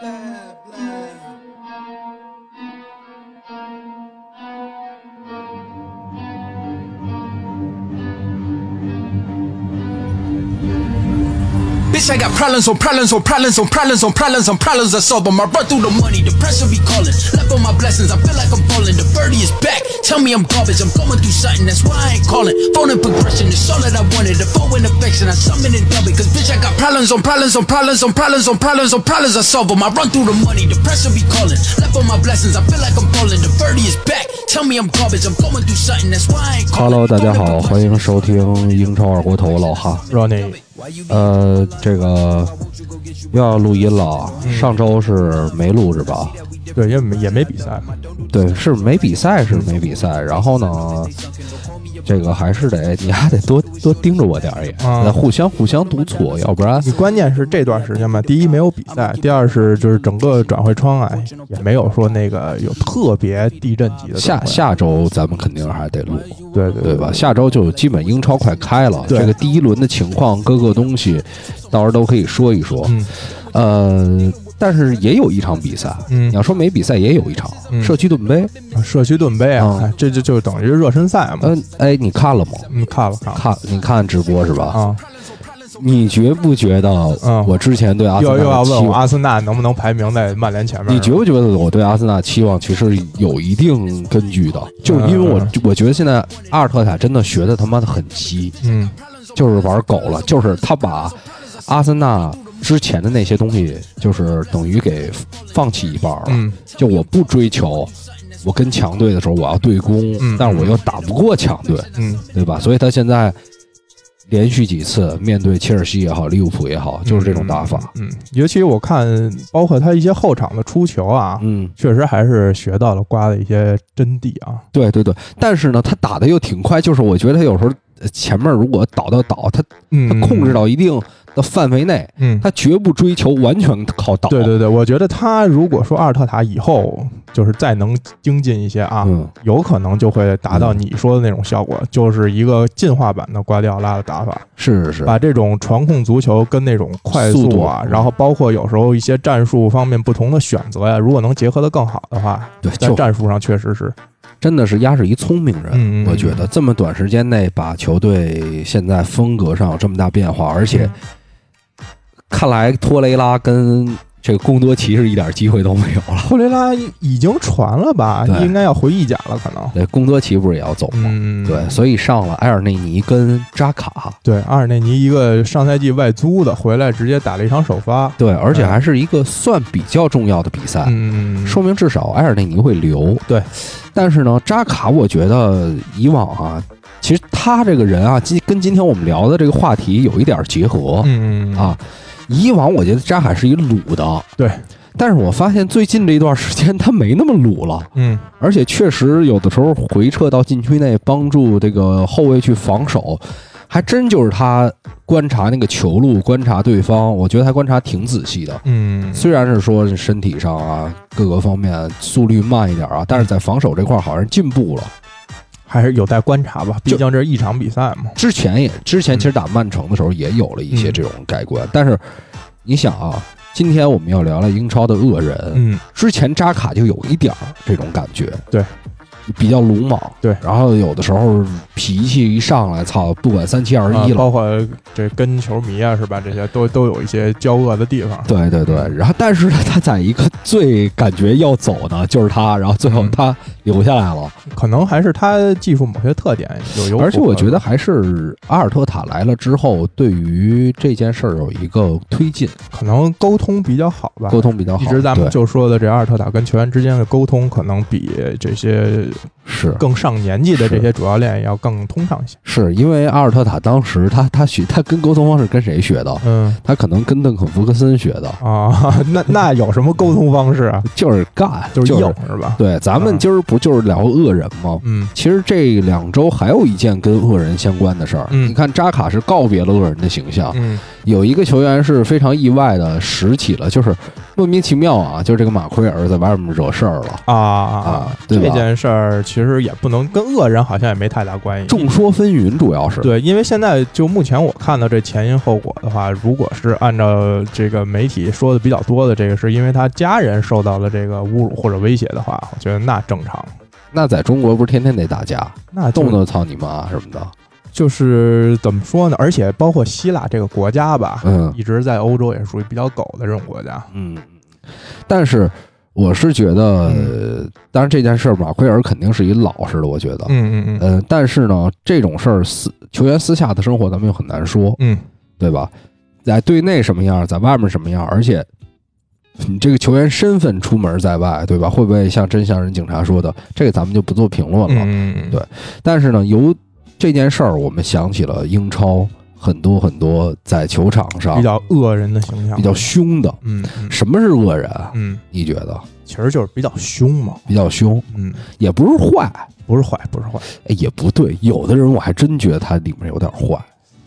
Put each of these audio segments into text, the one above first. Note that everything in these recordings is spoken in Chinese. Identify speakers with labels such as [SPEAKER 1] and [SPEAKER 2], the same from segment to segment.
[SPEAKER 1] blah, blah.
[SPEAKER 2] Bitch, I got problems on problems on problems on problems on problems on problems. I solve them. I run through the money, the pressure be calling. Left on my blessings, I feel like I'm falling. The birdie is back. Tell me I'm garbage. I'm going through something, that's why I ain't calling. Phone in progression, it's all that I wanted. The phone in affection, I summon and dub it. Cause bitch, I got problems on problems on problems on problems on problems on problems. I solve them. I run through the money, the pressure be calling. Left on my blessings, I feel like I'm falling. The birdie is back. Tell me I'm garbage. I'm going through something, that's why I ain't calling.
[SPEAKER 3] Hello，大家好，欢迎收听英超二锅头，老哈。
[SPEAKER 4] Ronnie，
[SPEAKER 3] 呃，这个又要录音了啊，上周是没录是吧？
[SPEAKER 4] 对，也没也没比赛，
[SPEAKER 3] 对，是没比赛是没比赛，然后呢，这个还是得你还得多多盯着我点儿也，
[SPEAKER 4] 啊
[SPEAKER 3] 得互相互相督促，要不然
[SPEAKER 4] 你关键是这段时间嘛，第一没有比赛，第二是就是整个转会窗啊也没有说那个有特别地震级的转
[SPEAKER 3] 下
[SPEAKER 4] 会
[SPEAKER 3] 下周咱们肯定还得录。
[SPEAKER 4] 对对
[SPEAKER 3] 对吧？下周就基本英超快开了，
[SPEAKER 4] 对
[SPEAKER 3] 这个第一轮的情况，各个东西，到时候都可以说一说。
[SPEAKER 4] 嗯
[SPEAKER 3] 呃，但是也有一场比赛，
[SPEAKER 4] 嗯
[SPEAKER 3] 你要说没比赛也有一场、
[SPEAKER 4] 嗯
[SPEAKER 3] 社区盾杯。
[SPEAKER 4] 啊社区盾杯啊
[SPEAKER 3] 啊，
[SPEAKER 4] 哎这就就等于热身赛嘛，
[SPEAKER 3] 嗯、哎，你看了吗？
[SPEAKER 4] 嗯，看了看了
[SPEAKER 3] 看，你看直播是吧？
[SPEAKER 4] 啊，
[SPEAKER 3] 你觉不觉得
[SPEAKER 4] 嗯
[SPEAKER 3] 我之前对阿森
[SPEAKER 4] 又又
[SPEAKER 3] 纳的
[SPEAKER 4] 要
[SPEAKER 3] 期
[SPEAKER 4] 问我
[SPEAKER 3] 望？
[SPEAKER 4] 阿森纳能不能排名在曼联前面？
[SPEAKER 3] 你觉不觉得我对阿森纳期望其实有一定根据的？就是因为我
[SPEAKER 4] 嗯
[SPEAKER 3] 我觉得现在阿尔特塔真的学的他妈的很鸡，
[SPEAKER 4] 嗯
[SPEAKER 3] 就是玩狗了，就是他把阿森纳之前的那些东西，就是等于给放弃一半了。
[SPEAKER 4] 嗯
[SPEAKER 3] 就我不追求，我跟强队的时候我要对攻，
[SPEAKER 4] 嗯
[SPEAKER 3] 但是我又打不过强队，
[SPEAKER 4] 嗯
[SPEAKER 3] 对吧？所以他现在连续几次面对切尔西也好，利物浦也好，就是这种打法。
[SPEAKER 4] 嗯，尤其我看包括他一些后场的出球啊，
[SPEAKER 3] 嗯，
[SPEAKER 4] 确实还是学到了瓜的一些真谛啊，
[SPEAKER 3] 对对对，但是呢，他打的又挺快，就是我觉得他有时候呃前面如果倒到倒，他
[SPEAKER 4] 嗯，
[SPEAKER 3] 他控制到一定的范围内，
[SPEAKER 4] 嗯。
[SPEAKER 3] 他绝不追求完全靠倒。
[SPEAKER 4] 对对对，我觉得他如果说阿尔特塔以后就是再能精进一些啊，
[SPEAKER 3] 嗯，
[SPEAKER 4] 有可能就会达到你说的那种效果，就是一个进化版的瓜迪奥拉的打法，
[SPEAKER 3] 是是是，
[SPEAKER 4] 把这种传控足球跟那种快
[SPEAKER 3] 速
[SPEAKER 4] 速
[SPEAKER 3] 度
[SPEAKER 4] 啊，
[SPEAKER 3] 嗯
[SPEAKER 4] 然后包括有时候一些战术方面不同的选择呀、如果能结合的更好的话，
[SPEAKER 3] 对，
[SPEAKER 4] 在
[SPEAKER 3] 就
[SPEAKER 4] 战术上确实是，
[SPEAKER 3] 真的是鸭是一聪明人，
[SPEAKER 4] 嗯嗯嗯
[SPEAKER 3] 我觉得这么短时间内把球队现在风格上有这么大变化，而且看来托雷拉跟这个贡多齐是一点机会都没有了。
[SPEAKER 4] 托雷拉已经传了吧，
[SPEAKER 3] 对
[SPEAKER 4] 应该要回意甲了，可能，
[SPEAKER 3] 对，贡多齐不是也要走吗？
[SPEAKER 4] 嗯，
[SPEAKER 3] 对，所以上了埃尔内尼跟扎卡，
[SPEAKER 4] 对，阿尔内尼一个上赛季外租的，回来直接打了一场首发，
[SPEAKER 3] 对，而且
[SPEAKER 4] 嗯
[SPEAKER 3] 还是一个算比较重要的比赛，
[SPEAKER 4] 嗯，
[SPEAKER 3] 说明至少埃尔内尼会留。
[SPEAKER 4] 对，
[SPEAKER 3] 但是呢，扎卡我觉得以往啊，其实他这个人啊，今跟今天我们聊的这个话题有一点结合。
[SPEAKER 4] 嗯
[SPEAKER 3] 啊，以往我觉得扎卡是一鲁的，
[SPEAKER 4] 对，
[SPEAKER 3] 但是我发现最近这一段时间他没那么鲁了，
[SPEAKER 4] 嗯
[SPEAKER 3] 而且确实有的时候回撤到禁区内帮助这个后卫去防守，还真就是他观察那个球路，观察对方，我觉得他观察挺仔细的。
[SPEAKER 4] 嗯，
[SPEAKER 3] 虽然是说身体上啊各个方面速率慢一点啊，但是在防守这块儿好像进步了。
[SPEAKER 4] 还是有待观察吧，毕
[SPEAKER 3] 就
[SPEAKER 4] 竟这是一场比赛嘛。
[SPEAKER 3] 之前也之前其实打曼城的时候也有了一些这种改
[SPEAKER 4] 嗯
[SPEAKER 3] 观，但是你想啊，今天我们要聊聊英超的恶人，
[SPEAKER 4] 嗯
[SPEAKER 3] 之前扎卡就有一点儿这种感觉，
[SPEAKER 4] 对，
[SPEAKER 3] 比较鲁莽，
[SPEAKER 4] 对
[SPEAKER 3] 然后有的时候脾气一上来，操，不管三七二
[SPEAKER 4] 啊
[SPEAKER 3] 十一了。
[SPEAKER 4] 包括这跟球迷啊，是吧？这些都都有一些交恶的地方。
[SPEAKER 3] 对对对，
[SPEAKER 4] 嗯
[SPEAKER 3] 然后但是呢，他在一个最感觉要走的就是他，然后最后
[SPEAKER 4] 嗯
[SPEAKER 3] 他留下来了，
[SPEAKER 4] 可能还是他技术某些特点有有。
[SPEAKER 3] 而且我觉得，还是阿尔特塔来了之后，对于这件事儿有一个推进，
[SPEAKER 4] 可能沟通比较好吧。
[SPEAKER 3] 沟通比较好。
[SPEAKER 4] 啊一直咱们
[SPEAKER 3] 对
[SPEAKER 4] 就说的这阿尔特塔跟球员之间的沟通，可能比这些
[SPEAKER 3] 是
[SPEAKER 4] 更上年纪的
[SPEAKER 3] 是
[SPEAKER 4] 这些主教练要更通畅一些。
[SPEAKER 3] 是因为阿尔特塔当时他他学他跟沟通方式跟谁学的？
[SPEAKER 4] 嗯
[SPEAKER 3] 他可能跟邓肯福克森学的，
[SPEAKER 4] 啊，那那有什么沟通方式啊？
[SPEAKER 3] 就是干，
[SPEAKER 4] 就是嗯是硬是吧？
[SPEAKER 3] 对，咱们今儿不就是聊恶人吗？
[SPEAKER 4] 嗯
[SPEAKER 3] 其实这两周还有一件跟恶人相关的事儿。
[SPEAKER 4] 嗯
[SPEAKER 3] 你看扎卡是告别了恶人的形象，
[SPEAKER 4] 嗯
[SPEAKER 3] 有一个球员是非常意外的拾起了，就是莫名其妙啊，就这个马奎尔在外面惹事儿了。
[SPEAKER 4] 啊
[SPEAKER 3] 啊对吧
[SPEAKER 4] 这件事儿其实也不能跟恶人好像也没太大关系。
[SPEAKER 3] 众说纷纭，主要是
[SPEAKER 4] 对，因为现在就目前我看到这前因后果的话，如果是按照这个媒体说的比较多的，这个是因为他家人受到了这个侮辱或者威胁的话，我觉得那正常，
[SPEAKER 3] 那在中国不是天天得打架，
[SPEAKER 4] 那就
[SPEAKER 3] 动动操你妈什么的。
[SPEAKER 4] 就是怎么说呢？而且包括希腊这个国家吧，
[SPEAKER 3] 嗯
[SPEAKER 4] 一直在欧洲也是属于比较狗的这种国家。
[SPEAKER 3] 嗯，但是我是觉得，
[SPEAKER 4] 嗯
[SPEAKER 3] 呃当然这件事儿马奎尔肯定是一老实的，我觉得。
[SPEAKER 4] 嗯嗯嗯
[SPEAKER 3] 呃，但是呢，这种事儿私球员私下的生活咱们又很难说，
[SPEAKER 4] 嗯，
[SPEAKER 3] 对吧？在队内什么样，在外面什么样，而且你这个球员身份出门在外，对吧？会不会像真像人警察说的，这个咱们就不做评论了。
[SPEAKER 4] 嗯嗯
[SPEAKER 3] 呃对但是呢，由这件事儿，我们想起了英超很多很多在球场上
[SPEAKER 4] 比较恶人的形象，
[SPEAKER 3] 啊比较凶的。
[SPEAKER 4] 嗯嗯
[SPEAKER 3] 什么是恶人啊？
[SPEAKER 4] 嗯，
[SPEAKER 3] 你觉得
[SPEAKER 4] 其实就是比较凶嘛。
[SPEAKER 3] 比较凶，
[SPEAKER 4] 嗯，
[SPEAKER 3] 也不是坏，
[SPEAKER 4] 不是坏，不是坏，
[SPEAKER 3] 哎也不对。有的人我还真觉得他里面有点坏。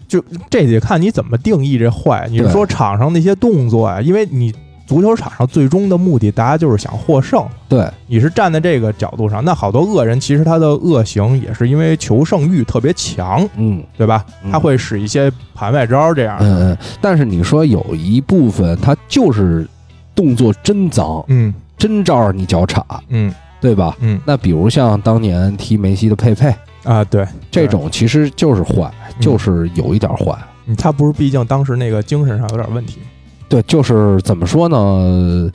[SPEAKER 4] 这得看你怎么定义这坏。你是
[SPEAKER 3] 对
[SPEAKER 4] 说场上那些动作呀？因为你足球场上最终的目的，大家就是想获胜。
[SPEAKER 3] 对，
[SPEAKER 4] 你是站在这个角度上，那好多恶人其实他的恶行也是因为求胜欲特别强，
[SPEAKER 3] 嗯
[SPEAKER 4] 对吧？
[SPEAKER 3] 嗯
[SPEAKER 4] 他会使一些盘外招这样。
[SPEAKER 3] 嗯嗯。但是你说有一部分他就是动作真脏，
[SPEAKER 4] 嗯
[SPEAKER 3] 真招着你脚叉，
[SPEAKER 4] 嗯
[SPEAKER 3] 对吧？
[SPEAKER 4] 嗯
[SPEAKER 3] 那比如像当年踢梅西的佩佩
[SPEAKER 4] 啊，对，
[SPEAKER 3] 这种，其实就是坏，就是有一点坏。
[SPEAKER 4] 嗯他不是，毕竟当时那个精神上有点问题。
[SPEAKER 3] 对，就是怎么说呢？呃，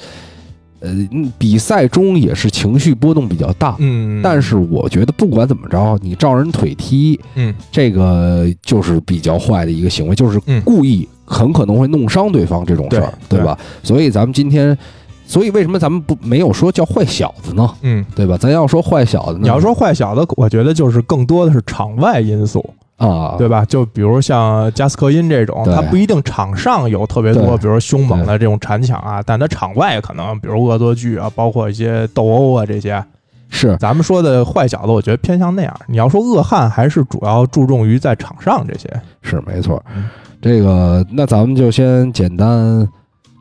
[SPEAKER 3] 嗯比赛中也是情绪波动比较大，
[SPEAKER 4] 嗯，
[SPEAKER 3] 但是我觉得不管怎么着，你照人腿踢，
[SPEAKER 4] 嗯
[SPEAKER 3] 这个就是比较坏的一个行为，就是
[SPEAKER 4] 嗯
[SPEAKER 3] 故意很可能会弄伤对方这种事儿，
[SPEAKER 4] 对
[SPEAKER 3] 对吧？所以咱们今天，所以为什么咱们不没有说叫坏小子呢？
[SPEAKER 4] 嗯，
[SPEAKER 3] 对吧？咱要说坏小子呢，
[SPEAKER 4] 你要说坏小子，我觉得就是更多的是场外因素。
[SPEAKER 3] 啊，
[SPEAKER 4] 对吧？就比如像加斯科因这种，
[SPEAKER 3] 对
[SPEAKER 4] 他不一定场上有特别多，
[SPEAKER 3] 对
[SPEAKER 4] 比如凶猛的这种缠抢啊，但他场外可能，比如恶作剧啊，包括一些斗殴啊这些。
[SPEAKER 3] 是
[SPEAKER 4] 咱们说的坏小子，我觉得偏向那样。你要说恶汉，还是主要注重于在场上这些。
[SPEAKER 3] 是没错
[SPEAKER 4] 嗯。
[SPEAKER 3] 这个那咱们就先简单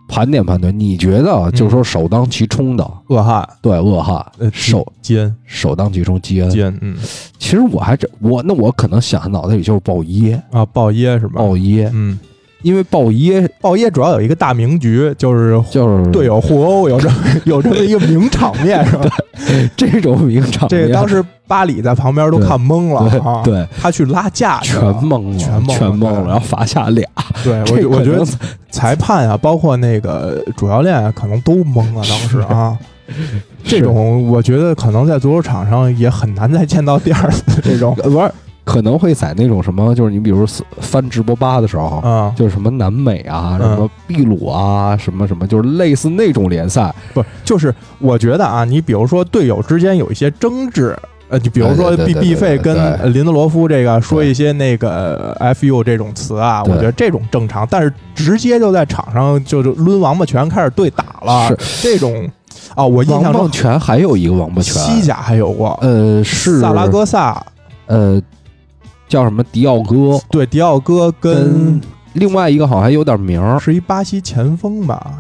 [SPEAKER 3] 盘点盘点，你觉得啊
[SPEAKER 4] 嗯
[SPEAKER 3] 就是说首当其冲的，
[SPEAKER 4] 恶汉，
[SPEAKER 3] 对恶汉
[SPEAKER 4] 呃，
[SPEAKER 3] 首
[SPEAKER 4] 基恩，
[SPEAKER 3] 首当其冲基恩。
[SPEAKER 4] 基恩，嗯
[SPEAKER 3] 其实我还真我那我可能想脑袋里就是鲍耶，
[SPEAKER 4] 啊，鲍耶是吧？
[SPEAKER 3] 鲍耶，
[SPEAKER 4] 嗯，
[SPEAKER 3] 因为鲍耶
[SPEAKER 4] 鲍耶主要有一个大名局，就是
[SPEAKER 3] 就是
[SPEAKER 4] 队友互殴，有这有这么一个名场面，是吧？
[SPEAKER 3] 这种名场面，
[SPEAKER 4] 这个当时巴里在旁边都
[SPEAKER 3] 对
[SPEAKER 4] 看懵了啊
[SPEAKER 3] 对，对
[SPEAKER 4] 他去拉架去
[SPEAKER 3] 全
[SPEAKER 4] 了，
[SPEAKER 3] 懵了，
[SPEAKER 4] 啊全
[SPEAKER 3] 全
[SPEAKER 4] 懵了
[SPEAKER 3] 了，
[SPEAKER 4] 对
[SPEAKER 3] 然后罚下俩，
[SPEAKER 4] 对，我
[SPEAKER 3] 这
[SPEAKER 4] 觉我觉
[SPEAKER 3] 可
[SPEAKER 4] 得
[SPEAKER 3] 能
[SPEAKER 4] 裁判啊，包括那个主教练啊，可能都懵了。当时啊，这种我觉得可能在足球场上也很难再见到第二 次这种。
[SPEAKER 3] 呃不是可能会在那种什么，就是你比如说翻直播吧的时候。
[SPEAKER 4] 啊、
[SPEAKER 3] 就是什么南美啊，
[SPEAKER 4] 嗯
[SPEAKER 3] 什么秘鲁啊，什么什么，就是类似那种联赛，
[SPEAKER 4] 不是，就是我觉得啊，你比如说队友之间有一些争执，呃，你比如说
[SPEAKER 3] 对对对
[SPEAKER 4] 毕
[SPEAKER 3] 对
[SPEAKER 4] 毕
[SPEAKER 3] 对对
[SPEAKER 4] 费跟
[SPEAKER 3] 对
[SPEAKER 4] 林德罗夫这个说一些那个 fu 这种词啊，我
[SPEAKER 3] 对
[SPEAKER 4] 觉得这种正常，但是直接就在场上就就抡王八拳开始对打了，这种啊，我印
[SPEAKER 3] 王
[SPEAKER 4] 象
[SPEAKER 3] 八
[SPEAKER 4] 中
[SPEAKER 3] 拳还有一个王八拳，
[SPEAKER 4] 西甲还有过，
[SPEAKER 3] 呃是
[SPEAKER 4] 萨拉戈萨。
[SPEAKER 3] 呃叫什么迪奥哥，
[SPEAKER 4] 对，迪奥哥跟
[SPEAKER 3] 跟另外一个好像还有点名儿，
[SPEAKER 4] 是一巴西前锋吧，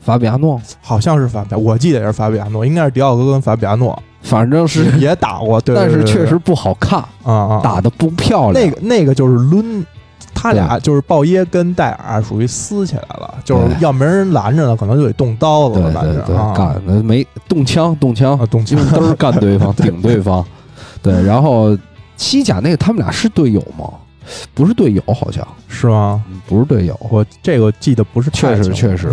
[SPEAKER 3] 法比亚诺，
[SPEAKER 4] 好像是法比亚，我记得也是法比亚诺，应该是迪奥哥跟法比亚诺
[SPEAKER 3] 反正是，
[SPEAKER 4] 也打 过， 对，
[SPEAKER 3] 但是
[SPEAKER 4] 对对
[SPEAKER 3] 确
[SPEAKER 4] 对
[SPEAKER 3] 实不好看，
[SPEAKER 4] 啊啊，
[SPEAKER 3] 打的不漂亮。
[SPEAKER 4] 那个那个就是抡。他俩就是鲍耶跟戴尔啊属于撕起来了，就是
[SPEAKER 3] 对
[SPEAKER 4] 要没人拦着呢，可能就得动刀子
[SPEAKER 3] 对
[SPEAKER 4] 了，感
[SPEAKER 3] 对
[SPEAKER 4] 觉
[SPEAKER 3] 对，
[SPEAKER 4] 啊，
[SPEAKER 3] 干嗯的没动枪，动枪
[SPEAKER 4] 啊，，动
[SPEAKER 3] 就
[SPEAKER 4] 枪
[SPEAKER 3] 是嘚儿干对 方，顶对方。对，然后西甲那个他们俩是队友吗？不是队友，好像
[SPEAKER 4] 是吗？
[SPEAKER 3] 嗯不是队友。
[SPEAKER 4] 我这个记得不是太
[SPEAKER 3] 确实
[SPEAKER 4] 清楚
[SPEAKER 3] 确实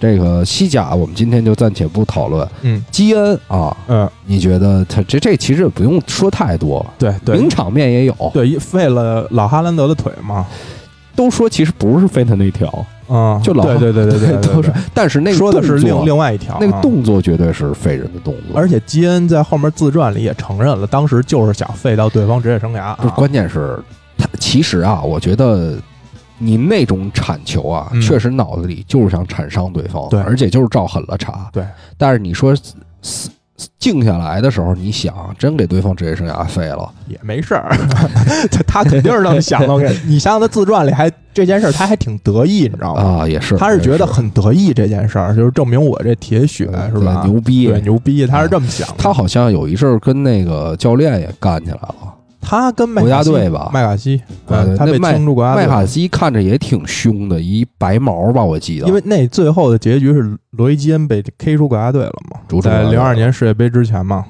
[SPEAKER 3] 这个西甲我们今天就暂且不讨论。
[SPEAKER 4] 嗯
[SPEAKER 3] 基恩啊，
[SPEAKER 4] 嗯嗯，
[SPEAKER 3] 你觉得他这这其实也不用说太多，
[SPEAKER 4] 对
[SPEAKER 3] 名
[SPEAKER 4] 对
[SPEAKER 3] 场面也有。
[SPEAKER 4] 对，为了老哈兰德的腿嘛，
[SPEAKER 3] 都说其实不是费特那条，
[SPEAKER 4] 嗯，
[SPEAKER 3] 就老
[SPEAKER 4] 对对对对 对，对
[SPEAKER 3] 都是
[SPEAKER 4] 对，
[SPEAKER 3] 但是那个
[SPEAKER 4] 说的是
[SPEAKER 3] 动
[SPEAKER 4] 另
[SPEAKER 3] 作
[SPEAKER 4] 另外一条
[SPEAKER 3] 那
[SPEAKER 4] 啊
[SPEAKER 3] 个动作绝对是费人的动作，
[SPEAKER 4] 而且基恩在后面自传里也承认了，当时就是想废掉对方职业生涯、
[SPEAKER 3] 不是
[SPEAKER 4] 啊。
[SPEAKER 3] 关键是他其实啊，我觉得你那种铲球啊，
[SPEAKER 4] 嗯
[SPEAKER 3] 确实脑子里就是想铲伤对方，
[SPEAKER 4] 对
[SPEAKER 3] 而且就是照狠了铲。
[SPEAKER 4] 对，
[SPEAKER 3] 但是你说私静下来的时候，你想真给对方职业生涯废了，
[SPEAKER 4] 也没 事儿，他他肯定是这么想的。我跟你你想想，他自传里还这件事儿，他还挺得意，你知道吗？
[SPEAKER 3] 啊，也是，
[SPEAKER 4] 哦他是
[SPEAKER 3] 也
[SPEAKER 4] 觉得很得意这件事儿，就是证明我这铁血是吧？
[SPEAKER 3] 对牛逼
[SPEAKER 4] 对，牛逼，他是这么想的。
[SPEAKER 3] 他好像有一阵儿跟那个教练也干起来了。
[SPEAKER 4] 他跟麦
[SPEAKER 3] 国家
[SPEAKER 4] 卡锡
[SPEAKER 3] 队吧
[SPEAKER 4] 麦卡锡，
[SPEAKER 3] 啊
[SPEAKER 4] 嗯，他
[SPEAKER 3] 那
[SPEAKER 4] 被
[SPEAKER 3] 麦
[SPEAKER 4] 清出国家
[SPEAKER 3] 麦
[SPEAKER 4] 队，
[SPEAKER 3] 卡锡看着也挺凶的，一白毛吧，我记得。
[SPEAKER 4] 因为那最后的结局是罗伊基恩被 K 出国家队了嘛
[SPEAKER 3] 逐，出国家
[SPEAKER 4] 在
[SPEAKER 3] 队
[SPEAKER 4] 零二年世界杯之前嘛。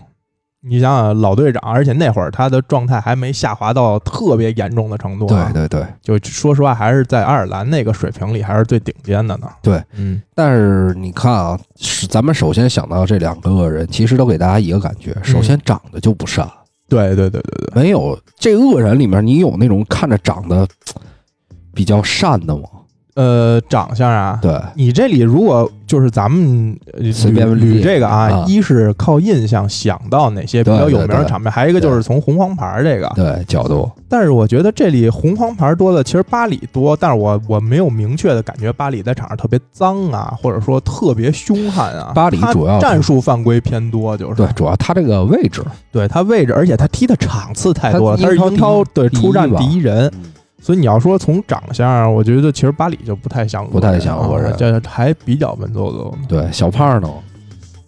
[SPEAKER 4] 你想想，老队长，而且那会儿他的状态还没下滑到特别严重的程度、啊
[SPEAKER 3] 对，对对，
[SPEAKER 4] 就说实话，还是在爱尔兰那个水平里还是最顶尖的呢。
[SPEAKER 3] 对，
[SPEAKER 4] 嗯，
[SPEAKER 3] 但是你看啊，是咱们首先想到这两个人，其实都给大家一个感觉：首先长得就不善，
[SPEAKER 4] 对对对对对，
[SPEAKER 3] 没有这恶人里面，你有那种看着长得比较善的吗？
[SPEAKER 4] 呃，长相啊，
[SPEAKER 3] 对，
[SPEAKER 4] 你这里如果就是咱们呃
[SPEAKER 3] 随便
[SPEAKER 4] 捋
[SPEAKER 3] 列
[SPEAKER 4] 捋这个啊
[SPEAKER 3] 啊，
[SPEAKER 4] 一是靠印象想到哪些比较
[SPEAKER 3] 对
[SPEAKER 4] 有
[SPEAKER 3] 对
[SPEAKER 4] 名的
[SPEAKER 3] 对
[SPEAKER 4] 场面，还有一个就是从红黄牌这个，
[SPEAKER 3] 对，角度，
[SPEAKER 4] 但是我觉得这里红黄牌多的，其实巴里多，但是我我没有明确的感觉巴里在场上特别脏啊，或者说特别凶悍啊。
[SPEAKER 3] 巴里
[SPEAKER 4] 他
[SPEAKER 3] 主要
[SPEAKER 4] 战术犯规偏多，就是
[SPEAKER 3] 对，主要他这个位置，
[SPEAKER 4] 对他位置，而且他踢的场次太多了，
[SPEAKER 3] 他
[SPEAKER 4] 他是
[SPEAKER 3] 英超
[SPEAKER 4] 英超
[SPEAKER 3] 第一
[SPEAKER 4] 对出战
[SPEAKER 3] 吧
[SPEAKER 4] 第一人，所以你要说从长相，啊我觉得其实巴里就不太像
[SPEAKER 3] 不太像
[SPEAKER 4] 俄
[SPEAKER 3] 俄
[SPEAKER 4] 国啊
[SPEAKER 3] 人
[SPEAKER 4] 这还比较文绉绉的。
[SPEAKER 3] 对，小胖呢？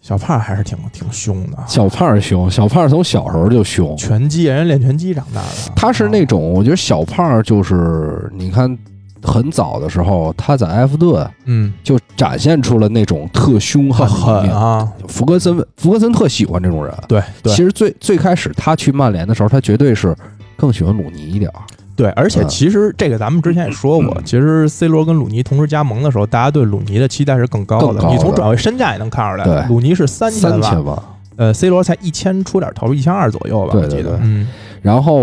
[SPEAKER 4] 小胖还是挺挺凶的，
[SPEAKER 3] 小胖凶，小胖从小时候就凶，
[SPEAKER 4] 拳击人家练拳击长大的，
[SPEAKER 3] 他是那种，我觉得小胖就是，你看很早的时候，他在埃弗顿
[SPEAKER 4] 嗯
[SPEAKER 3] 就展现出了那种特凶
[SPEAKER 4] 特
[SPEAKER 3] 悍的一
[SPEAKER 4] 狠
[SPEAKER 3] 面。
[SPEAKER 4] 啊，
[SPEAKER 3] 福格森，福格森特喜欢这种人。
[SPEAKER 4] 对对
[SPEAKER 3] 其。实最最开始他去曼联的时候，他绝对是更喜欢鲁尼一点儿。
[SPEAKER 4] 对，而且
[SPEAKER 3] 嗯
[SPEAKER 4] 其实这个咱们之前也说过，其实 C 罗跟鲁尼同时加盟的时候，大家对鲁尼的期待是更高的。
[SPEAKER 3] 更高的
[SPEAKER 4] 你从转会身价也能看出来，
[SPEAKER 3] 对
[SPEAKER 4] 鲁尼是三千
[SPEAKER 3] 三
[SPEAKER 4] 万，
[SPEAKER 3] 千万，
[SPEAKER 4] 呃，C 罗才一千出点头，一千二左右吧，
[SPEAKER 3] 对
[SPEAKER 4] 我记
[SPEAKER 3] 对
[SPEAKER 4] 得
[SPEAKER 3] 对。
[SPEAKER 4] 嗯，
[SPEAKER 3] 然后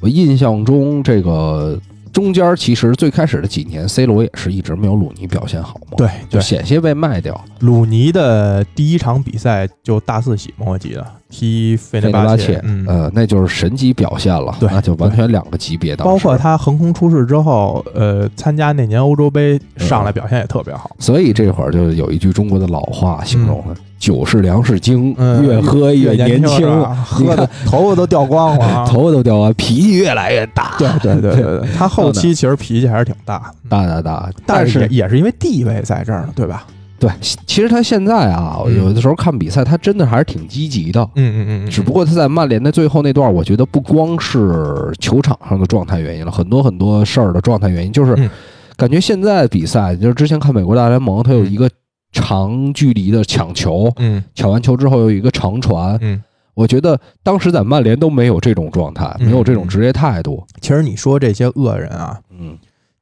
[SPEAKER 3] 我印象中这个。中间其实最开始的几年，C 罗也是一直没有鲁尼表现好嘛，
[SPEAKER 4] 对
[SPEAKER 3] 就
[SPEAKER 4] 对，
[SPEAKER 3] 险些被卖掉。
[SPEAKER 4] 鲁尼的第一场比赛就大四喜嘛，我记得踢费内
[SPEAKER 3] 内
[SPEAKER 4] 巴
[SPEAKER 3] 巴
[SPEAKER 4] 切
[SPEAKER 3] 切，，
[SPEAKER 4] 嗯，
[SPEAKER 3] 呃，那就是神级表现了，
[SPEAKER 4] 对
[SPEAKER 3] 那就完全两个级别。当
[SPEAKER 4] 包
[SPEAKER 3] 时
[SPEAKER 4] 括他横空出世之后，呃，参加那年欧洲杯上来表现也特别好，
[SPEAKER 3] 所以这会儿就有一句中国的老话形容了：“酒是粮食精，越喝
[SPEAKER 4] 嗯越
[SPEAKER 3] 哎年
[SPEAKER 4] 轻是吧，
[SPEAKER 3] 你
[SPEAKER 4] 喝
[SPEAKER 3] 看
[SPEAKER 4] 的头发都掉光了啊，
[SPEAKER 3] 头发都掉完，脾气越来越大。”
[SPEAKER 4] 对对对对对，他后
[SPEAKER 3] 真的
[SPEAKER 4] 期其实脾气还是挺大的，嗯
[SPEAKER 3] 大大大，
[SPEAKER 4] 但
[SPEAKER 3] 是
[SPEAKER 4] 也也是因为地位在这儿呢，对吧？
[SPEAKER 3] 对，其实他现在啊，
[SPEAKER 4] 嗯
[SPEAKER 3] 有的时候看比赛，他真的还是挺积极的。
[SPEAKER 4] 嗯嗯嗯
[SPEAKER 3] 只不过他在曼联的最后那段，我觉得不光是球场上的状态原因了，很多很多事儿的状态原因，就是
[SPEAKER 4] 嗯
[SPEAKER 3] 感觉现在比赛，就是之前看美国大联盟，他有一个长距离的抢球，
[SPEAKER 4] 嗯
[SPEAKER 3] 抢完球之后有一个长传，
[SPEAKER 4] 嗯，
[SPEAKER 3] 我觉得当时在曼联都没有这种状态，
[SPEAKER 4] 嗯
[SPEAKER 3] 没有这种职业态度。
[SPEAKER 4] 其实你说这些恶人啊，
[SPEAKER 3] 嗯，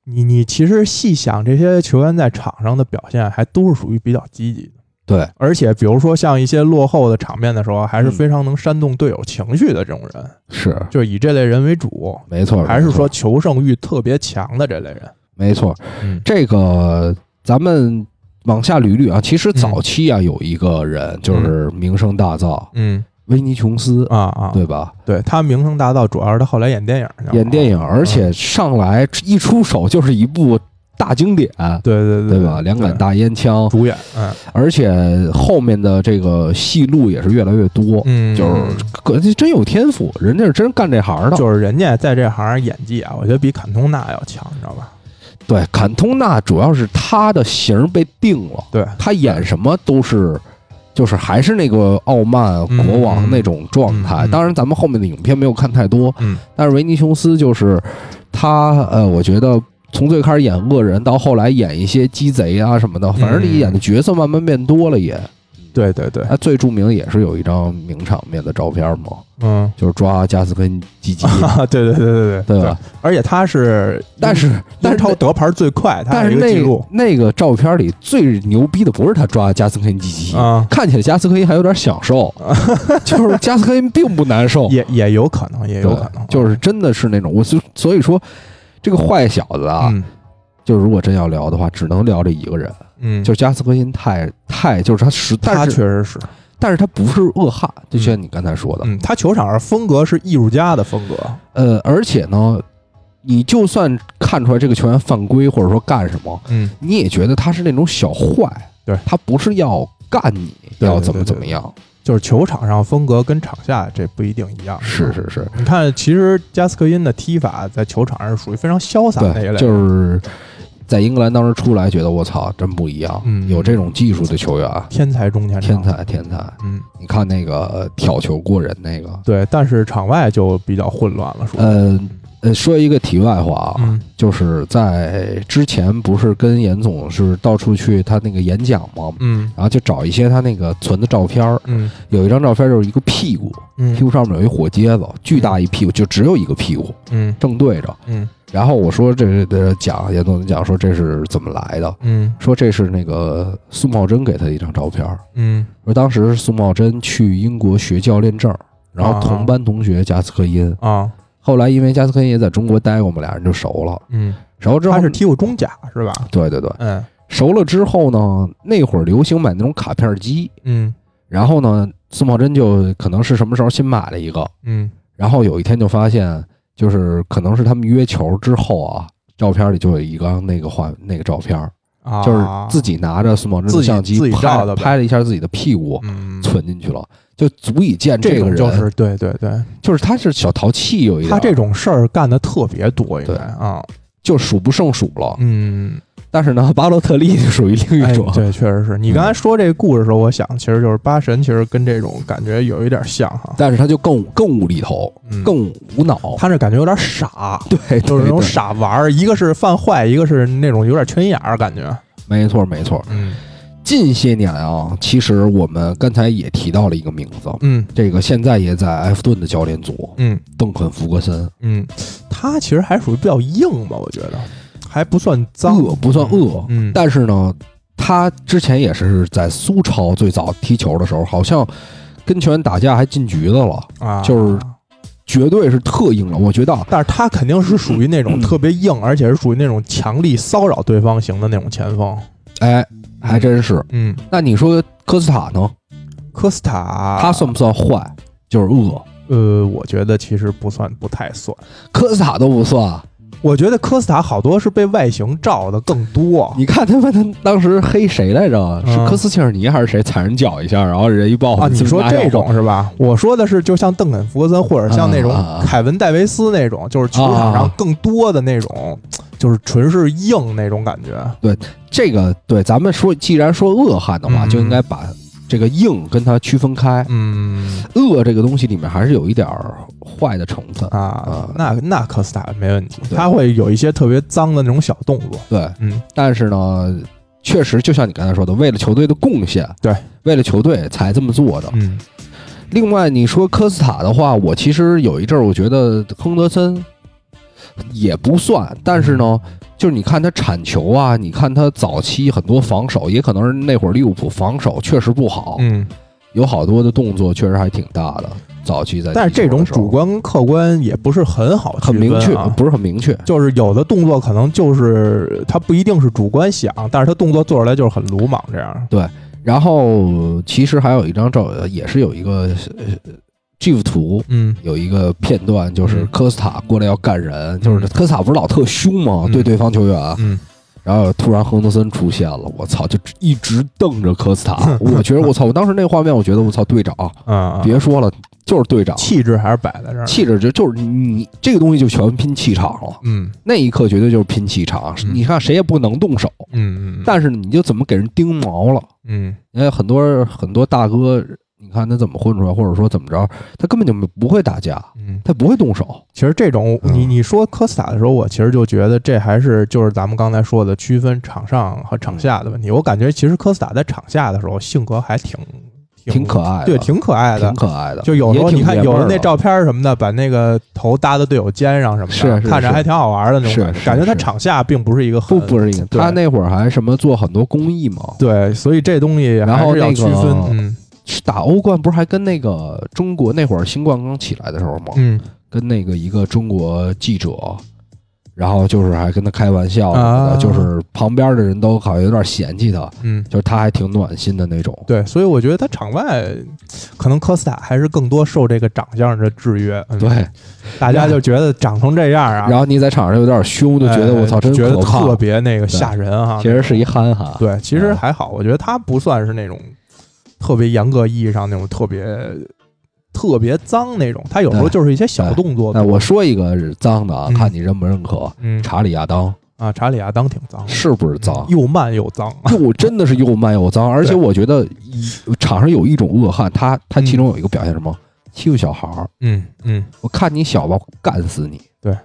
[SPEAKER 4] 你你其实细想，这些球员在场上的表现还都是属于比较积极的。
[SPEAKER 3] 对，
[SPEAKER 4] 而且，比如说像一些落后的场面的时候，啊还是
[SPEAKER 3] 嗯
[SPEAKER 4] 非常能煽动队友情绪的这种人，
[SPEAKER 3] 是
[SPEAKER 4] 就是以这类人为主，
[SPEAKER 3] 没错，
[SPEAKER 4] 还是
[SPEAKER 3] 没错
[SPEAKER 4] 说求胜欲特别强的这类人。
[SPEAKER 3] 没错？
[SPEAKER 4] 嗯
[SPEAKER 3] 这个咱们往下捋捋啊。其实早期啊，有一个人就是名声大噪，
[SPEAKER 4] 嗯
[SPEAKER 3] 威尼琼斯，
[SPEAKER 4] 啊啊，
[SPEAKER 3] 对吧？
[SPEAKER 4] 对，他名声大噪，主要是他后啊来演电影去了，
[SPEAKER 3] 演电影，而且上来一出手就是一部大经典。
[SPEAKER 4] 对对
[SPEAKER 3] 对吧？两杆大烟枪，
[SPEAKER 4] 主演，嗯
[SPEAKER 3] 而且后面的这个戏路也是越来越多。
[SPEAKER 4] 嗯，
[SPEAKER 3] 就是可真有天赋，人家是真干这行的。
[SPEAKER 4] 就是人家在这行演技啊，我觉得比坎通纳要强，你知道吧？
[SPEAKER 3] 对，坎通纳主要是他的型儿被定了，
[SPEAKER 4] 对，
[SPEAKER 3] 他演什么都是，就是还是那个傲慢
[SPEAKER 4] 嗯
[SPEAKER 3] 国王那种状态。
[SPEAKER 4] 嗯嗯
[SPEAKER 3] 当然，咱们后面的影片没有看太多，
[SPEAKER 4] 嗯
[SPEAKER 3] 但是维尼琼斯就是他，呃，我觉得。从最开始演恶人，到后来演一些鸡贼啊什么
[SPEAKER 4] 嗯
[SPEAKER 3] 的，反正你演的角色慢慢变多了也。
[SPEAKER 4] 对对对，
[SPEAKER 3] 他最著名的也是有一张名场面的照片嘛，
[SPEAKER 4] 嗯。
[SPEAKER 3] 就是抓加斯根基 基，
[SPEAKER 4] 啊，对对对
[SPEAKER 3] 对
[SPEAKER 4] 对对
[SPEAKER 3] 吧？
[SPEAKER 4] 而且他是英，
[SPEAKER 3] 但是但
[SPEAKER 4] 英
[SPEAKER 3] 是
[SPEAKER 4] 超得牌最快，他
[SPEAKER 3] 但
[SPEAKER 4] 有
[SPEAKER 3] 是
[SPEAKER 4] 一个记录
[SPEAKER 3] 那那个照片里最牛逼的不是他抓加斯科因鸡鸡，
[SPEAKER 4] 啊，
[SPEAKER 3] 看起来加斯科因还有点享 受，就是加斯科因并不难受，
[SPEAKER 4] 也也有可能，也
[SPEAKER 3] 对
[SPEAKER 4] 有可能，啊
[SPEAKER 3] 就是真的是那种我所所以说这个坏小子啊，
[SPEAKER 4] 嗯
[SPEAKER 3] 就如果真要聊的话，只能聊这一个人，
[SPEAKER 4] 嗯，
[SPEAKER 3] 就是加斯科因太太就是他实，
[SPEAKER 4] 他
[SPEAKER 3] 但
[SPEAKER 4] 确
[SPEAKER 3] 是
[SPEAKER 4] 实是，
[SPEAKER 3] 但是他不是恶汉，就像你刚才说的，
[SPEAKER 4] 嗯，他球场上风格是艺术家的风格，
[SPEAKER 3] 呃，而且呢，你就算看出来这个球员犯规或者说干什么，
[SPEAKER 4] 嗯，
[SPEAKER 3] 你也觉得他是那种小坏，
[SPEAKER 4] 对
[SPEAKER 3] 他不是要干你，
[SPEAKER 4] 对
[SPEAKER 3] 要怎么
[SPEAKER 4] 对对
[SPEAKER 3] 怎么样，
[SPEAKER 4] 就是球场上风格跟场下这不一定一样。
[SPEAKER 3] 是是是，
[SPEAKER 4] 你看，其实加斯科因的踢法在球场上是属于非常潇洒那一
[SPEAKER 3] 对，
[SPEAKER 4] 类，
[SPEAKER 3] 就是在英格兰当时出来，觉得我操，真不一样，
[SPEAKER 4] 嗯
[SPEAKER 3] 有这种技术的球员，啊
[SPEAKER 4] 天才中前
[SPEAKER 3] 天
[SPEAKER 4] 场。
[SPEAKER 3] 才天才。
[SPEAKER 4] 嗯，
[SPEAKER 3] 你看那个呃挑球过人那个，
[SPEAKER 4] 对，但是场外就比较混乱了，属于。
[SPEAKER 3] 呃呃，说一个题外话啊，
[SPEAKER 4] 嗯
[SPEAKER 3] 就是在之前不是跟严总是到处去他那个演讲吗？
[SPEAKER 4] 嗯
[SPEAKER 3] 然后就找一些他那个存的照片儿，
[SPEAKER 4] 嗯
[SPEAKER 3] 有一张照片就是一个屁股，
[SPEAKER 4] 嗯
[SPEAKER 3] 屁股上面有一火疖子，巨大一屁股，就只有一个屁股
[SPEAKER 4] 嗯
[SPEAKER 3] 正对着。
[SPEAKER 4] 嗯
[SPEAKER 3] 然后我说这是这讲严总讲说这是怎么来的，
[SPEAKER 4] 嗯
[SPEAKER 3] 说这是那个苏茂贞给他的一张照片儿，
[SPEAKER 4] 嗯
[SPEAKER 3] 说当时苏茂贞去英国学教练证儿，然后同班同学加斯科因，
[SPEAKER 4] 啊
[SPEAKER 3] 后来因为加斯科因也在中国待过，我们俩人就熟了。
[SPEAKER 4] 嗯，
[SPEAKER 3] 熟了之后
[SPEAKER 4] 他是踢过中甲是吧？
[SPEAKER 3] 对对对，
[SPEAKER 4] 嗯
[SPEAKER 3] 熟了之后呢，那会儿流行买那种卡片机，
[SPEAKER 4] 嗯
[SPEAKER 3] 然后呢，苏茂贞就可能是什么时候新买了一个，
[SPEAKER 4] 嗯
[SPEAKER 3] 然后有一天就发现，就是可能是他们约球之后啊，照片里就有一张那个画那个照片儿，
[SPEAKER 4] 啊，
[SPEAKER 3] 就是自己拿着苏茂贞
[SPEAKER 4] 自
[SPEAKER 3] 的
[SPEAKER 4] 己
[SPEAKER 3] 相机
[SPEAKER 4] 自己
[SPEAKER 3] 拍
[SPEAKER 4] 照的呗
[SPEAKER 3] 拍了一下自己的屁股，
[SPEAKER 4] 嗯，
[SPEAKER 3] 存进去了，就足以见
[SPEAKER 4] 这
[SPEAKER 3] 个
[SPEAKER 4] 种
[SPEAKER 3] 人
[SPEAKER 4] 就是对对对，
[SPEAKER 3] 就是他是小淘气有一点，
[SPEAKER 4] 他这种事儿干的特别多，应
[SPEAKER 3] 对
[SPEAKER 4] 该啊，
[SPEAKER 3] 就数不胜数了。
[SPEAKER 4] 嗯，
[SPEAKER 3] 但是呢，巴洛特利就属于另
[SPEAKER 4] 哎
[SPEAKER 3] 一种，
[SPEAKER 4] 对，确实是你刚才说这个故事的时候，我想其实就是八神，其实跟这种感觉有一点像哈，
[SPEAKER 3] 但是他就更更无厘头，
[SPEAKER 4] 嗯
[SPEAKER 3] 更无脑，
[SPEAKER 4] 他这感觉有点傻，
[SPEAKER 3] 对，
[SPEAKER 4] 就是那种
[SPEAKER 3] 对，
[SPEAKER 4] 傻玩儿，一个是犯坏，一个是那种有点缺心眼儿感觉，
[SPEAKER 3] 对没错没错。
[SPEAKER 4] 嗯
[SPEAKER 3] 近些年啊，其实我们刚才也提到了一个名字，
[SPEAKER 4] 嗯
[SPEAKER 3] 这个现在也在埃弗顿的教练组，
[SPEAKER 4] 嗯
[SPEAKER 3] 邓肯·福格森，
[SPEAKER 4] 嗯，他其实还属于比较硬吧，我觉得还不算脏，
[SPEAKER 3] 恶不算恶，
[SPEAKER 4] 嗯
[SPEAKER 3] 但是呢，他之前也是在苏超最早踢球的时候，好像跟球员打架还进局子了，
[SPEAKER 4] 啊，
[SPEAKER 3] 就是绝对是特硬了。我觉得啊
[SPEAKER 4] 但是他肯定是属于那种特别硬，而且是属于那种强力骚扰对方型的那种前锋。
[SPEAKER 3] 哎，还真是。
[SPEAKER 4] 嗯，
[SPEAKER 3] 那你说科斯塔呢？
[SPEAKER 4] 科斯塔，
[SPEAKER 3] 他算不算坏？就是恶，
[SPEAKER 4] 呃，我觉得其实不算，不太算。
[SPEAKER 3] 科斯塔都不算。
[SPEAKER 4] 我觉得科斯塔好多是被外形照的更多。
[SPEAKER 3] 你看他妈，他当时黑谁来着？是
[SPEAKER 4] 嗯
[SPEAKER 3] 科斯切尔尼还是谁踩人脚一下，然后人一抱
[SPEAKER 4] 啊，你说这种是吧？我说的是，就像邓肯·福格森，或者像那种
[SPEAKER 3] 啊啊啊
[SPEAKER 4] 凯文·戴维斯那种，就是球场上
[SPEAKER 3] 啊
[SPEAKER 4] 更多的那种，就是纯是硬那种感觉。
[SPEAKER 3] 这个对，咱们说，既然说恶汉的话，
[SPEAKER 4] 嗯
[SPEAKER 3] 就应该把这个硬跟它区分开。
[SPEAKER 4] 嗯
[SPEAKER 3] 恶这个东西里面还是有一点儿坏的成分，
[SPEAKER 4] 啊
[SPEAKER 3] 啊，
[SPEAKER 4] 那那科斯塔没问题，
[SPEAKER 3] 对
[SPEAKER 4] 他会有一些特别脏的那种小动作。
[SPEAKER 3] 对。
[SPEAKER 4] 嗯，
[SPEAKER 3] 但是呢，确实就像你刚才说的，为了球队的贡献，
[SPEAKER 4] 对，
[SPEAKER 3] 为了球队才这么做的。
[SPEAKER 4] 嗯
[SPEAKER 3] 另外，你说科斯塔的话，我其实有一阵儿，我觉得亨德森也不算，但是呢，
[SPEAKER 4] 嗯
[SPEAKER 3] 就是你看他铲球啊，你看他早期很多防守，也可能是那会儿利物浦防守确实不好，
[SPEAKER 4] 嗯，
[SPEAKER 3] 有好多的动作确实还挺大的。早期在踢球的时候，
[SPEAKER 4] 但是这种主观跟客观也不是很好区
[SPEAKER 3] 很明确
[SPEAKER 4] 分啊，
[SPEAKER 3] 不是很明确。
[SPEAKER 4] 就是有的动作可能就是他不一定是主观想，但是他动作做出来就是很鲁莽这样。
[SPEAKER 3] 然后其实还有一张照，呃也是有一个呃 GIF 图，
[SPEAKER 4] 嗯
[SPEAKER 3] 有一个片段，就是
[SPEAKER 4] 嗯
[SPEAKER 3] 科斯塔过来要干人，就是科斯塔不是老特凶吗？
[SPEAKER 4] 嗯
[SPEAKER 3] 对对方球员，
[SPEAKER 4] 嗯，，
[SPEAKER 3] 然后突然亨德森出现了，我操，就一直瞪着科斯塔 我觉得我操，我当时那个画面，我觉得我操，队长，
[SPEAKER 4] 啊，
[SPEAKER 3] 别说了，就是队长，
[SPEAKER 4] 气质还是摆在这儿。
[SPEAKER 3] 气质就就是你这个东西就全拼气场了，
[SPEAKER 4] 嗯
[SPEAKER 3] 那一刻绝对就是拼气场，
[SPEAKER 4] 嗯
[SPEAKER 3] 你看谁也不能动手，
[SPEAKER 4] 嗯嗯，
[SPEAKER 3] 但是你就怎么给人盯毛了？
[SPEAKER 4] 嗯
[SPEAKER 3] 因为很多很多大哥，你看他怎么混出来，或者说怎么着，他根本就不会打架，
[SPEAKER 4] 嗯，
[SPEAKER 3] 他不会动手，
[SPEAKER 4] 其实这种
[SPEAKER 3] 嗯
[SPEAKER 4] 你你说科斯塔的时候，我其实就觉得这还是就是咱们刚才说的区分场上和场下的问题。我感觉其实科斯塔在场下的时候性格还挺
[SPEAKER 3] 挺可爱的，
[SPEAKER 4] 对，挺可爱的
[SPEAKER 3] 挺，可爱的，
[SPEAKER 4] 就有时候
[SPEAKER 3] 也挺
[SPEAKER 4] 你看
[SPEAKER 3] 爷们
[SPEAKER 4] 有
[SPEAKER 3] 儿嗯
[SPEAKER 4] 的那照片儿什么的，把那个头搭在队友肩上什么的，
[SPEAKER 3] 是是
[SPEAKER 4] 看着
[SPEAKER 3] 是
[SPEAKER 4] 还挺好玩的那种感觉。
[SPEAKER 3] 是
[SPEAKER 4] 感觉他
[SPEAKER 3] 是
[SPEAKER 4] 场下并不是一个
[SPEAKER 3] 不
[SPEAKER 4] 很
[SPEAKER 3] 不是一个，
[SPEAKER 4] 对
[SPEAKER 3] 他那会儿还什么做很多公益嘛，
[SPEAKER 4] 对，所以这东西
[SPEAKER 3] 然
[SPEAKER 4] 还
[SPEAKER 3] 后
[SPEAKER 4] 是要
[SPEAKER 3] 那
[SPEAKER 4] 区
[SPEAKER 3] 个
[SPEAKER 4] 分。嗯
[SPEAKER 3] 打欧冠不是还跟那个中国那会儿新冠刚起来的时候嘛，
[SPEAKER 4] 嗯
[SPEAKER 3] 跟那个一个中国记者，然后就是还跟他开玩笑什么
[SPEAKER 4] 啊
[SPEAKER 3] 的，就是旁边的人都好像有点嫌弃他，
[SPEAKER 4] 嗯，
[SPEAKER 3] 就是他还挺暖心的那种。
[SPEAKER 4] 对，所以我觉得他场外可能科斯塔还是更多受这个长相的制约。嗯
[SPEAKER 3] 对，，
[SPEAKER 4] 大家就觉得长成这样啊，
[SPEAKER 3] 然后你在场上有点凶，就觉得
[SPEAKER 4] 哎
[SPEAKER 3] 我操，真
[SPEAKER 4] 觉得
[SPEAKER 3] 可
[SPEAKER 4] 特
[SPEAKER 3] 怕。
[SPEAKER 4] 别那个吓人哈。啊
[SPEAKER 3] 其实是一憨憨，
[SPEAKER 4] 对，其实
[SPEAKER 3] 嗯
[SPEAKER 4] 还好，我觉得他不算是那种特别严格意义上那种特别特别脏那种，他有时候
[SPEAKER 3] 对
[SPEAKER 4] 就是一些小动作。
[SPEAKER 3] 哎，我说一个是脏的啊，
[SPEAKER 4] 嗯
[SPEAKER 3] 看你认不认可。
[SPEAKER 4] 嗯
[SPEAKER 3] 查理亚当
[SPEAKER 4] 啊，查理亚当挺脏的，
[SPEAKER 3] 是不是脏？
[SPEAKER 4] 又慢又脏。
[SPEAKER 3] 又真的是又慢又脏，而且我觉得一场上有一种恶汉，他他
[SPEAKER 4] 嗯
[SPEAKER 3] 其中有一个表现是什么？欺负小孩儿，
[SPEAKER 4] 嗯嗯，
[SPEAKER 3] 我看你小吧，干死你。
[SPEAKER 4] 对，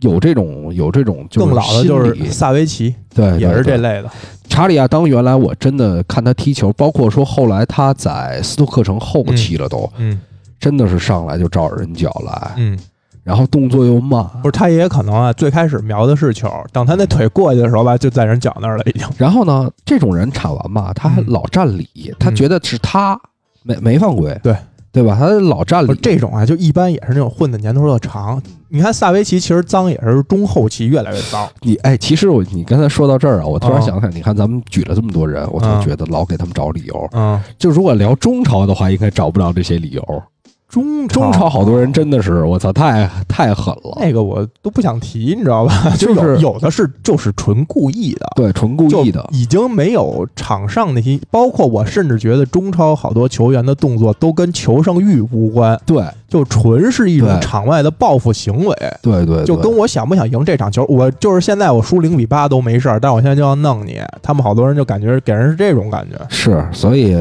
[SPEAKER 3] 有这种有这种就是
[SPEAKER 4] 更老的就
[SPEAKER 3] 心理
[SPEAKER 4] 是萨维奇，
[SPEAKER 3] 对，对
[SPEAKER 4] 也是
[SPEAKER 3] 对
[SPEAKER 4] 这类的。
[SPEAKER 3] 查理亚当。原来我真的看他踢球，包括说后来他在斯托克城后期了都，
[SPEAKER 4] 嗯
[SPEAKER 3] 真的是上来就照着人脚来，
[SPEAKER 4] 嗯，
[SPEAKER 3] 然后动作又慢，
[SPEAKER 4] 不是，他也可能啊，最开始瞄的是球，等他那腿过去的时候吧，就在人脚那儿了，已经。
[SPEAKER 3] 然后呢，这种人铲完吧，他还
[SPEAKER 4] 嗯
[SPEAKER 3] 老占理，他觉得是他没没犯规，
[SPEAKER 4] 对
[SPEAKER 3] 对吧？他老占
[SPEAKER 4] 不
[SPEAKER 3] 理，
[SPEAKER 4] 是这种啊，就一般也是那种混的年头特长。你看萨维奇其实脏也是中后期越来越脏，
[SPEAKER 3] 你哎，其实我你刚才说到这儿啊，我突然
[SPEAKER 4] 啊
[SPEAKER 3] 想想，你看咱们举了这么多人，我就
[SPEAKER 4] 啊
[SPEAKER 3] 觉得老给他们找理由。
[SPEAKER 4] 嗯，
[SPEAKER 3] 就如果聊中朝的话，应该找不着这些理由。
[SPEAKER 4] 啊中
[SPEAKER 3] 中朝好多人真的是，我操，太太狠了，
[SPEAKER 4] 那个我都不想提，你知道吧？
[SPEAKER 3] 就
[SPEAKER 4] 有
[SPEAKER 3] 是
[SPEAKER 4] 有的是就是纯故意的，
[SPEAKER 3] 对，纯故意的
[SPEAKER 4] 就。已经没有场上那些，包括我甚至觉得中超好多球员的动作都跟求胜欲无关，
[SPEAKER 3] 对
[SPEAKER 4] 就纯是一种
[SPEAKER 3] 对
[SPEAKER 4] 场外的报复行为。
[SPEAKER 3] 对对，
[SPEAKER 4] 就
[SPEAKER 3] 对
[SPEAKER 4] 跟我想不想赢这场球，我就是现在我输零比八都没事儿，但我现在就要弄你。他们好多人就感觉给人是这种感觉，
[SPEAKER 3] 是，所以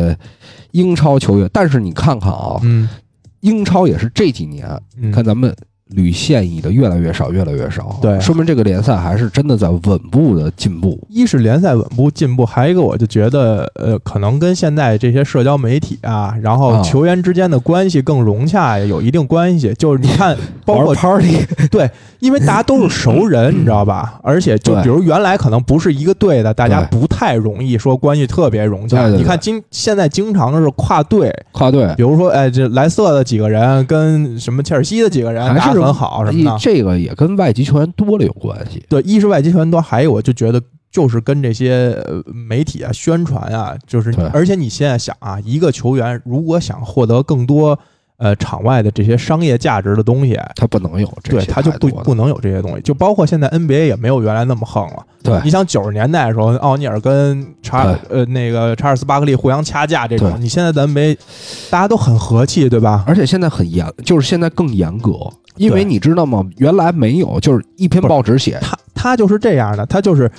[SPEAKER 3] 英超球员，但是你看看啊，
[SPEAKER 4] 嗯，
[SPEAKER 3] 英超也是这几年
[SPEAKER 4] 嗯
[SPEAKER 3] 看咱们屡现役的越来越少，越来越少，
[SPEAKER 4] 对
[SPEAKER 3] 说明这个联赛还是真的在稳步的进步。
[SPEAKER 4] 一是联赛稳步进步，还有一个我就觉得，呃，可能跟现在这些社交媒体啊，然后
[SPEAKER 3] 啊
[SPEAKER 4] 球员之间的关系更融洽有一定关系。就是你 看，包括
[SPEAKER 3] party，
[SPEAKER 4] 对，因为大家都是熟人，你知道吧？而且就
[SPEAKER 3] 对
[SPEAKER 4] 比如原来可能不是一个队的，大家
[SPEAKER 3] 对
[SPEAKER 4] 不太容易说关系特别融洽。
[SPEAKER 3] 对对对
[SPEAKER 4] 你看今现在经常是跨队，
[SPEAKER 3] 跨队
[SPEAKER 4] 比如说哎，这莱斯特的几个人跟什么切尔西的几个人
[SPEAKER 3] 还
[SPEAKER 4] 打
[SPEAKER 3] 是
[SPEAKER 4] 得很啊好什么的。
[SPEAKER 3] 这个也跟外籍球员多了有关系。
[SPEAKER 4] 对，一是外籍球员多，还有我就觉得就是跟这些呃媒体啊、宣传啊，就是
[SPEAKER 3] 对
[SPEAKER 4] 而且你现在想啊，一个球员如果想获得更多呃场外的这些商业价值的东西，
[SPEAKER 3] 他不能有这
[SPEAKER 4] 对
[SPEAKER 3] 些
[SPEAKER 4] 他
[SPEAKER 3] 太
[SPEAKER 4] 就
[SPEAKER 3] 多的，
[SPEAKER 4] 不不能有这些东西，就包括现在 NBA 也没有原来那么横了。
[SPEAKER 3] 对
[SPEAKER 4] 你想九十年代的时候，奥尼尔跟查呃那个查尔斯巴克利互相掐架这种
[SPEAKER 3] 对，
[SPEAKER 4] 你现在的 NBA 大家都很和气，对吧？
[SPEAKER 3] 而且现在很严，就是现在更严格，因为你知道吗？原来没有，就是一篇
[SPEAKER 4] 不是
[SPEAKER 3] 报纸写，
[SPEAKER 4] 他他就是这样的，他就是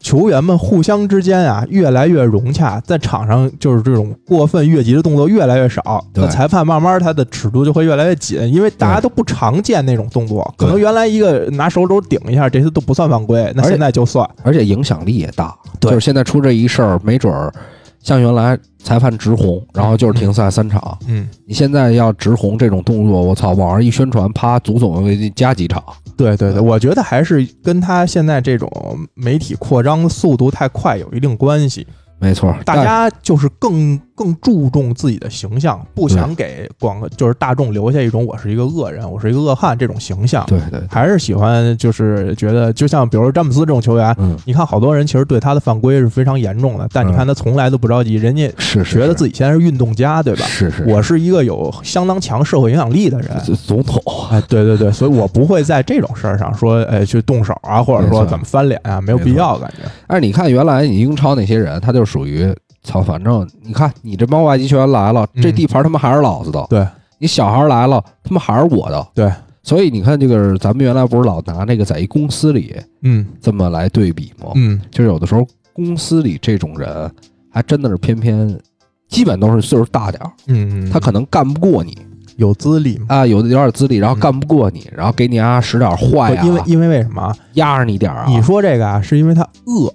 [SPEAKER 4] 球员们互相之间啊越来越融洽，在场上就是这种过分越级的动作越来越少，
[SPEAKER 3] 对
[SPEAKER 4] 那裁判慢慢他的尺度就会越来越紧，因为大家
[SPEAKER 3] 对
[SPEAKER 4] 都不常见那种动作，可
[SPEAKER 3] 对
[SPEAKER 4] 能原来一个拿手肘顶一下，这些都不算犯规，那
[SPEAKER 3] 而且
[SPEAKER 4] 现在就算。
[SPEAKER 3] 而且影响力也大。
[SPEAKER 4] 对
[SPEAKER 3] 就是现在出这一事儿，没准儿像原来裁判直红，然后就是停赛三场。
[SPEAKER 4] 嗯，
[SPEAKER 3] 你现在要直红这种动作，我操，网上一宣传，啪，足总给你加几场。
[SPEAKER 4] 对对对，
[SPEAKER 3] 对
[SPEAKER 4] 我觉得还是跟他现在这种媒体扩张的速度太快有一定关系。
[SPEAKER 3] 没错，
[SPEAKER 4] 大家就是更更注重自己的形象，不想给广就是大众留下一种我是一个恶人，我是一个恶汉这种形象
[SPEAKER 3] 但，对对，
[SPEAKER 4] 还是喜欢就是觉得，就像比如说詹姆斯这种球员，
[SPEAKER 3] 嗯，
[SPEAKER 4] 你看好多人其实对他的犯规是非常严重的，但你看他从来都不着急，人家
[SPEAKER 3] 是是
[SPEAKER 4] 觉得自己现在是运动家，对吧？
[SPEAKER 3] 是是
[SPEAKER 4] 我是一个有相当强社会影响力的人，
[SPEAKER 3] 是总统，
[SPEAKER 4] 哎，对对对，所以我不会在这种事儿上说，哎，去动手啊，或者
[SPEAKER 3] 没
[SPEAKER 4] 说
[SPEAKER 3] 错
[SPEAKER 4] 怎么翻脸啊，没有
[SPEAKER 3] 没
[SPEAKER 4] 必
[SPEAKER 3] 错
[SPEAKER 4] 要，感觉。
[SPEAKER 3] 但哎是你看，原来你英超那些人，他就属于操，反正你看你这帮外籍球员来了，
[SPEAKER 4] 嗯
[SPEAKER 3] 这地盘他妈还是老子的。
[SPEAKER 4] 对，
[SPEAKER 3] 你小孩来了，他妈还是我的。
[SPEAKER 4] 对，
[SPEAKER 3] 所以你看，这个咱们原来不是老拿那个在一公司里
[SPEAKER 4] 嗯
[SPEAKER 3] 这么来对比吗？
[SPEAKER 4] 嗯，
[SPEAKER 3] 就是有的时候公司里这种人，还真的是偏偏。基本都是岁数大点儿，
[SPEAKER 4] 嗯，
[SPEAKER 3] 他可能干不过你
[SPEAKER 4] 有资历嘛？
[SPEAKER 3] 啊，有的有点资历，然后
[SPEAKER 4] 嗯
[SPEAKER 3] 干不过你，然后给你啊使点坏啊，
[SPEAKER 4] 不因为因为为什么啊？
[SPEAKER 3] 压着你点儿啊。
[SPEAKER 4] 你说这个啊，是因为他恶，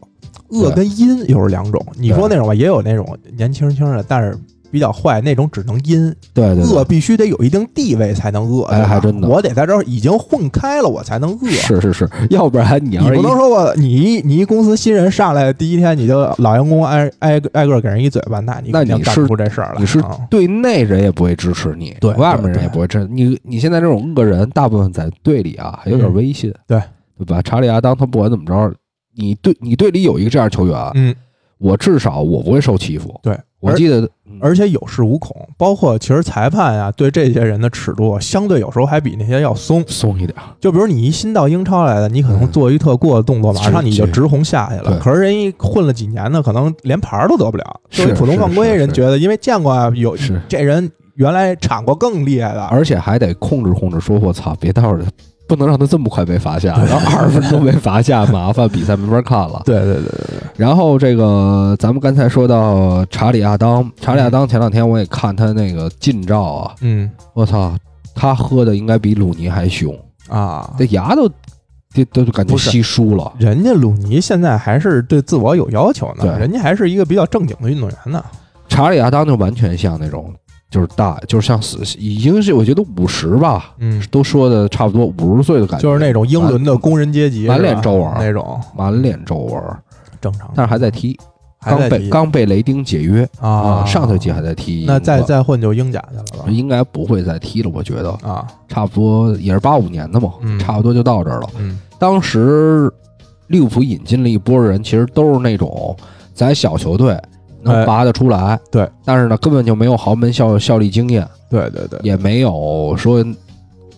[SPEAKER 4] 恶
[SPEAKER 3] 对
[SPEAKER 4] 跟阴又是两种。你说那种吧，也有那种年轻轻的，但是比较坏那种，只能阴。
[SPEAKER 3] 对对
[SPEAKER 4] 恶
[SPEAKER 3] 对，
[SPEAKER 4] 必须得有一定地位才能恶，
[SPEAKER 3] 哎
[SPEAKER 4] 对吧
[SPEAKER 3] 还真的
[SPEAKER 4] 我得在这儿已经混开了，我才能恶。
[SPEAKER 3] 是是是，要不然你要
[SPEAKER 4] 你
[SPEAKER 3] 是
[SPEAKER 4] 不
[SPEAKER 3] 一
[SPEAKER 4] 能说我你你一公司新人上来第一天你就老员工挨挨挨个给人一嘴巴，那你
[SPEAKER 3] 那
[SPEAKER 4] 肯
[SPEAKER 3] 你
[SPEAKER 4] 定干
[SPEAKER 3] 是
[SPEAKER 4] 不出这事儿来。
[SPEAKER 3] 你是
[SPEAKER 4] 啊
[SPEAKER 3] 对内人也不会支持你，
[SPEAKER 4] 对
[SPEAKER 3] 外面
[SPEAKER 4] 对
[SPEAKER 3] 人也不会支持你。你现在这种恶人，大部分在队里啊，还有点威信，
[SPEAKER 4] 嗯对
[SPEAKER 3] 对吧？查理亚当他不管怎么着，你队你队里有一个这样球员，啊
[SPEAKER 4] 嗯
[SPEAKER 3] 我至少我不会受欺负。
[SPEAKER 4] 对，
[SPEAKER 3] 我记得，
[SPEAKER 4] 而且有恃无恐，包括其实裁判啊，对这些人的尺度相对有时候还比那些要松。
[SPEAKER 3] 松一点儿，
[SPEAKER 4] 就比如你一新到英超来的，你可能
[SPEAKER 3] 嗯
[SPEAKER 4] 做一特过的动作，马
[SPEAKER 3] 是
[SPEAKER 4] 上你就直红下去了。
[SPEAKER 3] 对
[SPEAKER 4] 可是人一混了几年的，可能连牌儿都得不了，就是一普通犯规，
[SPEAKER 3] 是是
[SPEAKER 4] 人觉得因为见过啊，有
[SPEAKER 3] 是
[SPEAKER 4] 这人原来铲过更厉害的，
[SPEAKER 3] 而且还得控制控制，说我操，别到时候不能让他这么快被罚下，然后二十分钟被罚下，麻烦比赛没法看了。
[SPEAKER 4] 对对对对
[SPEAKER 3] 然后这个咱们刚才说到查理亚当，查理亚当前两天我也看他那个近照啊，
[SPEAKER 4] 嗯
[SPEAKER 3] 我操，他喝的应该比鲁尼还凶，
[SPEAKER 4] 啊
[SPEAKER 3] 这，牙都这都都感觉
[SPEAKER 4] 不是
[SPEAKER 3] 稀疏了。
[SPEAKER 4] 人家鲁尼现在还是对自我有要求呢，
[SPEAKER 3] 对
[SPEAKER 4] 人家还是一个比较正经的运动员呢。
[SPEAKER 3] 查理亚当就完全像那种就是大，就是像死，已经是我觉得五十吧，
[SPEAKER 4] 嗯，
[SPEAKER 3] 都说的差不多五十岁的感觉，
[SPEAKER 4] 就是那种英伦的工人阶级，
[SPEAKER 3] 满
[SPEAKER 4] 是吧
[SPEAKER 3] 脸皱纹
[SPEAKER 4] 那种，
[SPEAKER 3] 满脸皱纹，
[SPEAKER 4] 正常。
[SPEAKER 3] 但是还在踢，
[SPEAKER 4] 嗯还
[SPEAKER 3] 刚
[SPEAKER 4] 在
[SPEAKER 3] 被
[SPEAKER 4] 踢
[SPEAKER 3] 刚被雷丁解约
[SPEAKER 4] 啊，
[SPEAKER 3] 上赛季还在踢英格，
[SPEAKER 4] 那再再混就英甲去了吧？
[SPEAKER 3] 应该不会再踢了，我觉得
[SPEAKER 4] 啊，
[SPEAKER 3] 差不多也是八五年的嘛，
[SPEAKER 4] 嗯
[SPEAKER 3] 差不多就到这儿了。
[SPEAKER 4] 嗯
[SPEAKER 3] 当时利物浦引进了一波人，其实都是那种在小球队能
[SPEAKER 4] 哎
[SPEAKER 3] 拔得出来，
[SPEAKER 4] 对，
[SPEAKER 3] 但是呢根本就没有豪门效效力经验，
[SPEAKER 4] 对对对，
[SPEAKER 3] 也没有说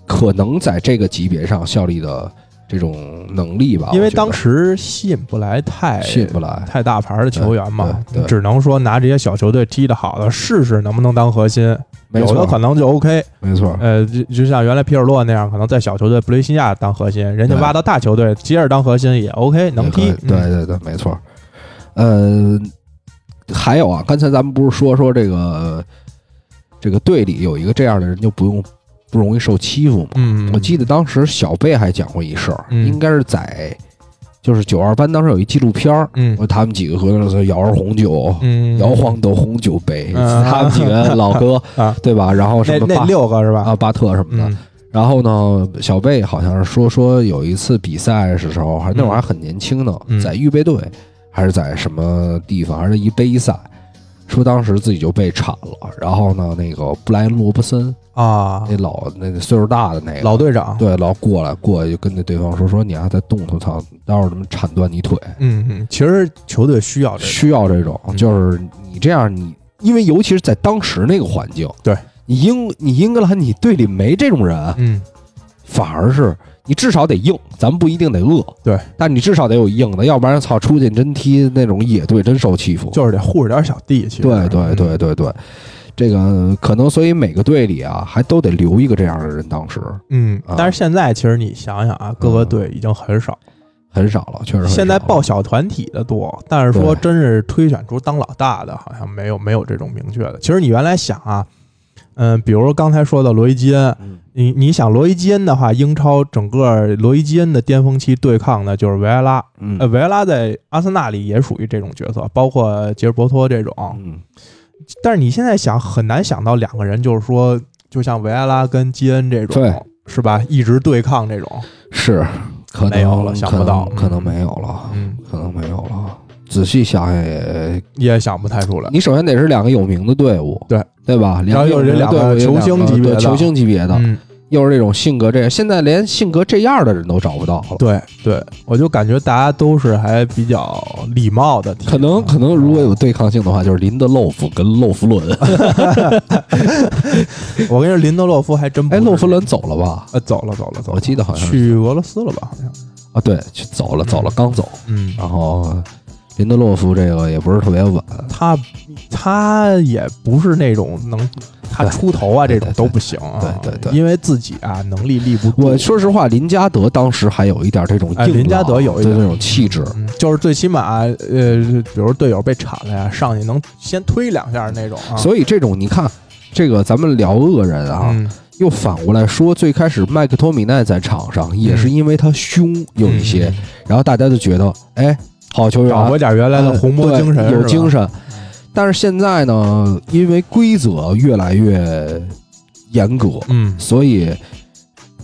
[SPEAKER 3] 可能在这个级别上效力的这种能力吧，
[SPEAKER 4] 因为
[SPEAKER 3] 我觉得
[SPEAKER 4] 当时哎吸引不来太
[SPEAKER 3] 吸引不来。
[SPEAKER 4] 太大牌的球员嘛
[SPEAKER 3] 对对，对
[SPEAKER 4] 只能说拿这些小球队踢得好的试试能不能当核心，
[SPEAKER 3] 没
[SPEAKER 4] 有
[SPEAKER 3] 错嗯
[SPEAKER 4] 的可能就 OK。
[SPEAKER 3] 没错，
[SPEAKER 4] 呃，就就像原来皮尔洛那样，可能在小球队布雷西亚当核心，人家
[SPEAKER 3] 对
[SPEAKER 4] 挖到大球队接着当核心也 OK，能踢
[SPEAKER 3] 也。可以对对
[SPEAKER 4] 嗯
[SPEAKER 3] 对，没错。呃，还有啊，刚才咱们不是说说这个这个队里有一个这样的人，就不用不容易受欺负吗？
[SPEAKER 4] 嗯，
[SPEAKER 3] 我记得当时小贝还讲过一事儿，
[SPEAKER 4] 嗯
[SPEAKER 3] 应该是在就是九二班当时有一纪录片儿，
[SPEAKER 4] 嗯
[SPEAKER 3] 说他们几个喝着摇着红酒。
[SPEAKER 4] 嗯
[SPEAKER 3] 摇晃的红酒杯，
[SPEAKER 4] 嗯
[SPEAKER 3] 他们几个老哥，
[SPEAKER 4] 啊
[SPEAKER 3] 对吧？然后什
[SPEAKER 4] 那
[SPEAKER 3] 么
[SPEAKER 4] 那
[SPEAKER 3] 巴
[SPEAKER 4] 六个是吧？
[SPEAKER 3] 啊巴特什么的，
[SPEAKER 4] 嗯
[SPEAKER 3] 然后呢，小贝好像是说说有一次比赛的时候，还那会儿还很年轻呢，
[SPEAKER 4] 嗯
[SPEAKER 3] 在预备队还是在什么地方，还是一杯一赛，说当时自己就被铲了。然后呢，那个布莱恩罗伯森
[SPEAKER 4] 啊，
[SPEAKER 3] 那老那个岁数大的那个
[SPEAKER 4] 老队长，
[SPEAKER 3] 对老过来过来就跟那对方说说你还啊在动弹，操，待会儿他们铲断你腿。
[SPEAKER 4] 嗯嗯，其实球队需要这个，
[SPEAKER 3] 需要这种，
[SPEAKER 4] 嗯
[SPEAKER 3] 就是你这样你，因为尤其是在当时那个环境，
[SPEAKER 4] 对
[SPEAKER 3] 你英你英格兰你队里没这种人，啊
[SPEAKER 4] 嗯，
[SPEAKER 3] 反而是你至少得硬，咱们不一定得饿，
[SPEAKER 4] 对，
[SPEAKER 3] 但你至少得有硬的，要不然操出去真踢那种野队真受欺负。
[SPEAKER 4] 就是嗯得护着点小弟，其实
[SPEAKER 3] 对对对，对对，这个可能所以每个队里啊，还都得留一个这样的人，当时
[SPEAKER 4] 嗯
[SPEAKER 3] 啊，
[SPEAKER 4] 但是现在其实你想想啊，各个队已经很少，
[SPEAKER 3] 很少了，确实很少了
[SPEAKER 4] 现在报小团体的多，但是说
[SPEAKER 3] 对
[SPEAKER 4] 真是推选出当老大的，好像没有没有这种明确的。其实你原来想啊，嗯，比如说刚才说的罗伊基恩，
[SPEAKER 3] 嗯
[SPEAKER 4] 你你想罗伊基恩的话，英超整个罗伊基恩的巅峰期对抗的就是维埃拉，呃，
[SPEAKER 3] 嗯
[SPEAKER 4] 维埃拉在阿森纳里也属于这种角色，包括杰尔伯托这种，
[SPEAKER 3] 嗯，
[SPEAKER 4] 但是你现在想很难想到两个人，就是说，就像维埃拉跟基恩这
[SPEAKER 3] 对
[SPEAKER 4] 种，是吧？一直对抗这种，
[SPEAKER 3] 是可能
[SPEAKER 4] 没有了想不到
[SPEAKER 3] 可能可能没有了，
[SPEAKER 4] 嗯，
[SPEAKER 3] 可能没有了。仔细想想也，
[SPEAKER 4] 也想不太出来。
[SPEAKER 3] 你首先得是两个有名的队伍，
[SPEAKER 4] 对
[SPEAKER 3] 对吧？
[SPEAKER 4] 然后又
[SPEAKER 3] 有
[SPEAKER 4] 是
[SPEAKER 3] 名的
[SPEAKER 4] 两
[SPEAKER 3] 队
[SPEAKER 4] 个
[SPEAKER 3] 伍，有
[SPEAKER 4] 球星
[SPEAKER 3] 两个
[SPEAKER 4] 级别
[SPEAKER 3] 对
[SPEAKER 4] 的
[SPEAKER 3] 球星级别的，
[SPEAKER 4] 嗯，
[SPEAKER 3] 又是这种性格这样，现在连性格这样的人都找不到了。
[SPEAKER 4] 对对，我就感觉大家都是还比较礼貌的，
[SPEAKER 3] 可能可能如果有对抗性的话，就是林德洛夫跟洛夫 伦。
[SPEAKER 4] 我跟你说，林德洛夫还真不
[SPEAKER 3] 哎，
[SPEAKER 4] 是
[SPEAKER 3] 洛夫伦走了吧？
[SPEAKER 4] 呃走了走了走
[SPEAKER 3] 我
[SPEAKER 4] 了，
[SPEAKER 3] 记得好像是
[SPEAKER 4] 去俄罗斯了吧？好像，
[SPEAKER 3] 啊，对，去走了走了，刚走。
[SPEAKER 4] 嗯，
[SPEAKER 3] 然后林德洛夫这个也不是特别稳，
[SPEAKER 4] 嗯他他也不是那种能他
[SPEAKER 3] 对
[SPEAKER 4] 出头啊
[SPEAKER 3] 对
[SPEAKER 4] 这
[SPEAKER 3] 对
[SPEAKER 4] 种
[SPEAKER 3] 对
[SPEAKER 4] 都不行啊，
[SPEAKER 3] 对对对
[SPEAKER 4] 因为自己啊能力力不住。
[SPEAKER 3] 我说实话，林加德当时还有一点这种硬
[SPEAKER 4] 哎
[SPEAKER 3] 朗，
[SPEAKER 4] 林加德有一
[SPEAKER 3] 对
[SPEAKER 4] 点
[SPEAKER 3] 这种气质，
[SPEAKER 4] 嗯，就是最起码，呃，比如队友被铲了呀，上去能先推两下那种啊。
[SPEAKER 3] 所以这种你看，这个咱们聊恶人啊，
[SPEAKER 4] 嗯，
[SPEAKER 3] 又反过来说，最开始麦克托米奈在场上也是因为他凶有一些，然后大家就觉得，哎，好球员，
[SPEAKER 4] 嗯找回点原来的红魔精神，
[SPEAKER 3] 哎对有精
[SPEAKER 4] 神。
[SPEAKER 3] 神。但是现在呢，因为规则越来越严格，
[SPEAKER 4] 嗯，
[SPEAKER 3] 所以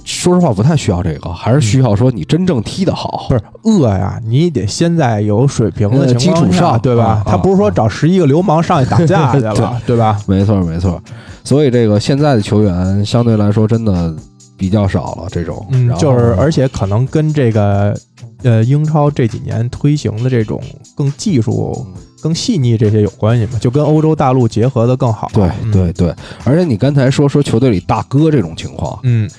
[SPEAKER 3] 说实话不太需要这个，还是需要说你真正踢得好。
[SPEAKER 4] 不是饿呀，你得先在有水平的
[SPEAKER 3] 呃
[SPEAKER 4] 情况
[SPEAKER 3] 基础
[SPEAKER 4] 下
[SPEAKER 3] 上
[SPEAKER 4] 对吧
[SPEAKER 3] 啊？
[SPEAKER 4] 他不是说找十一个流氓上去打 架去了，对吧？
[SPEAKER 3] 没错，没错。所以这个现在的球员相对来说真的比较少了，这种，
[SPEAKER 4] 嗯
[SPEAKER 3] 然，后
[SPEAKER 4] 就是而且可能跟这个呃英超这几年推行的这种更技术、
[SPEAKER 3] 嗯
[SPEAKER 4] 更细腻这些有关系嘛，就跟欧洲大陆结合的更好。
[SPEAKER 3] 对
[SPEAKER 4] 嗯
[SPEAKER 3] 对，对，而且你刚才说说球队里大哥这种情况，
[SPEAKER 4] 嗯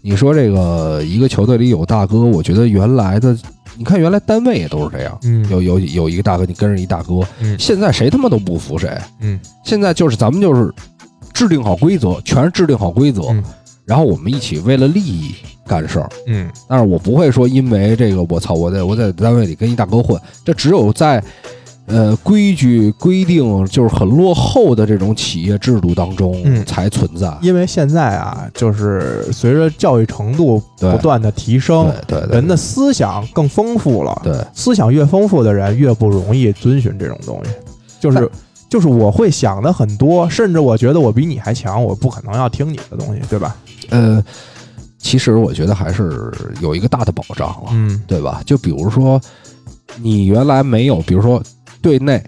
[SPEAKER 3] 你说这个一个球队里有大哥，我觉得原来的，你看原来单位也都是这样，
[SPEAKER 4] 嗯
[SPEAKER 3] 有有有一个大哥，你跟着一大哥，
[SPEAKER 4] 嗯
[SPEAKER 3] 现在谁他妈都不服谁，
[SPEAKER 4] 嗯
[SPEAKER 3] 现在就是咱们就是制定好规则，全是制定好规则，
[SPEAKER 4] 嗯
[SPEAKER 3] 然后我们一起为了利益干事儿，
[SPEAKER 4] 嗯
[SPEAKER 3] 但是我不会说因为这个我操，我在我在单位里跟一大哥混，这只有在。呃，规矩规定就是很落后的这种企业制度当中
[SPEAKER 4] 嗯
[SPEAKER 3] 才存在。
[SPEAKER 4] 因为现在啊，就是随着教育程度
[SPEAKER 3] 对
[SPEAKER 4] 不断的提升，
[SPEAKER 3] 对对对，
[SPEAKER 4] 人的思想更丰富了。
[SPEAKER 3] 对
[SPEAKER 4] 思想越丰富的人，越不容易遵循这种东西。就是就是我会想的很多，甚至我觉得我比你还强，我不可能要听你的东西，对吧？
[SPEAKER 3] 呃，其实我觉得还是有一个大的保障了，
[SPEAKER 4] 嗯
[SPEAKER 3] 对吧？就比如说你原来没有，比如说对内。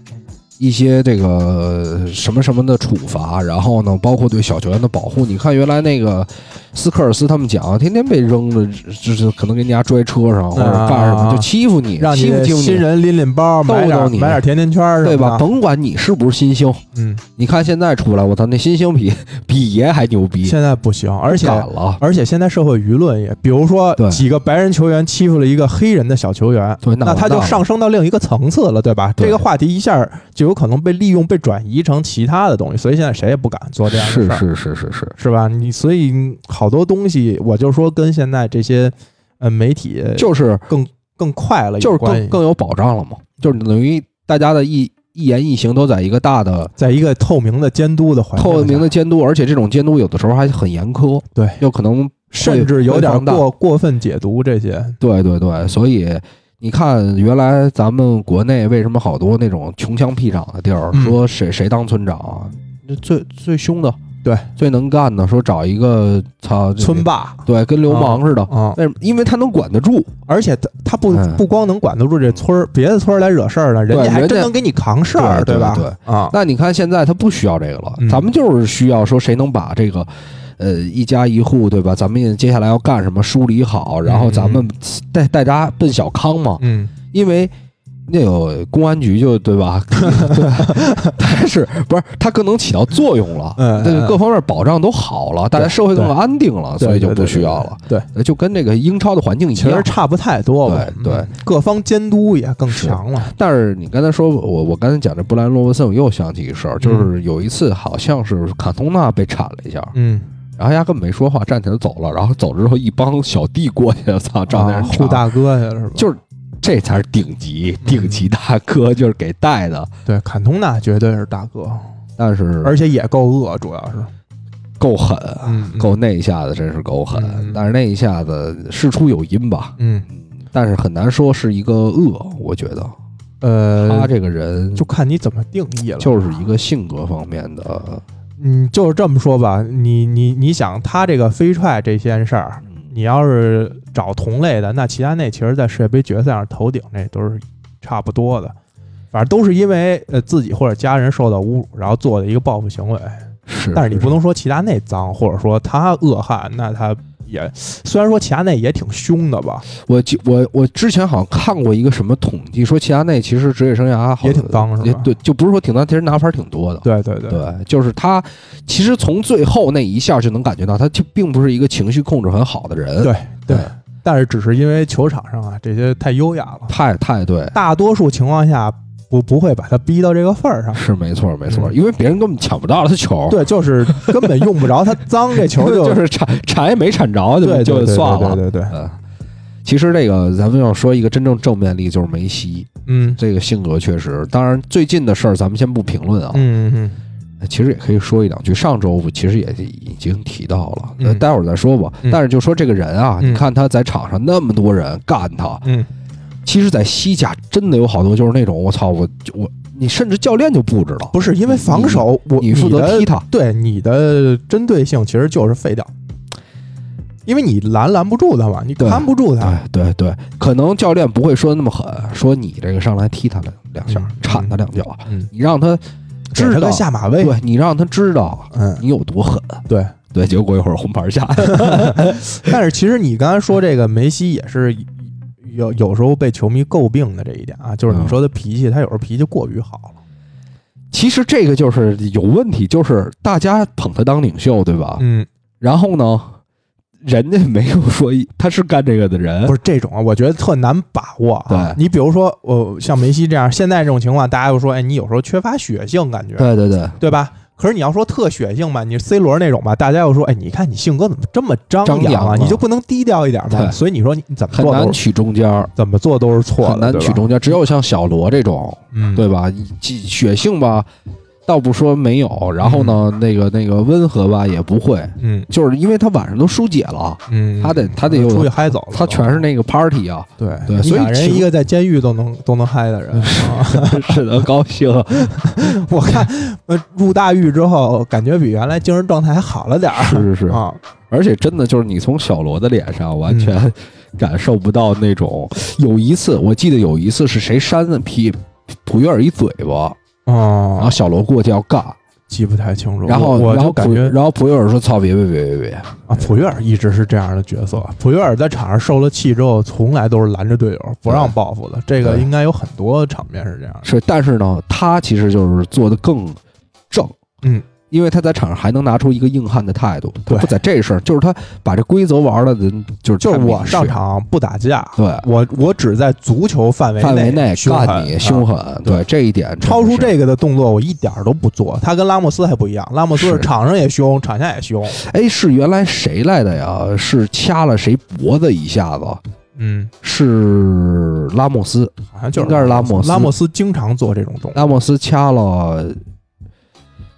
[SPEAKER 3] 一些这个什么什么的处罚，然后呢，包括对小球员的保护。你看，原来那个斯科尔斯他们讲，天天被扔的，就是可能给人家拽车上或者干什
[SPEAKER 4] 啊
[SPEAKER 3] 么，就欺负你，
[SPEAKER 4] 让你
[SPEAKER 3] 欺负
[SPEAKER 4] 的
[SPEAKER 3] 欺负
[SPEAKER 4] 新
[SPEAKER 3] 你，
[SPEAKER 4] 人拎拎包，
[SPEAKER 3] 逗
[SPEAKER 4] 买
[SPEAKER 3] 逗
[SPEAKER 4] 点
[SPEAKER 3] 你
[SPEAKER 4] 买点甜甜圈儿什么
[SPEAKER 3] 对
[SPEAKER 4] 的，
[SPEAKER 3] 吧？甭管你是不是新星，
[SPEAKER 4] 嗯，
[SPEAKER 3] 你看现在出来，我操，那新星比比爷还牛逼，
[SPEAKER 4] 现在不行，而且
[SPEAKER 3] 敢了，
[SPEAKER 4] 而且现在社会舆论也，比如说
[SPEAKER 3] 对
[SPEAKER 4] 几个白人球员欺负了一个黑人的小球员，
[SPEAKER 3] 对那
[SPEAKER 4] 那
[SPEAKER 3] 完
[SPEAKER 4] 他
[SPEAKER 3] 蛋
[SPEAKER 4] 就
[SPEAKER 3] 了
[SPEAKER 4] 上升到另一个层次了，对吧？
[SPEAKER 3] 对
[SPEAKER 4] 这个话题一下就有可能被利用、被转移成其他的东西，所以现在谁也不敢做这样的事
[SPEAKER 3] 是
[SPEAKER 4] 儿，
[SPEAKER 3] 是是是是，
[SPEAKER 4] 是吧？你所以好多东西，我就说跟现在这些呃媒体
[SPEAKER 3] 就是
[SPEAKER 4] 更快了有
[SPEAKER 3] 就是
[SPEAKER 4] 关
[SPEAKER 3] 更
[SPEAKER 4] 系
[SPEAKER 3] 更有保障了嘛，就是等于大家的一一言一行都在一个大的
[SPEAKER 4] 在一个透明的监督的环境下，
[SPEAKER 3] 透明的监督，而且这种监督有的时候还很严苛，
[SPEAKER 4] 对，
[SPEAKER 3] 有可能
[SPEAKER 4] 甚至有
[SPEAKER 3] 会
[SPEAKER 4] 点
[SPEAKER 3] 放大
[SPEAKER 4] 过过分解读这些，
[SPEAKER 3] 对对对，所以你看，原来咱们国内为什么好多那种穷乡僻壤的地儿，
[SPEAKER 4] 嗯
[SPEAKER 3] 说谁谁当村长，那最最凶的，
[SPEAKER 4] 对，
[SPEAKER 3] 最能干的，说找一个操这
[SPEAKER 4] 村霸
[SPEAKER 3] 对，跟流氓似的，
[SPEAKER 4] 啊。
[SPEAKER 3] 为什么？因为他能管得住，
[SPEAKER 4] 而且他他不
[SPEAKER 3] 嗯
[SPEAKER 4] 不光能管得住这村儿，别的村儿来惹事儿了，人
[SPEAKER 3] 对
[SPEAKER 4] 家还
[SPEAKER 3] 人
[SPEAKER 4] 真
[SPEAKER 3] 家
[SPEAKER 4] 能给你扛事儿，
[SPEAKER 3] 对对
[SPEAKER 4] 吧？
[SPEAKER 3] 对
[SPEAKER 4] 啊，
[SPEAKER 3] 那你看现在他不需要这个了
[SPEAKER 4] 嗯，
[SPEAKER 3] 咱们就是需要说谁能把这个，呃，一家一户对吧？咱们接下来要干什么梳理好，然后咱们带带大家奔小康嘛，
[SPEAKER 4] 嗯
[SPEAKER 3] 因为。那个公安局就对 吧？但是不是它更能起到作用了？
[SPEAKER 4] 嗯嗯
[SPEAKER 3] 这个各方面保障都好了，大家社会更安定了，
[SPEAKER 4] 对
[SPEAKER 3] 啊所以就
[SPEAKER 4] 对
[SPEAKER 3] 不
[SPEAKER 4] 对
[SPEAKER 3] 需
[SPEAKER 4] 对
[SPEAKER 3] 要了。
[SPEAKER 4] 对，
[SPEAKER 3] 就跟这个英超的环境一
[SPEAKER 4] 其实
[SPEAKER 3] 样。
[SPEAKER 4] 差不太多吧。
[SPEAKER 3] 对对
[SPEAKER 4] 嗯，各方监督也更强了。
[SPEAKER 3] 但是你刚才说，我我刚才讲这布莱恩·罗伯森，我又想起一事儿，就是有一次好像是卡通纳被铲了一下，
[SPEAKER 4] 嗯，
[SPEAKER 3] 然后他根本没说话，站起来走了，然后走之后一帮小弟过去，操，照那
[SPEAKER 4] 啊
[SPEAKER 3] 人
[SPEAKER 4] 护
[SPEAKER 3] 铲，
[SPEAKER 4] 大哥去了是吧？
[SPEAKER 3] 就是这才是顶级
[SPEAKER 4] 嗯
[SPEAKER 3] 顶级大哥，就是给带的，
[SPEAKER 4] 对，坎通纳绝对是大哥，
[SPEAKER 3] 但是
[SPEAKER 4] 嗯而且也够恶，主要是
[SPEAKER 3] 够狠，
[SPEAKER 4] 嗯
[SPEAKER 3] 够那一下子真是够狠，
[SPEAKER 4] 嗯
[SPEAKER 3] 但是那一下子事出有因吧，
[SPEAKER 4] 嗯
[SPEAKER 3] 但是很难说是一个恶，我觉得他
[SPEAKER 4] 呃，
[SPEAKER 3] 这个人
[SPEAKER 4] 就看你怎么定义了。
[SPEAKER 3] 就是一个性格方面的，
[SPEAKER 4] 嗯，就是这么说吧，你你你想他这个飞踹这件事儿，
[SPEAKER 3] 嗯
[SPEAKER 4] 你要是找同类的，那齐达内其实在世界杯决赛上头顶那都是差不多的，反正都是因为呃自己或者家人受到侮辱，然后做的一个报复行为。
[SPEAKER 3] 是，
[SPEAKER 4] 但是你不能说齐达内脏，或者说他恶汉，那他也虽然说齐达内也挺凶的吧，
[SPEAKER 3] 我记我我之前好像看过一个什么统计，说齐达内其实职业生涯好
[SPEAKER 4] 也挺脏是
[SPEAKER 3] 也
[SPEAKER 4] 吧？
[SPEAKER 3] 对，就不是说挺脏，其实拿分儿挺多的。
[SPEAKER 4] 对对对
[SPEAKER 3] 啊对，就是他其实从最后那一下就能感觉到，他就并不是一个情绪控制很好的人。
[SPEAKER 4] 对
[SPEAKER 3] 对
[SPEAKER 4] 对但是只是因为球场上啊这些太优雅了，
[SPEAKER 3] 太太对，
[SPEAKER 4] 大多数情况下不不会把他逼到这个份儿上。
[SPEAKER 3] 是没错没错，
[SPEAKER 4] 嗯
[SPEAKER 3] 因为别人根本抢不到他球，
[SPEAKER 4] 对，就是根本用不着他脏这球就
[SPEAKER 3] 就是铲铲也没铲着，就
[SPEAKER 4] 对
[SPEAKER 3] 就
[SPEAKER 4] 对对
[SPEAKER 3] 算了。
[SPEAKER 4] 对对对，对
[SPEAKER 3] 嗯，其实这个咱们要说一个真正正面例，就是梅西
[SPEAKER 4] 嗯
[SPEAKER 3] 这个性格确实。当然，最近的事儿咱们先不评论啊，
[SPEAKER 4] 嗯嗯
[SPEAKER 3] 其实也可以说一两句。上周我其实也已经提到了，
[SPEAKER 4] 嗯
[SPEAKER 3] 待会儿再说吧。
[SPEAKER 4] 嗯
[SPEAKER 3] 但是就说这个人啊，
[SPEAKER 4] 嗯
[SPEAKER 3] 你看他在场上那么多人干他，
[SPEAKER 4] 嗯
[SPEAKER 3] 其实，在西甲真的有好多就是那种我操我我你甚至教练就不知道，
[SPEAKER 4] 不是因为防守，我
[SPEAKER 3] 你负责
[SPEAKER 4] 的
[SPEAKER 3] 踢他，
[SPEAKER 4] 对你的针对性其实就是废掉，因为你拦拦不住他嘛，你
[SPEAKER 3] 对
[SPEAKER 4] 看不住他，
[SPEAKER 3] 哎，对对，可能教练不会说的那么狠，说你这个上来踢他两两下，
[SPEAKER 4] 嗯
[SPEAKER 3] 铲他两脚，
[SPEAKER 4] 嗯
[SPEAKER 3] 你让他
[SPEAKER 4] 给
[SPEAKER 3] 知
[SPEAKER 4] 他
[SPEAKER 3] 道
[SPEAKER 4] 个，下哎马威，
[SPEAKER 3] 对你让他知道
[SPEAKER 4] 嗯
[SPEAKER 3] 你有多狠。
[SPEAKER 4] 对。
[SPEAKER 3] 对， 结果一会儿红牌下，
[SPEAKER 4] 但是其实你刚才说这个梅西也是有有时候被球迷诟病的这一点啊，就是你
[SPEAKER 3] 嗯
[SPEAKER 4] 说他脾气，他有时候脾气过于好了。
[SPEAKER 3] 其实这个就是有问题，就是大家捧他当领袖，对吧？
[SPEAKER 4] 嗯，
[SPEAKER 3] 然后呢，人家没有说一他是干这个的人，
[SPEAKER 4] 不是这种啊，我觉得特难把握啊
[SPEAKER 3] 对。
[SPEAKER 4] 你比如说，呃，像梅西这样，现在这种情况，大家又说，哎，你有时候缺乏血性感觉，
[SPEAKER 3] 对对对，
[SPEAKER 4] 对吧？可是你要说特血性吧，你 C 罗那种吧，大家又说，哎，你看你性格怎么这么张
[SPEAKER 3] 张扬
[SPEAKER 4] 啊？
[SPEAKER 3] 啊
[SPEAKER 4] 你就不能低调一点吗？
[SPEAKER 3] 对
[SPEAKER 4] 所以你说你你怎么
[SPEAKER 3] 很
[SPEAKER 4] 做
[SPEAKER 3] 难
[SPEAKER 4] 都是
[SPEAKER 3] 取中间儿，
[SPEAKER 4] 怎么做都是错的，
[SPEAKER 3] 很难
[SPEAKER 4] 对吧
[SPEAKER 3] 取中间儿。只有像小罗这种，
[SPEAKER 4] 嗯，
[SPEAKER 3] 对吧？血血性吧，倒不说没有，然后呢，那个那个温和吧也不会，
[SPEAKER 4] 嗯
[SPEAKER 3] 就是因为他晚上都疏解了，
[SPEAKER 4] 嗯，
[SPEAKER 3] 他得他得有
[SPEAKER 4] 出去嗨走了，
[SPEAKER 3] 他全是那个 party 啊，
[SPEAKER 4] 对
[SPEAKER 3] 对
[SPEAKER 4] 你
[SPEAKER 3] 所以
[SPEAKER 4] 想人
[SPEAKER 3] 情
[SPEAKER 4] 一个在监狱都能都能嗨 的人，啊
[SPEAKER 3] 使得高兴。
[SPEAKER 4] 我看呃入大狱之后，感觉比原来精神状态还好了点儿
[SPEAKER 3] 是是是，
[SPEAKER 4] 啊，
[SPEAKER 3] 而且真的就是你从小罗的脸上
[SPEAKER 4] 嗯
[SPEAKER 3] 完全感受不到那种。有一次我记得有一次是谁扇了皮普约尔一嘴
[SPEAKER 4] 啊
[SPEAKER 3] 巴，然后
[SPEAKER 4] 哦，
[SPEAKER 3] 小罗过去要干，
[SPEAKER 4] 记不太清楚，
[SPEAKER 3] 啊然后
[SPEAKER 4] 我我
[SPEAKER 3] 然
[SPEAKER 4] 就
[SPEAKER 3] 后
[SPEAKER 4] 感
[SPEAKER 3] 普
[SPEAKER 4] 觉
[SPEAKER 3] 然后普约尔说：“操，别别别别别
[SPEAKER 4] 啊，普约尔一直是这样的角色。普约尔在场上受了气之后，从来都是拦着队友不让报复的。这个
[SPEAKER 3] 对
[SPEAKER 4] 应该有很多场面是这样！”的。
[SPEAKER 3] 是，但是呢，他其实就是做的更正，
[SPEAKER 4] 嗯，
[SPEAKER 3] 因为他在场上还能拿出一个硬汉的态度，他
[SPEAKER 4] 对
[SPEAKER 3] 不在这事儿，就是他把这规则玩的，就是
[SPEAKER 4] 就是
[SPEAKER 3] 太明
[SPEAKER 4] 我上
[SPEAKER 3] 确
[SPEAKER 4] 场不打架，
[SPEAKER 3] 对
[SPEAKER 4] 我我只在足球范围
[SPEAKER 3] 范围内
[SPEAKER 4] 凶
[SPEAKER 3] 干你凶
[SPEAKER 4] 狠啊。
[SPEAKER 3] 狠，对这一点真的
[SPEAKER 4] 超出
[SPEAKER 3] 是
[SPEAKER 4] 这个的动作，我一点儿都不做。他跟拉莫斯还不一样，拉莫斯是
[SPEAKER 3] 是
[SPEAKER 4] 场上也凶，场下也凶。
[SPEAKER 3] 哎，是原来谁来的呀？是掐了谁脖子一下子？
[SPEAKER 4] 嗯，
[SPEAKER 3] 是拉莫斯，
[SPEAKER 4] 好像就是
[SPEAKER 3] 应该是拉莫
[SPEAKER 4] 莫
[SPEAKER 3] 斯
[SPEAKER 4] 拉莫斯经常做这种动作。
[SPEAKER 3] 拉莫斯掐了，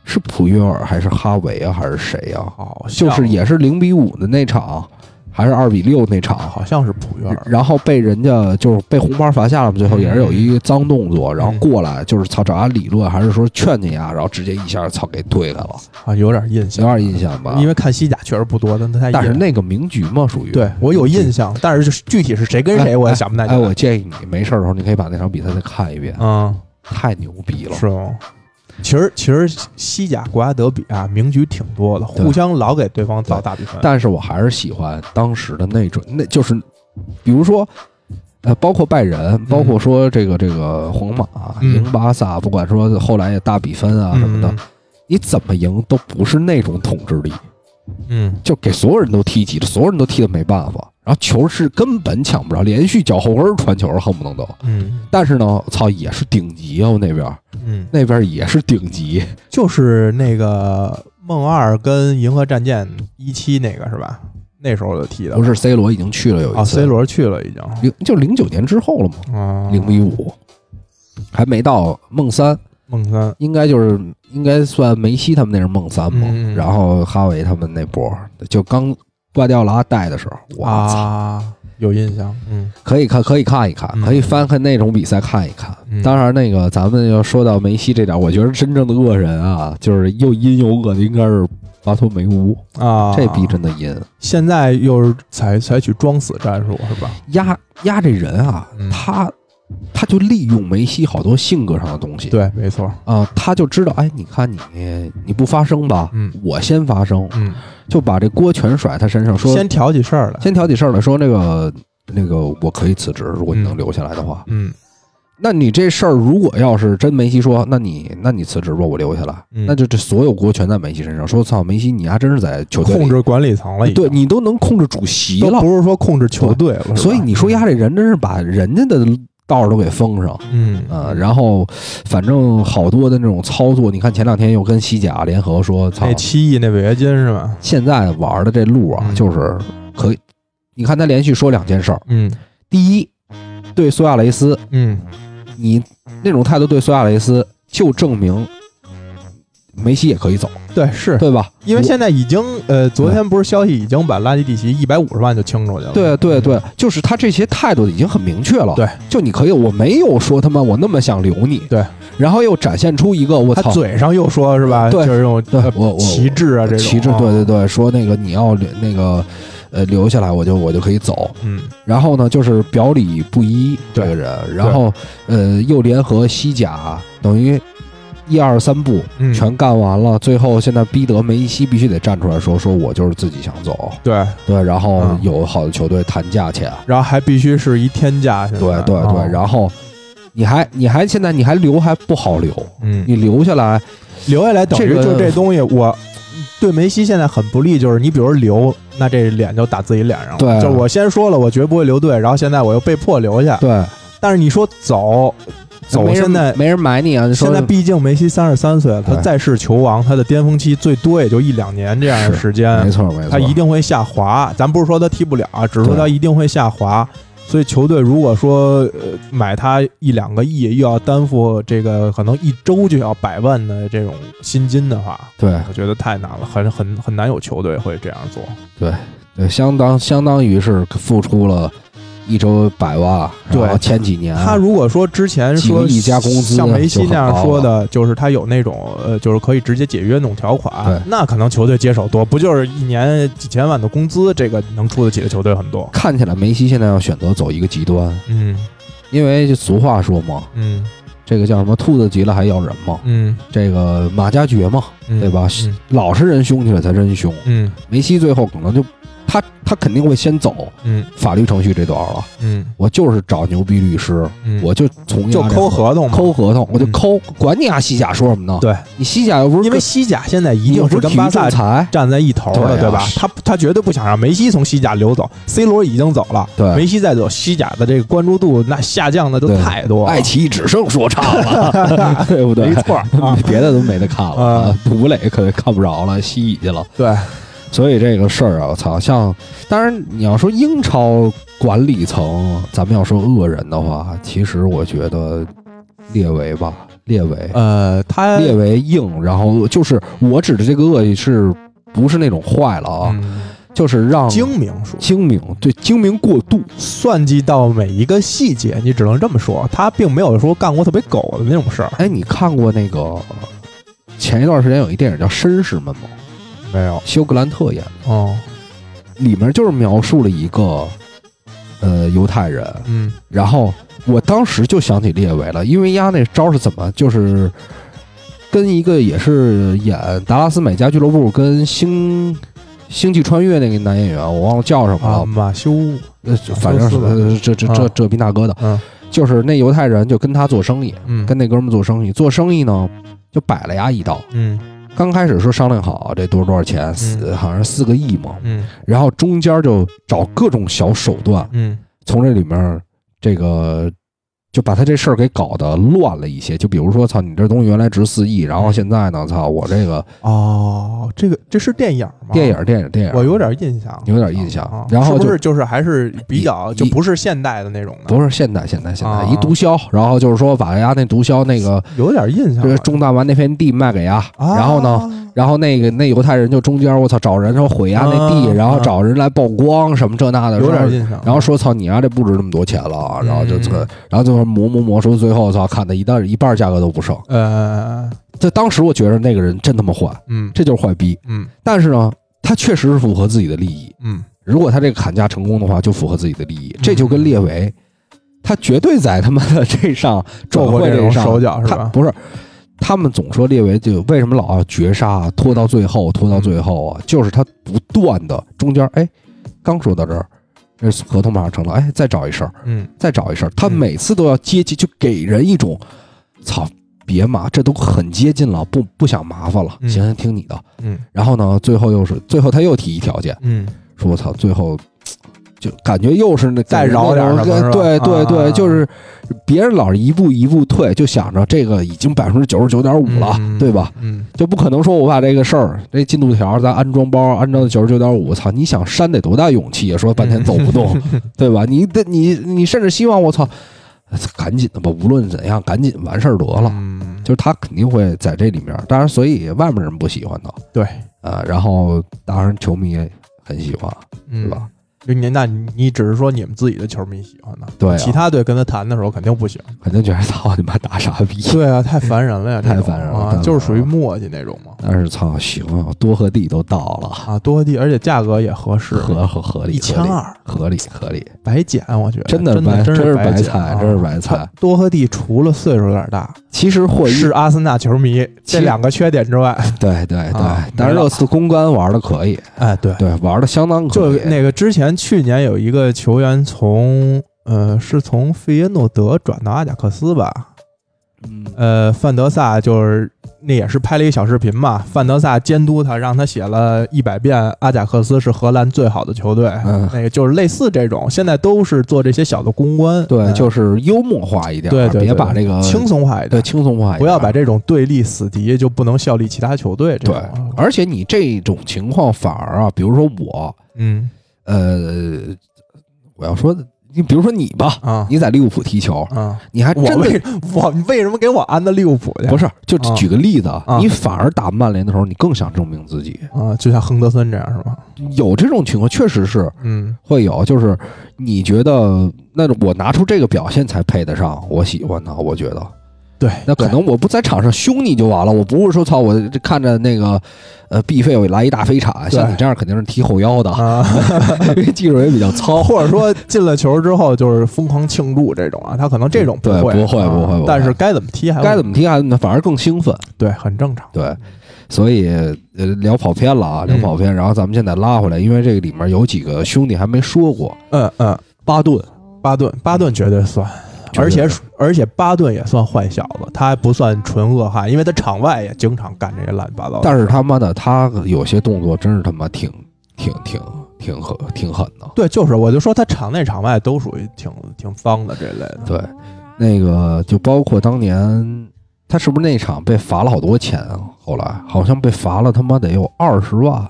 [SPEAKER 3] 是普约尔还是哈维啊，还是谁呀、
[SPEAKER 4] 好像，
[SPEAKER 3] 就是也是零比五的那场，还是二比六那场？
[SPEAKER 4] 好像是普约 尔。
[SPEAKER 3] 然后被人家就是被红牌罚下了嘛，最后也是
[SPEAKER 4] 嗯
[SPEAKER 3] 有一脏动作，然后过来就是操找他理论，还是说劝你啊，然后直接一下操给推开了，
[SPEAKER 4] 啊，有点印
[SPEAKER 3] 有
[SPEAKER 4] 象，
[SPEAKER 3] 点印象吧？
[SPEAKER 4] 因为看西甲确实不多，但他太
[SPEAKER 3] 但是
[SPEAKER 4] 印
[SPEAKER 3] 那个名局嘛，属于
[SPEAKER 4] 对我有印象，但是就是具体是谁跟谁，
[SPEAKER 3] 哎
[SPEAKER 4] 我也想不太起
[SPEAKER 3] 哎，
[SPEAKER 4] 来。
[SPEAKER 3] 我建议你没事儿的时候，你可以把那场比赛再看一遍，
[SPEAKER 4] 嗯，
[SPEAKER 3] 太牛逼了。
[SPEAKER 4] 是哦。其实其实西甲国家德比啊，名局挺多的，互
[SPEAKER 3] 对
[SPEAKER 4] 相老给对方造大比分。
[SPEAKER 3] 但是我还是喜欢当时的那种，那就是比如说。呃，包括拜仁，包括说这个这个皇马
[SPEAKER 4] 嗯
[SPEAKER 3] 赢巴萨，不管说后来也大比分啊什么的，你怎么赢都不是那种统治力，
[SPEAKER 4] 嗯，
[SPEAKER 3] 就给所有人都踢急了，所有人都踢得没办法，然后球是根本抢不着，连续脚后跟儿传球恨不能都。
[SPEAKER 4] 嗯
[SPEAKER 3] 但是呢，操也是顶级哦，那边儿
[SPEAKER 4] 嗯嗯，
[SPEAKER 3] 那边儿也是顶级，
[SPEAKER 4] 就是那个梦二跟银河战舰一期那个是吧？那时候就踢的
[SPEAKER 3] 不是 C 罗已经去了有一次、
[SPEAKER 4] 啊，C 罗去了已经
[SPEAKER 3] 零就零九年之后了嘛，
[SPEAKER 4] 啊，
[SPEAKER 3] 零比五还没到梦三，
[SPEAKER 4] 梦三
[SPEAKER 3] 应该就是应该算梅西他们那是梦三嘛，
[SPEAKER 4] 嗯嗯嗯
[SPEAKER 3] 然后哈维他们那波儿就刚瓜迪奥拉带的时候，我操，
[SPEAKER 4] 啊，有印象，嗯
[SPEAKER 3] 可以看可以看一看
[SPEAKER 4] 嗯，
[SPEAKER 3] 可以翻看那种比赛看一看。
[SPEAKER 4] 嗯
[SPEAKER 3] 当然，那个咱们要说到梅西这点，我觉得真正的恶人啊，就是又阴又恶的应该是巴托梅乌，
[SPEAKER 4] 啊，
[SPEAKER 3] 这逼真的阴。
[SPEAKER 4] 现在又是采采取装死战术是吧？
[SPEAKER 3] 压压这人啊
[SPEAKER 4] 嗯，
[SPEAKER 3] 他他就利用梅西好多性格上的东西。
[SPEAKER 4] 对，没错，
[SPEAKER 3] 啊，他就知道，哎，你看你你不发声吧，
[SPEAKER 4] 嗯
[SPEAKER 3] 我先发声，
[SPEAKER 4] 嗯，
[SPEAKER 3] 就把这锅全甩他身上，说
[SPEAKER 4] 先挑起事儿来，
[SPEAKER 3] 先挑起事儿来说，那个那个我可以辞职，如果你
[SPEAKER 4] 嗯
[SPEAKER 3] 能留下来的话，
[SPEAKER 4] 嗯
[SPEAKER 3] 那你这事儿如果要是真梅西说，那你那你辞职吧，我留下来，
[SPEAKER 4] 嗯
[SPEAKER 3] 那就这所有锅全在梅西身上。说操，梅西你还真是在球队里
[SPEAKER 4] 控制管理层了已经，
[SPEAKER 3] 对你都能控制主席
[SPEAKER 4] 都
[SPEAKER 3] 了，
[SPEAKER 4] 不是说控制球队了，是吧
[SPEAKER 3] 所以你说压这人真是把人家的道儿都给封上。
[SPEAKER 4] 嗯
[SPEAKER 3] 啊，然后反正好多的那种操作，你看前两天又跟西甲联合说，操
[SPEAKER 4] 那，七亿那违约金是吧？
[SPEAKER 3] 现在玩的这路啊，
[SPEAKER 4] 嗯
[SPEAKER 3] 就是可以，你看他连续说两件事儿，
[SPEAKER 4] 嗯
[SPEAKER 3] 第一，对苏亚雷斯，
[SPEAKER 4] 嗯
[SPEAKER 3] 你那种态度对苏亚雷斯，就证明梅西也可以走，
[SPEAKER 4] 对，是
[SPEAKER 3] 对吧？
[SPEAKER 4] 因为现在已经呃，昨
[SPEAKER 3] 对
[SPEAKER 4] 天不是消息已经把拉基蒂奇一百五十万就清出去了，
[SPEAKER 3] 我对对对，就是他这些态度已经很明确了。
[SPEAKER 4] 对，
[SPEAKER 3] 就你可以，我没有说他妈我那么想留你。
[SPEAKER 4] 对，
[SPEAKER 3] 然后又展现出一个我
[SPEAKER 4] 他
[SPEAKER 3] 操，
[SPEAKER 4] 嘴上又说是吧，就
[SPEAKER 3] 对
[SPEAKER 4] 是这种
[SPEAKER 3] 对
[SPEAKER 4] 呃
[SPEAKER 3] 我我
[SPEAKER 4] 旗帜啊这种
[SPEAKER 3] 旗帜，对对，对，说那个你要留那个呃留下来，我就我就可以走。
[SPEAKER 4] 嗯
[SPEAKER 3] 然后呢，就是表里不一
[SPEAKER 4] 对
[SPEAKER 3] 这个人，然后呃又联合西甲，等于一二三步
[SPEAKER 4] 嗯，
[SPEAKER 3] 全干完了，最后现在逼得梅西必须得站出来说，说我就是自己想走，
[SPEAKER 4] 对，
[SPEAKER 3] 对，然后
[SPEAKER 4] 嗯
[SPEAKER 3] 有好的球队谈价钱，
[SPEAKER 4] 然后还必须是一天价，现在
[SPEAKER 3] 对对
[SPEAKER 4] 哦
[SPEAKER 3] 对，然后你还你还现在你还留还不好留，
[SPEAKER 4] 嗯，
[SPEAKER 3] 你留下来，
[SPEAKER 4] 留下来等于
[SPEAKER 3] 这个
[SPEAKER 4] 就这东西，我对梅西现在很不利，就是你比如留，那这脸就打自己脸上了。
[SPEAKER 3] 对
[SPEAKER 4] 就是我先说了，我绝不会留队，然后现在我又被迫留下。
[SPEAKER 3] 对，
[SPEAKER 4] 但是你说走，走
[SPEAKER 3] 没人
[SPEAKER 4] 现在。
[SPEAKER 3] 没人买你啊，说
[SPEAKER 4] 现在毕竟梅西三十三岁了，他
[SPEAKER 3] 对
[SPEAKER 4] 再是球王，他的巅峰期最多也就一两年这样的
[SPEAKER 3] 是
[SPEAKER 4] 时间，
[SPEAKER 3] 没错没错，
[SPEAKER 4] 他一定会下滑。咱不是说他踢不了啊，只是说
[SPEAKER 3] 对
[SPEAKER 4] 他一定会下滑。所以球队如果说呃买他一两个亿，又要担负这个可能一周就要百万的这种薪金的话，
[SPEAKER 3] 对
[SPEAKER 4] 我觉得太难了，很很很难有球队会这样做。
[SPEAKER 3] 啊对，相当相当于是付出了一周百万，
[SPEAKER 4] 对
[SPEAKER 3] 然后前几年
[SPEAKER 4] 他如果说之前
[SPEAKER 3] 几
[SPEAKER 4] 说
[SPEAKER 3] 个亿加工资
[SPEAKER 4] 像梅西
[SPEAKER 3] 就很
[SPEAKER 4] 那样
[SPEAKER 3] 高
[SPEAKER 4] 说的，就是他有那种呃，就是可以直接解约那种条款
[SPEAKER 3] 对，
[SPEAKER 4] 那可能球队接手多，不就是一年几千万的工资，这个能出得起的球队很多。
[SPEAKER 3] 看起来梅西现在要选择走一个极端，
[SPEAKER 4] 嗯
[SPEAKER 3] 因为就俗话说嘛，
[SPEAKER 4] 嗯
[SPEAKER 3] 这个叫什么“兔子急了还咬人”嘛，
[SPEAKER 4] 嗯，
[SPEAKER 3] 这个马加爵嘛，
[SPEAKER 4] 嗯
[SPEAKER 3] 对吧
[SPEAKER 4] 嗯
[SPEAKER 3] 老是人凶起来才真凶。
[SPEAKER 4] 嗯
[SPEAKER 3] 梅西最后可能就他他肯定会先走
[SPEAKER 4] 嗯
[SPEAKER 3] 法律程序这段了，
[SPEAKER 4] 嗯
[SPEAKER 3] 我就是找牛逼律师，
[SPEAKER 4] 嗯，
[SPEAKER 3] 我就从
[SPEAKER 4] 就
[SPEAKER 3] 压这
[SPEAKER 4] 抠合同嘛，
[SPEAKER 3] 抠合同，我就
[SPEAKER 4] 嗯
[SPEAKER 3] 抠，管你啊西甲说什么呢？
[SPEAKER 4] 对，
[SPEAKER 3] 你西甲又不是
[SPEAKER 4] 因为
[SPEAKER 3] 跟
[SPEAKER 4] 西甲现在一
[SPEAKER 3] 你又
[SPEAKER 4] 定
[SPEAKER 3] 不是
[SPEAKER 4] 是跟
[SPEAKER 3] 体育
[SPEAKER 4] 巴萨
[SPEAKER 3] 仲裁，
[SPEAKER 4] 站在一头的，
[SPEAKER 3] 对啊
[SPEAKER 4] 对吧？他他绝对不想让梅西从西甲流走，C 罗已经走了，
[SPEAKER 3] 对
[SPEAKER 4] 梅西再走，西甲的这个关注度那下降的就
[SPEAKER 3] 对
[SPEAKER 4] 太多了，
[SPEAKER 3] 爱奇艺只剩说唱 了，对不对？，
[SPEAKER 4] 没错儿啊
[SPEAKER 3] 别的都没得看了，
[SPEAKER 4] 啊
[SPEAKER 3] 啊， 吴磊可看不着了，西乙去了。
[SPEAKER 4] 对，
[SPEAKER 3] 所以这个事儿啊，我操！像当然你要说英超管理层，咱们要说恶人的话，其实我觉得列维吧，列维，
[SPEAKER 4] 呃，他
[SPEAKER 3] 列维硬，然后就是我指的这个恶意是不是那种坏了啊？
[SPEAKER 4] 嗯
[SPEAKER 3] 就是让
[SPEAKER 4] 精明说，
[SPEAKER 3] 精明，对精明过度，
[SPEAKER 4] 算计到每一个细节，你只能这么说，他并没有说干过特别狗的那种事儿，
[SPEAKER 3] 哎，你看过那个前一段时间有一电影叫《绅士们》吗？
[SPEAKER 4] 没有，
[SPEAKER 3] 休格兰特演的，
[SPEAKER 4] 哦，
[SPEAKER 3] 里面就是描述了一个呃犹太人，
[SPEAKER 4] 嗯
[SPEAKER 3] 然后我当时就想起列维了，因为丫那招是怎么就是。跟一个也是演达拉斯买家俱乐部跟星星际穿越那个男演员，我忘了叫什么
[SPEAKER 4] 啊，
[SPEAKER 3] 了，
[SPEAKER 4] 马修，
[SPEAKER 3] 呃，就反正是
[SPEAKER 4] 马修斯吧
[SPEAKER 3] 呃这这这
[SPEAKER 4] 啊
[SPEAKER 3] 这逼那哥的，
[SPEAKER 4] 嗯
[SPEAKER 3] 就是那犹太人就跟他做生意，
[SPEAKER 4] 嗯
[SPEAKER 3] 跟那哥们做生意，做生意呢就摆了丫一道，
[SPEAKER 4] 嗯
[SPEAKER 3] 刚开始说商量好这多少多少钱，四好像是四个亿嘛，
[SPEAKER 4] 嗯
[SPEAKER 3] 然后中间就找各种小手段，
[SPEAKER 4] 嗯
[SPEAKER 3] 从这里面这个就把他这事儿给搞得乱了一些。就比如说，操，你这东西原来值四亿，然
[SPEAKER 4] 嗯
[SPEAKER 3] 后现在呢，操，我这个
[SPEAKER 4] 哦，这个这是电影吗？
[SPEAKER 3] 电影电影电影，
[SPEAKER 4] 我有点印象，
[SPEAKER 3] 有点印象
[SPEAKER 4] 啊
[SPEAKER 3] 然后
[SPEAKER 4] 是不
[SPEAKER 3] 就是
[SPEAKER 4] 就是还是比较
[SPEAKER 3] 一
[SPEAKER 4] 就不是现代的那种的，
[SPEAKER 3] 不是现代现代现代
[SPEAKER 4] 啊
[SPEAKER 3] 一毒枭，然后就是说把人家那毒枭那个
[SPEAKER 4] 有点印象
[SPEAKER 3] 这个。中大完那片地卖给人家，
[SPEAKER 4] 啊
[SPEAKER 3] 然后呢？？然后那个那犹太人就中间我操找人说毁压那地，
[SPEAKER 4] 啊
[SPEAKER 3] 然后找人来曝光什么这那的，
[SPEAKER 4] 有点
[SPEAKER 3] 说
[SPEAKER 4] 印象。
[SPEAKER 3] 然后说操你啊，这不值那么多钱了，啊然后就这个，
[SPEAKER 4] 嗯
[SPEAKER 3] 然后最后磨磨磨，说最后操砍的一半一半价格都不剩。
[SPEAKER 4] 呃，
[SPEAKER 3] 在当时我觉得那个人真他妈坏，
[SPEAKER 4] 嗯
[SPEAKER 3] 这就是坏逼。
[SPEAKER 4] 嗯
[SPEAKER 3] 但是呢，他确实是符合自己的利益。
[SPEAKER 4] 嗯，
[SPEAKER 3] 如果他这个砍价成功的话，就符合自己的利益。这就跟列维，他绝对在他妈的这上转
[SPEAKER 4] 做过
[SPEAKER 3] 会
[SPEAKER 4] 这种
[SPEAKER 3] 上
[SPEAKER 4] 手脚是
[SPEAKER 3] 他
[SPEAKER 4] 吧？
[SPEAKER 3] 不是，他们总说列维就为什么老要绝杀啊，拖到最后，拖到最后
[SPEAKER 4] 嗯
[SPEAKER 3] 啊，就是他不断的中间，哎，刚说到这儿，这合同马上成了，哎，再找一事儿，
[SPEAKER 4] 嗯
[SPEAKER 3] 再找一事儿，他
[SPEAKER 4] 嗯
[SPEAKER 3] 每次都要接近，就给人一种，操，别麻，这都很接近了，不不想麻烦了，
[SPEAKER 4] 嗯
[SPEAKER 3] 行，行，听你的。
[SPEAKER 4] 嗯
[SPEAKER 3] 然后呢，最后又是最后他又提一条件，
[SPEAKER 4] 嗯，
[SPEAKER 3] 说我操，最后。就感觉又是那
[SPEAKER 4] 再饶点儿什么是吧
[SPEAKER 3] 对
[SPEAKER 4] 啊
[SPEAKER 3] 对
[SPEAKER 4] 啊
[SPEAKER 3] 对，
[SPEAKER 4] 啊
[SPEAKER 3] 就是别人老是一步一步退，就想着这个已经百分之九十九点五了，
[SPEAKER 4] 嗯
[SPEAKER 3] 对吧？？
[SPEAKER 4] 嗯
[SPEAKER 3] 就不可能说我把这个事儿这进度条咱安装包安装到九十九点五，操！你想删得多大勇气啊？说半天走不动，
[SPEAKER 4] 嗯
[SPEAKER 3] 对吧？你得你你甚至希望我操，呃赶紧的吧，无论怎样赶紧完事儿得了。
[SPEAKER 4] 嗯，
[SPEAKER 3] 就是他肯定会在这里面，当然，所以外面人不喜欢他，
[SPEAKER 4] 对，
[SPEAKER 3] 呃，然后当然球迷也很喜欢，
[SPEAKER 4] 嗯
[SPEAKER 3] 是吧？
[SPEAKER 4] 就你那你你只是说你们自己的球迷喜欢他，
[SPEAKER 3] 对啊
[SPEAKER 4] 其他队跟他谈的时候肯定不行。
[SPEAKER 3] 肯定觉得操你妈打傻逼。
[SPEAKER 4] 对啊，太烦人了呀，
[SPEAKER 3] 太
[SPEAKER 4] 这种
[SPEAKER 3] 烦人了
[SPEAKER 4] 啊
[SPEAKER 3] 太，烦
[SPEAKER 4] 就是属于
[SPEAKER 3] 人
[SPEAKER 4] 磨叽那种嘛。
[SPEAKER 3] 但是操，行，啊多和地都到了，
[SPEAKER 4] 啊，多地，而且价格也合适，
[SPEAKER 3] 合合合理，
[SPEAKER 4] 一千二，
[SPEAKER 3] 合理合理，
[SPEAKER 4] 白捡，啊我觉得
[SPEAKER 3] 真的
[SPEAKER 4] 的
[SPEAKER 3] 白
[SPEAKER 4] 真
[SPEAKER 3] 真是
[SPEAKER 4] 白
[SPEAKER 3] 白
[SPEAKER 4] 捡
[SPEAKER 3] 菜
[SPEAKER 4] 啊
[SPEAKER 3] 真是白菜
[SPEAKER 4] 他多赫蒂除了岁数有点大，
[SPEAKER 3] 其实霍伊
[SPEAKER 4] 是阿森纳球迷
[SPEAKER 3] 其
[SPEAKER 4] 这两个缺点 之外，
[SPEAKER 3] 对对
[SPEAKER 4] 啊
[SPEAKER 3] 对，但是
[SPEAKER 4] 没了
[SPEAKER 3] 热刺公关玩的可以，
[SPEAKER 4] 哎，对，
[SPEAKER 3] 对，玩的相当
[SPEAKER 4] 就
[SPEAKER 3] 可以。
[SPEAKER 4] 那个之前去年有一个球员从呃是从费耶诺德转到阿贾克斯吧，
[SPEAKER 3] 嗯
[SPEAKER 4] 呃，范德萨就是那也是拍了一个小视频嘛，范德萨监督他，让他写了一百遍阿贾克斯是荷兰最好的球队，
[SPEAKER 3] 嗯
[SPEAKER 4] 那个就是类似这种，现在都是做这些小的公关，
[SPEAKER 3] 对，
[SPEAKER 4] 嗯
[SPEAKER 3] 就是幽默化一点儿，
[SPEAKER 4] 对对，
[SPEAKER 3] 别
[SPEAKER 4] 对
[SPEAKER 3] 把这个
[SPEAKER 4] 轻松化一
[SPEAKER 3] 对
[SPEAKER 4] 点，
[SPEAKER 3] 轻松化一点儿，啊
[SPEAKER 4] 不要把这种对立死敌就不能效力其他球队这
[SPEAKER 3] 对
[SPEAKER 4] 种。，啊
[SPEAKER 3] 而且你这种情况反而啊，比如说我，
[SPEAKER 4] 嗯
[SPEAKER 3] 呃，我要说，你比如说你吧，
[SPEAKER 4] 啊
[SPEAKER 3] 你在利物浦踢球，
[SPEAKER 4] 啊，
[SPEAKER 3] 你还
[SPEAKER 4] 我
[SPEAKER 3] 真的
[SPEAKER 4] 为我你为什么给我安的利物浦去？
[SPEAKER 3] 不是，就
[SPEAKER 4] 啊
[SPEAKER 3] 举个例子，
[SPEAKER 4] 啊
[SPEAKER 3] 你反而打曼联的时候，你更想证明自己。
[SPEAKER 4] 啊，就像亨德森这样是吧？
[SPEAKER 3] 有这种情况，确实是
[SPEAKER 4] 嗯
[SPEAKER 3] 会有，就是你觉得那我拿出这个表现才配得上我喜欢他，我觉得
[SPEAKER 4] 对，
[SPEAKER 3] 那可
[SPEAKER 4] 对
[SPEAKER 3] 能我不在场上凶你就完了，我不是说操我这看着那个呃 B 费我来一大飞铲，像
[SPEAKER 4] 对
[SPEAKER 3] 你这样肯定是踢后腰的，
[SPEAKER 4] 啊。
[SPEAKER 3] 因为技术也比较 糙。
[SPEAKER 4] 或者说进了球之后就是疯狂庆祝这种啊，他可能这种
[SPEAKER 3] 对
[SPEAKER 4] 会
[SPEAKER 3] 不会
[SPEAKER 4] 啊
[SPEAKER 3] 不会不会
[SPEAKER 4] 但是该怎么踢还
[SPEAKER 3] 该怎
[SPEAKER 4] 么
[SPEAKER 3] 么踢还怎么踢，反而更兴奋。
[SPEAKER 4] 对，很正常。
[SPEAKER 3] 对，所以呃聊跑偏了啊，聊
[SPEAKER 4] 嗯
[SPEAKER 3] 跑偏。然后咱们现在拉回来，因为这个里面有几个兄弟还没说过，
[SPEAKER 4] 嗯嗯，
[SPEAKER 3] 巴顿，
[SPEAKER 4] 巴顿巴顿绝对算，
[SPEAKER 3] 绝对
[SPEAKER 4] 而且
[SPEAKER 3] 是
[SPEAKER 4] 而且巴顿也算坏小子，他还不算纯恶汉，因为他场外也经常干这些乱七八糟的事儿。
[SPEAKER 3] 但是他妈的他有些动作真是他妈挺挺挺挺狠挺狠的。
[SPEAKER 4] 对，就是我就说他场内场外都属于挺挺脏的这类的。
[SPEAKER 3] 对，那个就包括当年他是不是那场被罚了好多钱啊？后来好像被罚了他妈得有二十万，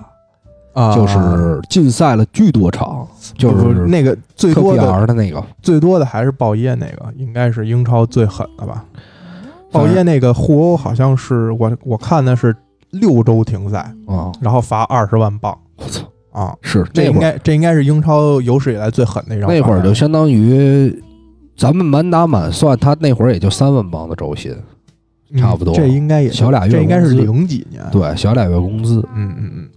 [SPEAKER 4] 啊，
[SPEAKER 3] 就是禁赛了巨多场，就
[SPEAKER 4] 不
[SPEAKER 3] 是
[SPEAKER 4] 那个最
[SPEAKER 3] 特
[SPEAKER 4] 多
[SPEAKER 3] 别
[SPEAKER 4] 的
[SPEAKER 3] R 的那个。
[SPEAKER 4] 最多的还是鲍耶那个，应该是英超最狠的吧？
[SPEAKER 3] 哦
[SPEAKER 4] 鲍耶那个互殴好像是我我看的是六周停赛，
[SPEAKER 3] 啊，
[SPEAKER 4] 然后罚二十万镑
[SPEAKER 3] 我操，
[SPEAKER 4] 啊！
[SPEAKER 3] 是
[SPEAKER 4] 这
[SPEAKER 3] 那
[SPEAKER 4] 应
[SPEAKER 3] 会儿
[SPEAKER 4] 该这应该是英超有史以来最狠的一张罚
[SPEAKER 3] 那
[SPEAKER 4] 单。
[SPEAKER 3] 会儿就相当于咱们满打满算，他那会儿也就三万镑的周薪，
[SPEAKER 4] 嗯
[SPEAKER 3] 差不多
[SPEAKER 4] 这应该也
[SPEAKER 3] 小俩月
[SPEAKER 4] 这应该是
[SPEAKER 3] 工资
[SPEAKER 4] 零几年。
[SPEAKER 3] 对，小俩月工资。
[SPEAKER 4] 嗯嗯嗯。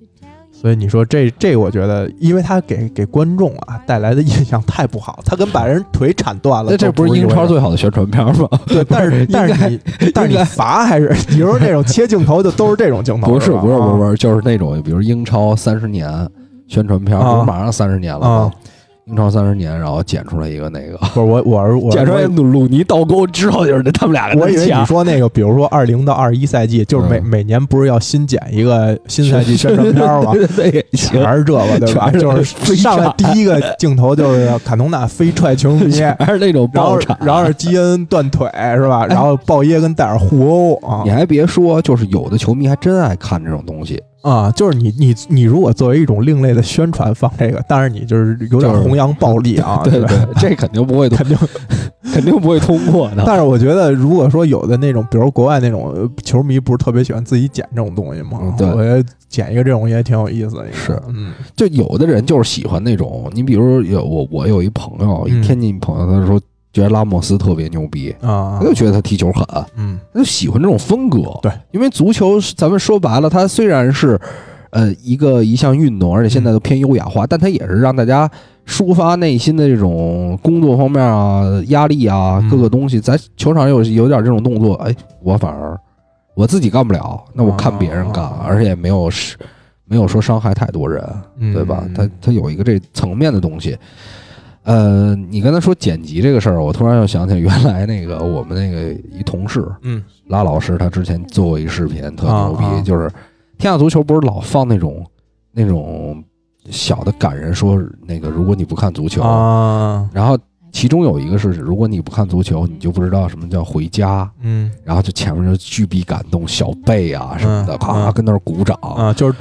[SPEAKER 4] 所以你说这这，我觉得，因为他给给观众啊带来的印象太不好，他跟把人腿铲断了，
[SPEAKER 3] 那这
[SPEAKER 4] 都不
[SPEAKER 3] 不是
[SPEAKER 4] 一
[SPEAKER 3] 英
[SPEAKER 4] 回
[SPEAKER 3] 超
[SPEAKER 4] 事
[SPEAKER 3] 最好的宣传片吗？
[SPEAKER 4] 对，但 是但是你但是
[SPEAKER 3] 应
[SPEAKER 4] 你
[SPEAKER 3] 该
[SPEAKER 4] 罚还是你说这种切镜头就都是这种镜头，
[SPEAKER 3] 不是
[SPEAKER 4] 吧
[SPEAKER 3] 不是不是
[SPEAKER 4] 啊
[SPEAKER 3] 不是，就是那种比如英超三十年宣传片，
[SPEAKER 4] 啊
[SPEAKER 3] 不是马上三十年了吗
[SPEAKER 4] 啊？
[SPEAKER 3] 英超三十年，然后剪出来一个那个，
[SPEAKER 4] 不是我我 是我
[SPEAKER 3] 剪
[SPEAKER 4] 是
[SPEAKER 3] 出来鲁鲁尼倒钩之后就是他们俩跟
[SPEAKER 4] 我以为
[SPEAKER 3] 抢
[SPEAKER 4] 你说那个，比如说二零到二一赛季，就是每
[SPEAKER 3] 嗯
[SPEAKER 4] 每年不是要新剪一个新赛季宣传片儿吗？
[SPEAKER 3] 对对对
[SPEAKER 4] 全是这个，对吧？
[SPEAKER 3] 全是
[SPEAKER 4] 就是上来第一个镜头就是卡通纳飞踹球 迷，然
[SPEAKER 3] 还是那种
[SPEAKER 4] 后
[SPEAKER 3] 爆炸。哎
[SPEAKER 4] 然后是基恩断腿是吧？然后鲍耶跟戴尔互殴啊
[SPEAKER 3] 你还别说，就是有的球迷还真爱看这种东西。
[SPEAKER 4] 啊！就是你你你如果作为一种另类的宣传放这个，当然你就是有点
[SPEAKER 3] 就是
[SPEAKER 4] 弘扬暴力啊，
[SPEAKER 3] 对
[SPEAKER 4] 吧？
[SPEAKER 3] 对，这肯定 不会，
[SPEAKER 4] 肯定，
[SPEAKER 3] 肯定不会通过的。
[SPEAKER 4] 但是我觉得，如果说有的那种，比如国外那种呃球迷，不是特别喜欢自己剪这种东西吗？
[SPEAKER 3] 嗯对
[SPEAKER 4] 我觉得剪一个这种也挺有意思的。应该
[SPEAKER 3] 是
[SPEAKER 4] 嗯
[SPEAKER 3] 就有的人就是喜欢那种，你比如有我，我有一朋友，
[SPEAKER 4] 嗯
[SPEAKER 3] 一天津朋友，他说觉得拉莫斯特别牛逼，
[SPEAKER 4] 啊
[SPEAKER 3] 他，嗯就觉得他踢球狠，
[SPEAKER 4] 嗯
[SPEAKER 3] 他就喜欢这种风格。
[SPEAKER 4] 对，
[SPEAKER 3] 因为足球是咱们说白了，它虽然是呃一个一项运动，而且现在都偏优雅化，但它也是让大家抒发内心的这种工作方面啊、压力啊
[SPEAKER 4] 嗯
[SPEAKER 3] 各个东西，在球场有有点这种动作，哎，我反而我自己干不了，那我看别人干，
[SPEAKER 4] 啊
[SPEAKER 3] 而且也没有是没有说伤害太多人。
[SPEAKER 4] 嗯，
[SPEAKER 3] 对吧？它它有一个这层面的东西。呃，你刚才说剪辑这个事儿，我突然又想起原来那个我们那个一同事
[SPEAKER 4] 嗯
[SPEAKER 3] 拉老师，他之前做过一视频，特牛逼，
[SPEAKER 4] 啊啊
[SPEAKER 3] 就是天下足球不是老放那种那种小的感人说那个，如果你不看足球，
[SPEAKER 4] 啊，
[SPEAKER 3] 然后其中有一个是如果你不看足球，你就不知道什么叫回家，
[SPEAKER 4] 嗯
[SPEAKER 3] 然后就前面就巨逼感动，小贝啊什么的，
[SPEAKER 4] 嗯
[SPEAKER 3] 咔、
[SPEAKER 4] 嗯
[SPEAKER 3] 跟那儿鼓掌，
[SPEAKER 4] 啊，就是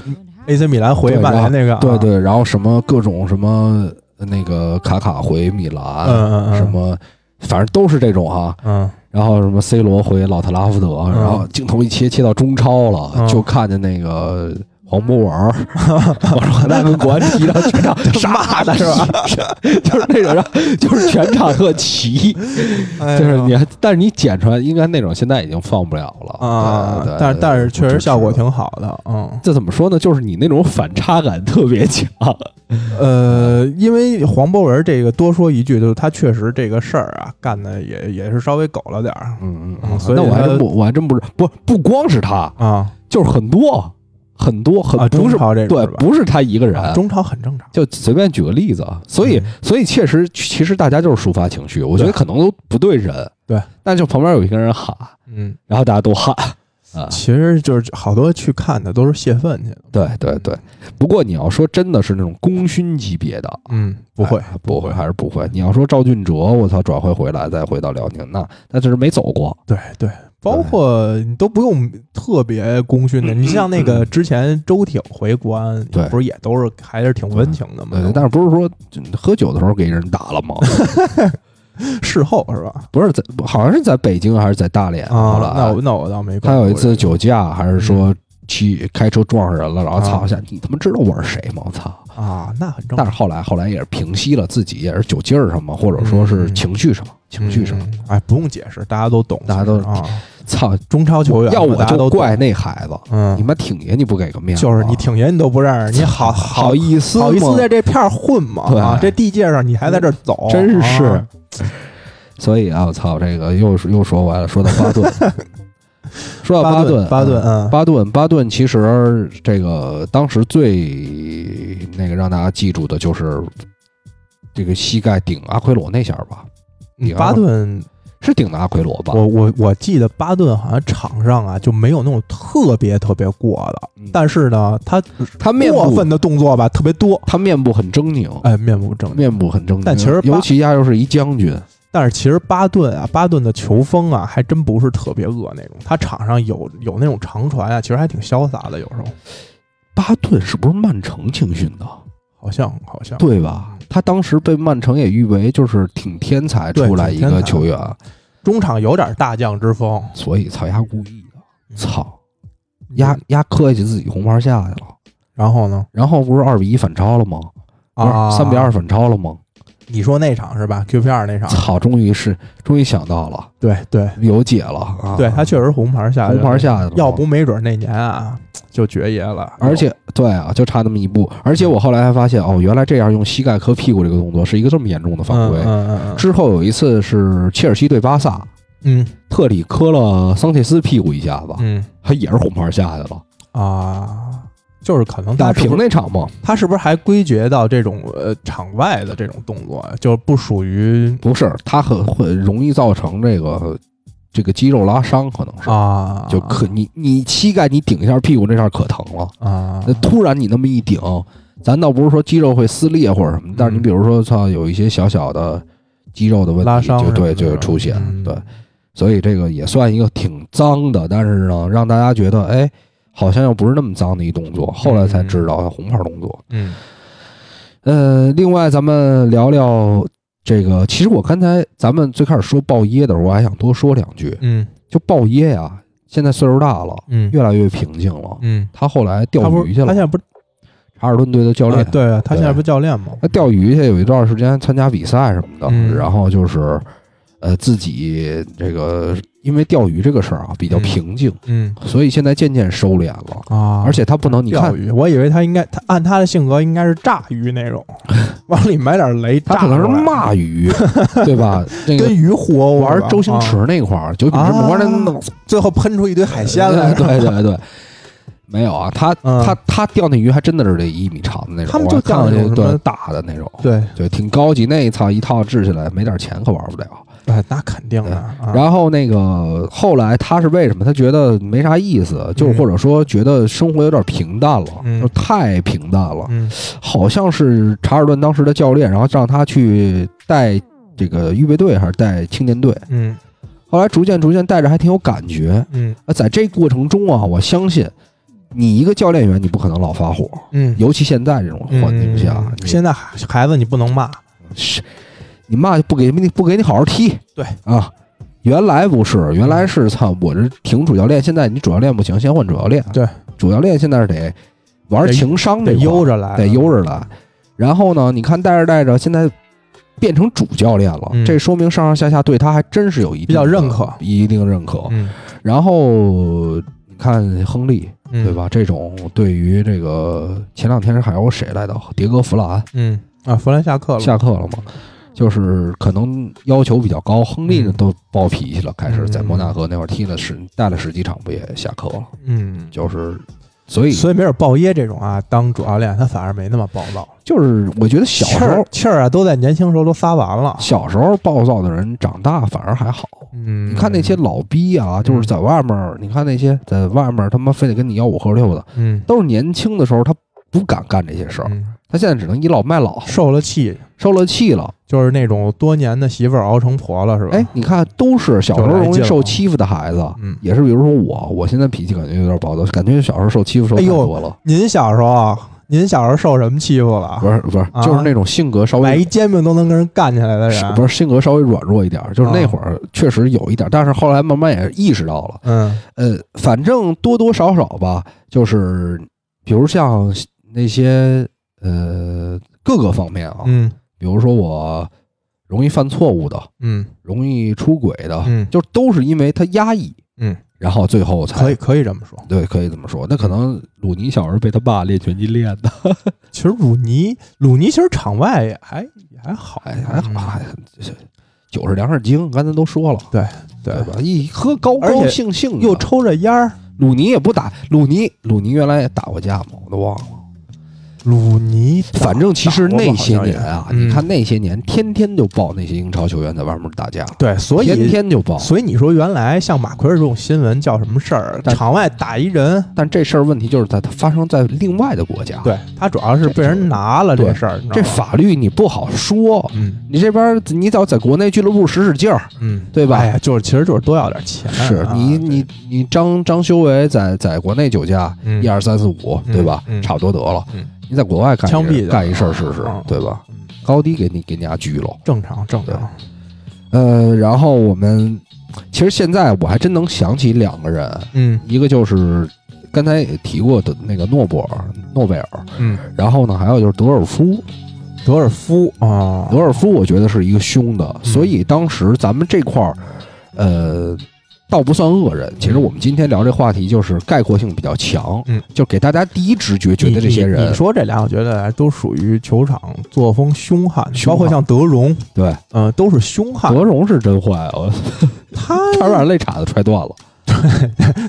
[SPEAKER 4] AC 米兰回
[SPEAKER 3] 对
[SPEAKER 4] 曼联
[SPEAKER 3] 然后
[SPEAKER 4] 那个啊，
[SPEAKER 3] 对对，然后什么各种什么呃那个卡卡回米兰，
[SPEAKER 4] 嗯嗯嗯
[SPEAKER 3] 什么反正都是这种哈、啊。
[SPEAKER 4] 嗯，
[SPEAKER 3] 然后什么 C 罗回老特拉福德，
[SPEAKER 4] 嗯
[SPEAKER 3] 然后镜头一切切到中超了，
[SPEAKER 4] 嗯
[SPEAKER 3] 就看见那个黄博文 儿、王楚汉他们国安踢到全场傻的是吧？ 就是那种让，就是全场特齐，
[SPEAKER 4] 哎
[SPEAKER 3] 就是
[SPEAKER 4] 呦
[SPEAKER 3] 你还，但是你剪出来，应该那种现在已经放不了了
[SPEAKER 4] 啊
[SPEAKER 3] 对对，
[SPEAKER 4] 但是
[SPEAKER 3] 对
[SPEAKER 4] 但是
[SPEAKER 3] 我
[SPEAKER 4] 确
[SPEAKER 3] 支
[SPEAKER 4] 实
[SPEAKER 3] 持
[SPEAKER 4] 效果挺好的，嗯，
[SPEAKER 3] 这怎么说呢？就是你那种反差感特别强，
[SPEAKER 4] 呃，因为黄博文这个多说一句，就是他确实这个事儿啊干的也也是稍微狗了点儿
[SPEAKER 3] 嗯
[SPEAKER 4] 嗯所以
[SPEAKER 3] 那我还
[SPEAKER 4] 他
[SPEAKER 3] 真不，我还真不是，不不光是他，
[SPEAKER 4] 啊
[SPEAKER 3] 就是很多很多很、
[SPEAKER 4] 啊，
[SPEAKER 3] 不
[SPEAKER 4] 中
[SPEAKER 3] 是
[SPEAKER 4] 朝这种
[SPEAKER 3] 对，
[SPEAKER 4] 是吧
[SPEAKER 3] 不是他一个人，
[SPEAKER 4] 啊中朝很正常，
[SPEAKER 3] 就随便举个例子啊。所以
[SPEAKER 4] 嗯
[SPEAKER 3] 所以确实，其实大家就是抒发情绪，我觉得
[SPEAKER 4] 对
[SPEAKER 3] 可能都不对人，
[SPEAKER 4] 对，
[SPEAKER 3] 但就旁边有一个人喊，
[SPEAKER 4] 嗯，
[SPEAKER 3] 然后大家都喊啊，
[SPEAKER 4] 其实就是好多去看的都是泄愤去的，
[SPEAKER 3] 对对对。不过你要说真的是那种功勋级别的，
[SPEAKER 4] 嗯，不会
[SPEAKER 3] 哎，不会，还是不会。你要说赵俊哲，我操，转会回来再回到辽宁，那那只是没走过。
[SPEAKER 4] 对对，包括你都不用特别功勋的，你像那个之前周挺回国安，
[SPEAKER 3] 嗯对
[SPEAKER 4] 不是也都是还是挺温情的
[SPEAKER 3] 对
[SPEAKER 4] 嘛，，
[SPEAKER 3] 但是不是说就喝酒的时候给人打 了吗？
[SPEAKER 4] 事后是吧？
[SPEAKER 3] 不是在，好像是在北京还是在大连好了
[SPEAKER 4] 啊，那我那我倒
[SPEAKER 3] 他
[SPEAKER 4] 没关注这个，
[SPEAKER 3] 有一次酒驾，还是说
[SPEAKER 4] 嗯
[SPEAKER 3] 骑开车撞上人了，然后操一下，你他妈知道我是谁吗？我操！
[SPEAKER 4] 啊，那很正
[SPEAKER 3] 但
[SPEAKER 4] 常
[SPEAKER 3] 是，后来后来也是平息了自己，也是酒劲儿上嘛，或者说是情绪上，情绪上。
[SPEAKER 4] 嗯，哎，不用解释，大家都懂，
[SPEAKER 3] 大家都
[SPEAKER 4] 其实啊，
[SPEAKER 3] 操！
[SPEAKER 4] 中超球员嘛
[SPEAKER 3] 要我
[SPEAKER 4] 啊大家
[SPEAKER 3] 就
[SPEAKER 4] 都懂
[SPEAKER 3] 怪那孩子，你
[SPEAKER 4] 嗯，
[SPEAKER 3] 妈挺爷你不给个面子，
[SPEAKER 4] 就是你挺爷你都不认识，你 好
[SPEAKER 3] 好意思
[SPEAKER 4] 好意思
[SPEAKER 3] 吗
[SPEAKER 4] 在这片儿混嘛
[SPEAKER 3] 对
[SPEAKER 4] 啊，这地界上你还在这儿走，
[SPEAKER 3] 真是。
[SPEAKER 4] 啊
[SPEAKER 3] 所以啊，我操，这个又是又说完了，说到巴 顿，说到
[SPEAKER 4] 巴
[SPEAKER 3] 顿，
[SPEAKER 4] 巴顿，嗯，
[SPEAKER 3] 巴顿，巴顿，其实这个当时最那个让大家记住的就是这个膝盖顶阿奎罗那下吧，顶阿
[SPEAKER 4] 巴顿
[SPEAKER 3] 是顶的阿奎罗吧？
[SPEAKER 4] 我我我记得巴顿好像场上啊就没有那种特别特别过的，
[SPEAKER 3] 嗯
[SPEAKER 4] 但是呢，他
[SPEAKER 3] 他面
[SPEAKER 4] 过
[SPEAKER 3] 部
[SPEAKER 4] 分的动作吧特别多，
[SPEAKER 3] 他面部很狰狞，
[SPEAKER 4] 哎，面目狰狞。
[SPEAKER 3] 面部很狰狞。
[SPEAKER 4] 但其实巴
[SPEAKER 3] 尤其他又是一将军，
[SPEAKER 4] 但是其实巴顿啊，巴顿的球风啊，还真不是特别恶那种。他场上有有那种长传啊，其实还挺潇洒的，有时候
[SPEAKER 3] 巴顿是不是曼城青训的？
[SPEAKER 4] 好像好像
[SPEAKER 3] 对吧？他当时被曼城也誉为就是挺天才
[SPEAKER 4] 对
[SPEAKER 3] 出来一
[SPEAKER 4] 挺
[SPEAKER 3] 个
[SPEAKER 4] 天才
[SPEAKER 3] 球员，
[SPEAKER 4] 中场有点大将之风。
[SPEAKER 3] 所以操，丫故意的，
[SPEAKER 4] 嗯
[SPEAKER 3] 操，
[SPEAKER 4] 压
[SPEAKER 3] 丫丫磕下去自己红牌下去了。
[SPEAKER 4] 嗯然后呢？
[SPEAKER 3] 然后不是二比一反超了吗？
[SPEAKER 4] 啊，
[SPEAKER 3] 三比二。啊反超了吗？
[SPEAKER 4] 你说那场是吧？QPR 那场，
[SPEAKER 3] 操，终于是终于想到了，
[SPEAKER 4] 对对
[SPEAKER 3] 有解了啊！
[SPEAKER 4] 对，他确实红牌下
[SPEAKER 3] 红
[SPEAKER 4] 去了
[SPEAKER 3] 牌下去了，
[SPEAKER 4] 要不没准那年啊就绝爷了。嗯
[SPEAKER 3] 而且对啊，就差那么一步。而且我后来还发现，哦，原来这样用膝盖磕屁股这个动作是一个这么严重的犯规。
[SPEAKER 4] 嗯嗯嗯
[SPEAKER 3] 之后有一次是切尔西对巴萨，
[SPEAKER 4] 嗯
[SPEAKER 3] 特里磕了桑切斯屁股一下子，
[SPEAKER 4] 嗯
[SPEAKER 3] 他也是红牌下去了，
[SPEAKER 4] 嗯啊，就是可能
[SPEAKER 3] 打
[SPEAKER 4] 他是
[SPEAKER 3] 平
[SPEAKER 4] 不是
[SPEAKER 3] 那场嘛。
[SPEAKER 4] 他是不是还归结到这种呃场外的这种动作啊，就是不属于
[SPEAKER 3] 不是，他很会容易造成这个这个肌肉拉伤，可能是
[SPEAKER 4] 啊
[SPEAKER 3] 就可你你膝盖你顶一下屁股那下可疼了，
[SPEAKER 4] 啊
[SPEAKER 3] 那突然你那么一顶，咱倒不是说肌肉会撕裂或者什么，但是你比如说操有一些小小的肌肉的问题，
[SPEAKER 4] 嗯拉伤
[SPEAKER 3] 就对
[SPEAKER 4] 是不是
[SPEAKER 3] 就出现、
[SPEAKER 4] 嗯
[SPEAKER 3] 对，所以这个也算一个挺脏的，但是呢让大家觉得哎好像又不是那么脏的一动作，后来才知道红牌动作。
[SPEAKER 4] 嗯
[SPEAKER 3] 呃，另外咱们聊聊这个，其实我刚才咱们最开始说鲍耶的时候，我还想多说两句，
[SPEAKER 4] 嗯
[SPEAKER 3] 就鲍耶呀、现在岁数大了。
[SPEAKER 4] 嗯
[SPEAKER 3] 越来越平静了。
[SPEAKER 4] 嗯，
[SPEAKER 3] 他后来
[SPEAKER 4] 他
[SPEAKER 3] 钓
[SPEAKER 4] 不
[SPEAKER 3] 鱼
[SPEAKER 4] 是
[SPEAKER 3] 去
[SPEAKER 4] 他
[SPEAKER 3] 了
[SPEAKER 4] 现，在不是
[SPEAKER 3] 查尔顿队的教练
[SPEAKER 4] 啊。对啊，他现在不是教练吗？
[SPEAKER 3] 他钓鱼去有一段时间参加比赛什么的，
[SPEAKER 4] 嗯
[SPEAKER 3] 然后就是呃自己这个因为钓鱼这个事儿啊比较
[SPEAKER 4] 嗯
[SPEAKER 3] 平静，
[SPEAKER 4] 嗯
[SPEAKER 3] 所以现在渐渐收敛了。
[SPEAKER 4] 啊，
[SPEAKER 3] 而且他不能，你看
[SPEAKER 4] 钓鱼，我以为他应该他按他的性格应该是炸鱼 那种，往里买点雷炸
[SPEAKER 3] 他可
[SPEAKER 4] 出来，
[SPEAKER 3] 能是骂 鱼，对吧？那个
[SPEAKER 4] 跟鱼互殴
[SPEAKER 3] 玩
[SPEAKER 4] 是吧
[SPEAKER 3] 周星驰
[SPEAKER 4] 啊
[SPEAKER 3] 那块儿，九品芝麻官那弄
[SPEAKER 4] 最后喷出一堆海鲜 来，
[SPEAKER 3] 对对对。没有啊，他
[SPEAKER 4] 嗯
[SPEAKER 3] 他他钓那鱼还真的是得一米长的那种，
[SPEAKER 4] 他们就
[SPEAKER 3] 我还看
[SPEAKER 4] 钓那
[SPEAKER 3] 见
[SPEAKER 4] 种什么
[SPEAKER 3] 对大的那种，
[SPEAKER 4] 对，
[SPEAKER 3] 对，挺高级。那一套一套治起来，没点钱可玩不了。
[SPEAKER 4] 哎，那肯定的。啊
[SPEAKER 3] 嗯然后那个后来他是为什么？他觉得没啥意思，就是
[SPEAKER 4] 嗯
[SPEAKER 3] 或者说觉得生活有点平淡了，
[SPEAKER 4] 嗯
[SPEAKER 3] 就太平淡了。
[SPEAKER 4] 嗯
[SPEAKER 3] 好像是查尔顿当时的教练，然后让他去带这个预备队还是带青年队。
[SPEAKER 4] 嗯
[SPEAKER 3] 后来逐渐逐渐带着还挺有感觉。
[SPEAKER 4] 嗯
[SPEAKER 3] 那在这过程中啊，我相信你一个教练员，你不可能老发火，
[SPEAKER 4] 嗯，
[SPEAKER 3] 尤其现在这种环境下，
[SPEAKER 4] 嗯
[SPEAKER 3] 啊你
[SPEAKER 4] 现在孩孩子你不能骂，
[SPEAKER 3] 是，你骂不给你不给你好好踢，
[SPEAKER 4] 对
[SPEAKER 3] 啊，原来不是，原来是操，我这停主教练，现在你主教练不行，先换主教练，
[SPEAKER 4] 对，
[SPEAKER 3] 主教练现在是得玩情商
[SPEAKER 4] 得
[SPEAKER 3] 这
[SPEAKER 4] 悠
[SPEAKER 3] 着，
[SPEAKER 4] 着来，
[SPEAKER 3] 得悠着来。然后呢，你看带着带着，现在变成主教练了，
[SPEAKER 4] 嗯
[SPEAKER 3] 这说明上上下下对他还真是有一定
[SPEAKER 4] 比较
[SPEAKER 3] 的
[SPEAKER 4] 认可
[SPEAKER 3] 一定认可。
[SPEAKER 4] 嗯，
[SPEAKER 3] 然后你看亨利，
[SPEAKER 4] 嗯，
[SPEAKER 3] 对？吧？这种对于这个前两天还有谁来的？迭戈·弗兰
[SPEAKER 4] 嗯啊，弗兰下课了，
[SPEAKER 3] 下课了嘛，就是可能要求比较高，亨利呢
[SPEAKER 4] 嗯
[SPEAKER 3] 都暴脾气了，开始在
[SPEAKER 4] 嗯
[SPEAKER 3] 摩纳哥那会儿踢了十带了十几场，不也下课了？
[SPEAKER 4] 嗯，
[SPEAKER 3] 就是，所以
[SPEAKER 4] 所以梅尔鲍耶这种啊，当主教练他反而没那么暴躁，
[SPEAKER 3] 就是我觉得小
[SPEAKER 4] 气
[SPEAKER 3] 时候
[SPEAKER 4] 儿啊气儿啊都在年轻时候都撒完了。
[SPEAKER 3] 小时候暴躁的人，长大反而还好。
[SPEAKER 4] 嗯，
[SPEAKER 3] 你看那些老逼啊，就是在外面儿，你看那些在外面儿他妈非得跟你要五喝六的，
[SPEAKER 4] 嗯，
[SPEAKER 3] 都是年轻的时候他不敢干这些事儿，
[SPEAKER 4] 嗯
[SPEAKER 3] 他现在只能倚老卖老，
[SPEAKER 4] 受了气，
[SPEAKER 3] 受了气了。
[SPEAKER 4] 就是那种多年的媳妇儿熬成婆了，是吧？
[SPEAKER 3] 哎，你看，都是小时候容易受欺负的孩子，
[SPEAKER 4] 嗯，
[SPEAKER 3] 也是比如说我，我现在脾气感觉有点暴躁，感觉小时候受欺负受
[SPEAKER 4] 哎
[SPEAKER 3] 太多了，
[SPEAKER 4] 您小时候啊，您小时候受什么欺负了
[SPEAKER 3] 不？是不是，
[SPEAKER 4] 啊
[SPEAKER 3] 就是那种性格稍
[SPEAKER 4] 买
[SPEAKER 3] 微
[SPEAKER 4] 一。煎饼都能跟人干起来的
[SPEAKER 3] 是
[SPEAKER 4] 人，
[SPEAKER 3] 不是性格稍微软弱一点，就是
[SPEAKER 4] 啊
[SPEAKER 3] 那会儿确实有一点，但是后来慢慢也意识到了。
[SPEAKER 4] 嗯
[SPEAKER 3] 呃，反正多多少少吧，就是比如像那些呃各个方面啊，
[SPEAKER 4] 嗯
[SPEAKER 3] 比如说我容易犯错误的，
[SPEAKER 4] 嗯
[SPEAKER 3] 容易出轨的，
[SPEAKER 4] 嗯，
[SPEAKER 3] 就都是因为他压抑，
[SPEAKER 4] 嗯，哎
[SPEAKER 3] 然后最后才
[SPEAKER 4] 可以可以这么说。
[SPEAKER 3] 对，可以这么说。那可能鲁尼小时候被他爸练拳击练的，
[SPEAKER 4] 其实鲁尼鲁尼其实场外也还也还好，
[SPEAKER 3] 还哎还好，
[SPEAKER 4] 嗯
[SPEAKER 3] 还酒是粮食精，刚才都说了，
[SPEAKER 4] 对
[SPEAKER 3] 对吧？一喝高
[SPEAKER 4] 而
[SPEAKER 3] 高
[SPEAKER 4] 且
[SPEAKER 3] 兴兴的，
[SPEAKER 4] 又抽着烟儿。
[SPEAKER 3] 鲁尼也不打鲁尼，鲁尼原来也打过架嘛，我都忘了。
[SPEAKER 4] 鲁尼打，
[SPEAKER 3] 反正其实
[SPEAKER 4] 打过吧
[SPEAKER 3] 那些
[SPEAKER 4] 好像也
[SPEAKER 3] 年啊，
[SPEAKER 4] 嗯
[SPEAKER 3] 你看那些年，天天就爆那些英超球员在外面打架，
[SPEAKER 4] 对，所以
[SPEAKER 3] 天天就爆。
[SPEAKER 4] 所以你说原来像马奎尔这种新闻叫什么事儿？
[SPEAKER 3] 但
[SPEAKER 4] 场外打一人，
[SPEAKER 3] 但这事儿问题就是在它发生在另外的国家，
[SPEAKER 4] 对他主要是被人拿了这事儿，你知
[SPEAKER 3] 这
[SPEAKER 4] 道吗
[SPEAKER 3] 法律你不好说。
[SPEAKER 4] 嗯
[SPEAKER 3] 你这边儿你早在国内俱乐部使使劲儿，
[SPEAKER 4] 嗯，
[SPEAKER 3] 对吧
[SPEAKER 4] 哎呀，就是其实就是多要点钱 啊，
[SPEAKER 3] 是你
[SPEAKER 4] 对
[SPEAKER 3] 你你张张修为在在国内酒驾
[SPEAKER 4] 嗯
[SPEAKER 3] 一二三四五
[SPEAKER 4] 嗯
[SPEAKER 3] 对吧
[SPEAKER 4] 嗯？
[SPEAKER 3] 差不多得了
[SPEAKER 4] 嗯。
[SPEAKER 3] 你在国外干一
[SPEAKER 4] 枪毙的
[SPEAKER 3] 干一事儿试试
[SPEAKER 4] 嗯
[SPEAKER 3] 对吧
[SPEAKER 4] 嗯？
[SPEAKER 3] 高低给你给你家拘了。
[SPEAKER 4] 正常正常，
[SPEAKER 3] 呃，然后我们其实现在我还真能想起两个人，
[SPEAKER 4] 嗯
[SPEAKER 3] 一个就是刚才也提过的那个诺贝尔诺贝尔，
[SPEAKER 4] 嗯，
[SPEAKER 3] 然后呢还有就是德尔夫，
[SPEAKER 4] 德尔夫啊
[SPEAKER 3] 德，尔夫我觉得是一个凶的，
[SPEAKER 4] 嗯
[SPEAKER 3] 所以当时咱们这块儿，呃，倒不算恶人。其实我们今天聊这话题就是概括性比较强，
[SPEAKER 4] 嗯，
[SPEAKER 3] 就给大家第一直觉觉
[SPEAKER 4] 你
[SPEAKER 3] 得这些
[SPEAKER 4] 你
[SPEAKER 3] 人
[SPEAKER 4] 你说这俩，我觉得都属于球场作风凶悍，
[SPEAKER 3] 凶悍
[SPEAKER 4] 包括像德容，
[SPEAKER 3] 对
[SPEAKER 4] 嗯，都是凶悍。
[SPEAKER 3] 德容是真坏，啊我
[SPEAKER 4] 他
[SPEAKER 3] 差点把肋叉子踹断 了。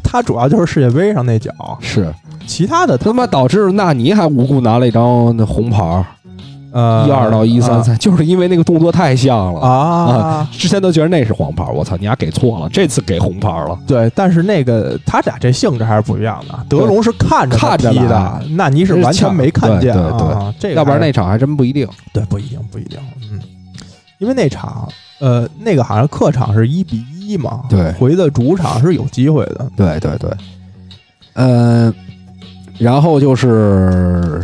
[SPEAKER 4] 他主要就是世界杯上那脚，
[SPEAKER 3] 是
[SPEAKER 4] 其他的他
[SPEAKER 3] 他妈导致纳尼还无故拿了一张那红牌儿，
[SPEAKER 4] 呃
[SPEAKER 3] 一二到一三三，就是因为那个动作太像了。
[SPEAKER 4] 啊，
[SPEAKER 3] 之前都觉得那是黄牌，我操，你丫给错了，这次给红牌了。
[SPEAKER 4] 对，但是那个他俩这性质还是不一样的。德容是看着他
[SPEAKER 3] 看着
[SPEAKER 4] 踢
[SPEAKER 3] 来
[SPEAKER 4] 的，那你是完全没看见
[SPEAKER 3] 对对对
[SPEAKER 4] 啊，这个
[SPEAKER 3] 要不然那
[SPEAKER 4] 还是
[SPEAKER 3] 场还真不一定。
[SPEAKER 4] 对不一定不一定，嗯，因为那场呃那个好像客场是一比一嘛，
[SPEAKER 3] 对
[SPEAKER 4] 回的主场是有机会的，
[SPEAKER 3] 对对对，呃，然后就是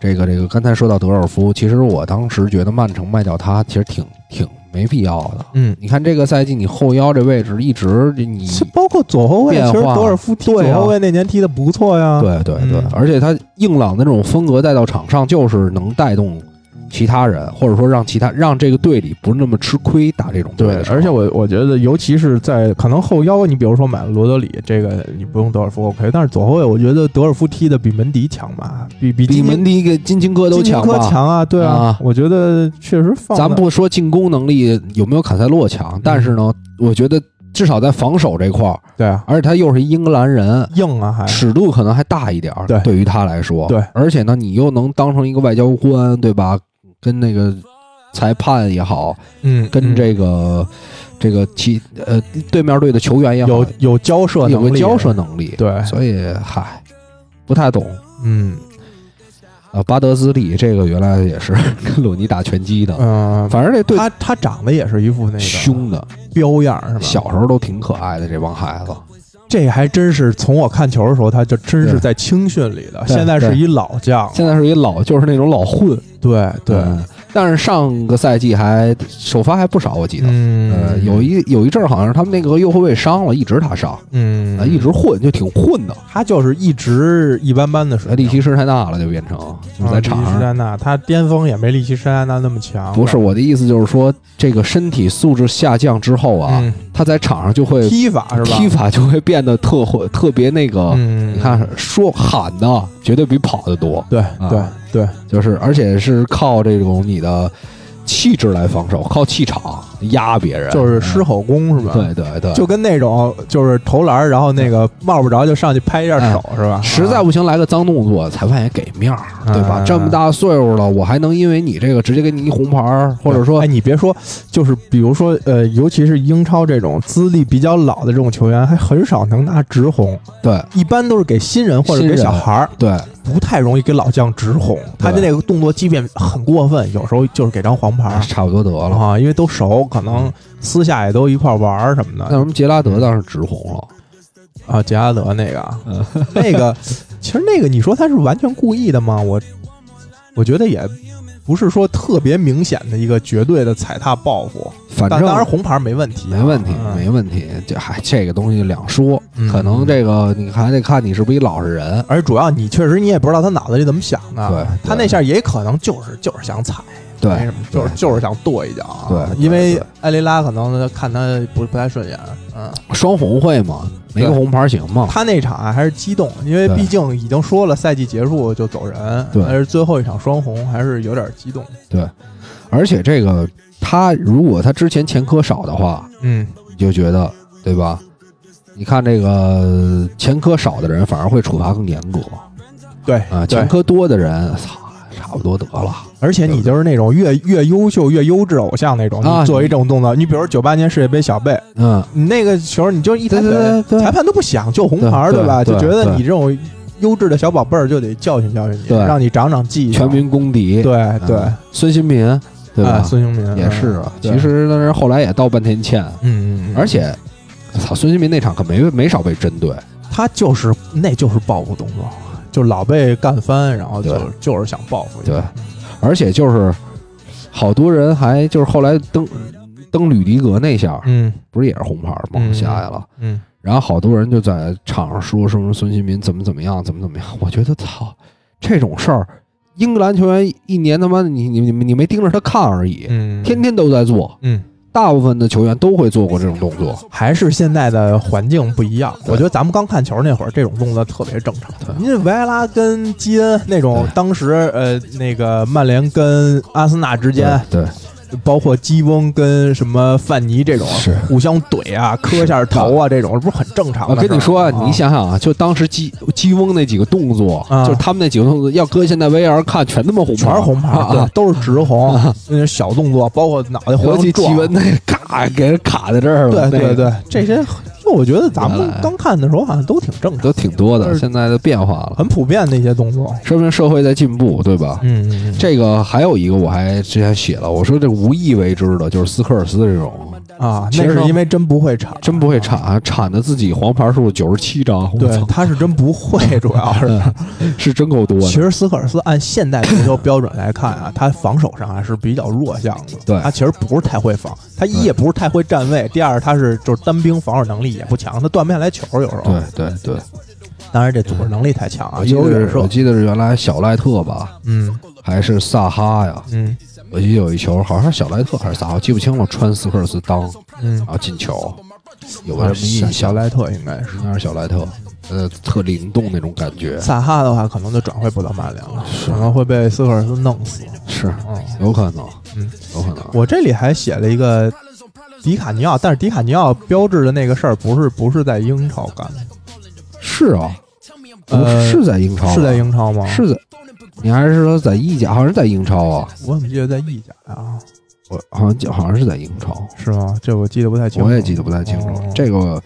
[SPEAKER 3] 这个这个，刚才说到德尔夫，其实我当时觉得曼城卖掉他其实挺挺没必要的。
[SPEAKER 4] 嗯。
[SPEAKER 3] 你看这个赛季你后腰这位置一直你
[SPEAKER 4] 是包括左后卫，
[SPEAKER 3] 变
[SPEAKER 4] 其
[SPEAKER 3] 化
[SPEAKER 4] 实德尔夫踢左
[SPEAKER 3] 对啊
[SPEAKER 4] 后卫那年踢的不错呀。，
[SPEAKER 3] 对对对
[SPEAKER 4] 嗯，
[SPEAKER 3] 而且他硬朗的这种风格带到场上，就是能带动其他人，或者说让其他让这个队里不是那么吃亏打这种队的时候。
[SPEAKER 4] 而且我我觉得，尤其是在可能后腰，你比如说买了罗德里，这个你不用德尔夫 OK，但是左后卫，我觉得德尔夫踢的比门迪强吧，比比
[SPEAKER 3] 比
[SPEAKER 4] 金
[SPEAKER 3] 门迪跟金琴科都
[SPEAKER 4] 金琴
[SPEAKER 3] 强
[SPEAKER 4] 科
[SPEAKER 3] 吧？
[SPEAKER 4] 强啊，对
[SPEAKER 3] 啊
[SPEAKER 4] 我觉得确实放
[SPEAKER 3] 咱
[SPEAKER 4] 的嗯
[SPEAKER 3] 不说进攻能力有没有卡塞洛强，但是呢，我觉得至少在防守这块儿，
[SPEAKER 4] 对啊，
[SPEAKER 3] 而且他又是英格兰人，
[SPEAKER 4] 硬啊还
[SPEAKER 3] 尺度可能还大一点儿。
[SPEAKER 4] 对
[SPEAKER 3] 于他来说，
[SPEAKER 4] 对
[SPEAKER 3] 而且呢，你又能当成一个外交官，对吧？跟那个裁判也好，
[SPEAKER 4] 嗯
[SPEAKER 3] 跟这个、这个其呃对面队的球员也
[SPEAKER 4] 嗯
[SPEAKER 3] 好
[SPEAKER 4] 有，有交涉
[SPEAKER 3] 有
[SPEAKER 4] 能
[SPEAKER 3] 个
[SPEAKER 4] 力，啊
[SPEAKER 3] 交涉能力。，
[SPEAKER 4] 对，
[SPEAKER 3] 所以嗨，不太懂。
[SPEAKER 4] 嗯
[SPEAKER 3] 啊，巴德斯利这个原来也是 跟鲁尼打拳击的，
[SPEAKER 4] 嗯，
[SPEAKER 3] 反正这对
[SPEAKER 4] 他他长得也是一副那个
[SPEAKER 3] 凶的，
[SPEAKER 4] 彪样儿是吧？
[SPEAKER 3] 小时候都挺可爱的这帮孩子，
[SPEAKER 4] 这还真是从我看球的时候，他就真
[SPEAKER 3] 对
[SPEAKER 4] 是在青训里的，
[SPEAKER 3] 对
[SPEAKER 4] 现在是一老将。
[SPEAKER 3] 现在是一老就是那种老混，
[SPEAKER 4] 对对，
[SPEAKER 3] 嗯但是上个赛季还首发还不少，我记得。
[SPEAKER 4] 嗯，
[SPEAKER 3] 呃，有一有一阵儿好像是他们那个右后卫伤了，一直他上，
[SPEAKER 4] 嗯
[SPEAKER 3] 啊，一直混就挺混的。
[SPEAKER 4] 他就是一直一般般的水
[SPEAKER 3] 那
[SPEAKER 4] 平，
[SPEAKER 3] 利奇施泰纳了就变成嗯就是在场
[SPEAKER 4] 啊利奇
[SPEAKER 3] 上。
[SPEAKER 4] 施泰纳，他巅峰也没利奇施泰纳那么强，啊
[SPEAKER 3] 不是我的意思，就是说这个身体素质下降之后啊，
[SPEAKER 4] 嗯
[SPEAKER 3] 他在场上就会
[SPEAKER 4] 踢法是吧？
[SPEAKER 3] 踢法就会变得特会特别那个，
[SPEAKER 4] 嗯，
[SPEAKER 3] 你看说喊的绝对比跑的多，
[SPEAKER 4] 对
[SPEAKER 3] 啊
[SPEAKER 4] 对对，
[SPEAKER 3] 就是而且是靠这种你的气质来防守，靠气场压别人，
[SPEAKER 4] 就是狮吼功是吧？
[SPEAKER 3] 啊嗯对对对，
[SPEAKER 4] 就跟那种就是投篮，然后那个冒不着就上去拍一下
[SPEAKER 3] 嗯
[SPEAKER 4] 手是吧？
[SPEAKER 3] 实在不行来个脏动作，裁判也给面儿，对吧？
[SPEAKER 4] 啊
[SPEAKER 3] 这么大岁数了，我还能因为你这个直接给你一红牌儿，或者说
[SPEAKER 4] 哎，你别说，就是比如说，呃，尤其是英超这种资历比较老的这种球员，还很少能拿直红，
[SPEAKER 3] 对
[SPEAKER 4] 一般都是给新人或者
[SPEAKER 3] 新
[SPEAKER 4] 给
[SPEAKER 3] 人
[SPEAKER 4] 小孩儿，
[SPEAKER 3] 对
[SPEAKER 4] 不太容易给老将直红。他的那个动作，即便很过分，有时候就是给张黄牌儿
[SPEAKER 3] 差不多得了。
[SPEAKER 4] 啊，因为都熟，可能私下也都一块儿玩儿什么
[SPEAKER 3] 那
[SPEAKER 4] 的
[SPEAKER 3] 什么杰拉德当时直红了，
[SPEAKER 4] 啊。杰拉德那个啊
[SPEAKER 3] 嗯，
[SPEAKER 4] 那 个，其实那个你说他是完全故意的吗？我我觉得也不是说特别明显的一个绝对的踩踏报复。
[SPEAKER 3] 反
[SPEAKER 4] 但
[SPEAKER 3] 正
[SPEAKER 4] 当然红牌没问题啊，
[SPEAKER 3] 没问题，
[SPEAKER 4] 嗯
[SPEAKER 3] 没问题。这还这个东西两说
[SPEAKER 4] 嗯，
[SPEAKER 3] 可能这个你还得看你是不是一老实人。
[SPEAKER 4] 而主要你确实你也不知道他脑子里怎么想的，
[SPEAKER 3] 对
[SPEAKER 4] 他那下也可能就是就是想踩，没
[SPEAKER 3] 对
[SPEAKER 4] 什么，就是
[SPEAKER 3] 对
[SPEAKER 4] 就是想跺一脚啊。
[SPEAKER 3] 对对
[SPEAKER 4] 因为
[SPEAKER 3] 对
[SPEAKER 4] 埃雷拉可能看他不不太顺眼，嗯，
[SPEAKER 3] 双红会嘛，没个
[SPEAKER 4] 对
[SPEAKER 3] 红牌行吗？
[SPEAKER 4] 他那场啊还是激动，因为
[SPEAKER 3] 对
[SPEAKER 4] 毕竟已经说了赛季结束就走人，
[SPEAKER 3] 对
[SPEAKER 4] 但是最后一场双红还是有点激动，
[SPEAKER 3] 而且这个他如果他之前前科少的话，
[SPEAKER 4] 嗯，
[SPEAKER 3] 你就觉得对吧？你看这个前科少的人反而会处罚更严格
[SPEAKER 4] 对
[SPEAKER 3] 啊，前
[SPEAKER 4] 对，
[SPEAKER 3] 科多的人，操，差不多得了。
[SPEAKER 4] 而且你就是那种越越优秀越优质偶像那种，
[SPEAKER 3] 啊
[SPEAKER 4] 你做一这种动作，你比如九八年世界杯小贝，
[SPEAKER 3] 嗯，
[SPEAKER 4] 你那个球你就一抬
[SPEAKER 3] 对对
[SPEAKER 4] 腿，
[SPEAKER 3] 对对
[SPEAKER 4] 裁判都不想就红牌，
[SPEAKER 3] 对
[SPEAKER 4] 吧？
[SPEAKER 3] 对
[SPEAKER 4] 就觉得
[SPEAKER 3] 对
[SPEAKER 4] 你这种优质的小宝贝儿就得教训教训你，
[SPEAKER 3] 对
[SPEAKER 4] 让你长长记性。
[SPEAKER 3] 全民公敌，
[SPEAKER 4] 对对
[SPEAKER 3] 嗯，孙兴民，对
[SPEAKER 4] 哎
[SPEAKER 3] 吧？
[SPEAKER 4] 孙兴民
[SPEAKER 3] 也是啊，
[SPEAKER 4] 对
[SPEAKER 3] 其实但是后来也道半天歉，
[SPEAKER 4] 嗯嗯，嗯
[SPEAKER 3] 而且，操，孙兴民那场可没没少被针对，
[SPEAKER 4] 他就是那就是报复动作，就老被干翻，然后就
[SPEAKER 3] 对
[SPEAKER 4] 就是想报复你。
[SPEAKER 3] 对而且就是好多人还就是后来登登吕迪格那下，
[SPEAKER 4] 嗯
[SPEAKER 3] 不是也是红牌吗？
[SPEAKER 4] 嗯
[SPEAKER 3] 下来了。
[SPEAKER 4] 嗯，
[SPEAKER 3] 然后好多人就在场上说什么孙兴民怎么怎么样，怎么怎么样。我觉得操，这种事儿，英格兰球员一年他妈的你你你你没盯着他看而已，
[SPEAKER 4] 嗯，
[SPEAKER 3] 天天都在做，
[SPEAKER 4] 嗯。
[SPEAKER 3] 大部分的球员都会做过这种动作。
[SPEAKER 4] 还是现在的环境不一样，我觉得咱们刚看球那会儿，这种动作特别正常
[SPEAKER 3] 对。
[SPEAKER 4] 因为维埃拉跟基恩那种
[SPEAKER 3] 对，
[SPEAKER 4] 当时呃，那个曼联跟阿森纳之间，
[SPEAKER 3] 对对
[SPEAKER 4] 包括基翁跟什么范尼这种
[SPEAKER 3] 是
[SPEAKER 4] 互相怼啊、磕一下头啊，这种不是很正常
[SPEAKER 3] 我
[SPEAKER 4] 的事儿吗？
[SPEAKER 3] 跟你说啊，你想想啊，就当时基基翁那几个动作，
[SPEAKER 4] 啊
[SPEAKER 3] 就是他们那几个动作，要搁现在 VR 看，全他妈红牌，
[SPEAKER 4] 全是红牌，
[SPEAKER 3] 啊
[SPEAKER 4] 对
[SPEAKER 3] 啊！，
[SPEAKER 4] 都是直红，那种小动作，包括脑袋互
[SPEAKER 3] 尤
[SPEAKER 4] 相
[SPEAKER 3] 其基
[SPEAKER 4] 撞。
[SPEAKER 3] 文那 咔给人卡在这儿了，
[SPEAKER 4] 对
[SPEAKER 3] 那嗯个
[SPEAKER 4] 对对，这些就我觉得咱们刚看的时候好像都挺正常
[SPEAKER 3] 都，挺多的，
[SPEAKER 4] 就是
[SPEAKER 3] 现在的变化了，
[SPEAKER 4] 很普遍的一些动作。
[SPEAKER 3] 说明社会在进步，对吧？
[SPEAKER 4] 嗯嗯
[SPEAKER 3] 这个还有一个我还之前写了，我说这无意为之的，就是斯科尔斯这种，
[SPEAKER 4] 啊，
[SPEAKER 3] 其
[SPEAKER 4] 那
[SPEAKER 3] 实
[SPEAKER 4] 是因为真不会铲，
[SPEAKER 3] 真不会铲，铲的自己黄牌数九十七张，我
[SPEAKER 4] 啊对
[SPEAKER 3] 操，
[SPEAKER 4] 他是真不会，主要是。
[SPEAKER 3] 嗯是真够多
[SPEAKER 4] 其
[SPEAKER 3] 的。
[SPEAKER 4] 实斯科尔斯按现代足球标准来看啊，他防守上还是比较弱项的。
[SPEAKER 3] 对
[SPEAKER 4] 他其实不是太会防，他一
[SPEAKER 3] 对
[SPEAKER 4] 也不是太会站位，第二他是就是单兵防守能力也不强，他断不下来球有时候
[SPEAKER 3] 对。对对，
[SPEAKER 4] 当然这组织能力太强啊，
[SPEAKER 3] 我记
[SPEAKER 4] 又有
[SPEAKER 3] 得
[SPEAKER 4] 远
[SPEAKER 3] 是我
[SPEAKER 4] 射。
[SPEAKER 3] 记得是原来小赖特吧，
[SPEAKER 4] 嗯
[SPEAKER 3] 还是萨哈呀，
[SPEAKER 4] 嗯
[SPEAKER 3] 我记得有一球好像是小赖特还是萨哈，我记不清了，穿斯科尔斯裆
[SPEAKER 4] 嗯
[SPEAKER 3] 然，后进球，有
[SPEAKER 4] 啊
[SPEAKER 3] 个什么
[SPEAKER 4] 小
[SPEAKER 3] 印
[SPEAKER 4] 小
[SPEAKER 3] 象？
[SPEAKER 4] 莱特应该是。
[SPEAKER 3] 应该是小赖特，呃，特灵动那种感觉，
[SPEAKER 4] 萨哈的话，可能就转会不到曼联了，可能会被斯科尔斯弄死。
[SPEAKER 3] 是
[SPEAKER 4] 嗯，
[SPEAKER 3] 哦有可能，
[SPEAKER 4] 嗯，
[SPEAKER 3] 有可能。
[SPEAKER 4] 我这里还写了一个迪卡尼奥，但是迪卡尼奥标志的那个事儿不是不是在英超干的，
[SPEAKER 3] 是啊，不
[SPEAKER 4] 呃
[SPEAKER 3] 是是在英超吧，
[SPEAKER 4] 是在英超吗？，
[SPEAKER 3] 哦是在，你还是说在意甲？好像是在英超啊，
[SPEAKER 4] 我怎么记得在意甲啊？
[SPEAKER 3] 我好像记好像是在英超，
[SPEAKER 4] 是吗？这我记得不太清楚。
[SPEAKER 3] 我也记得不太清楚。
[SPEAKER 4] 哦
[SPEAKER 3] 这个，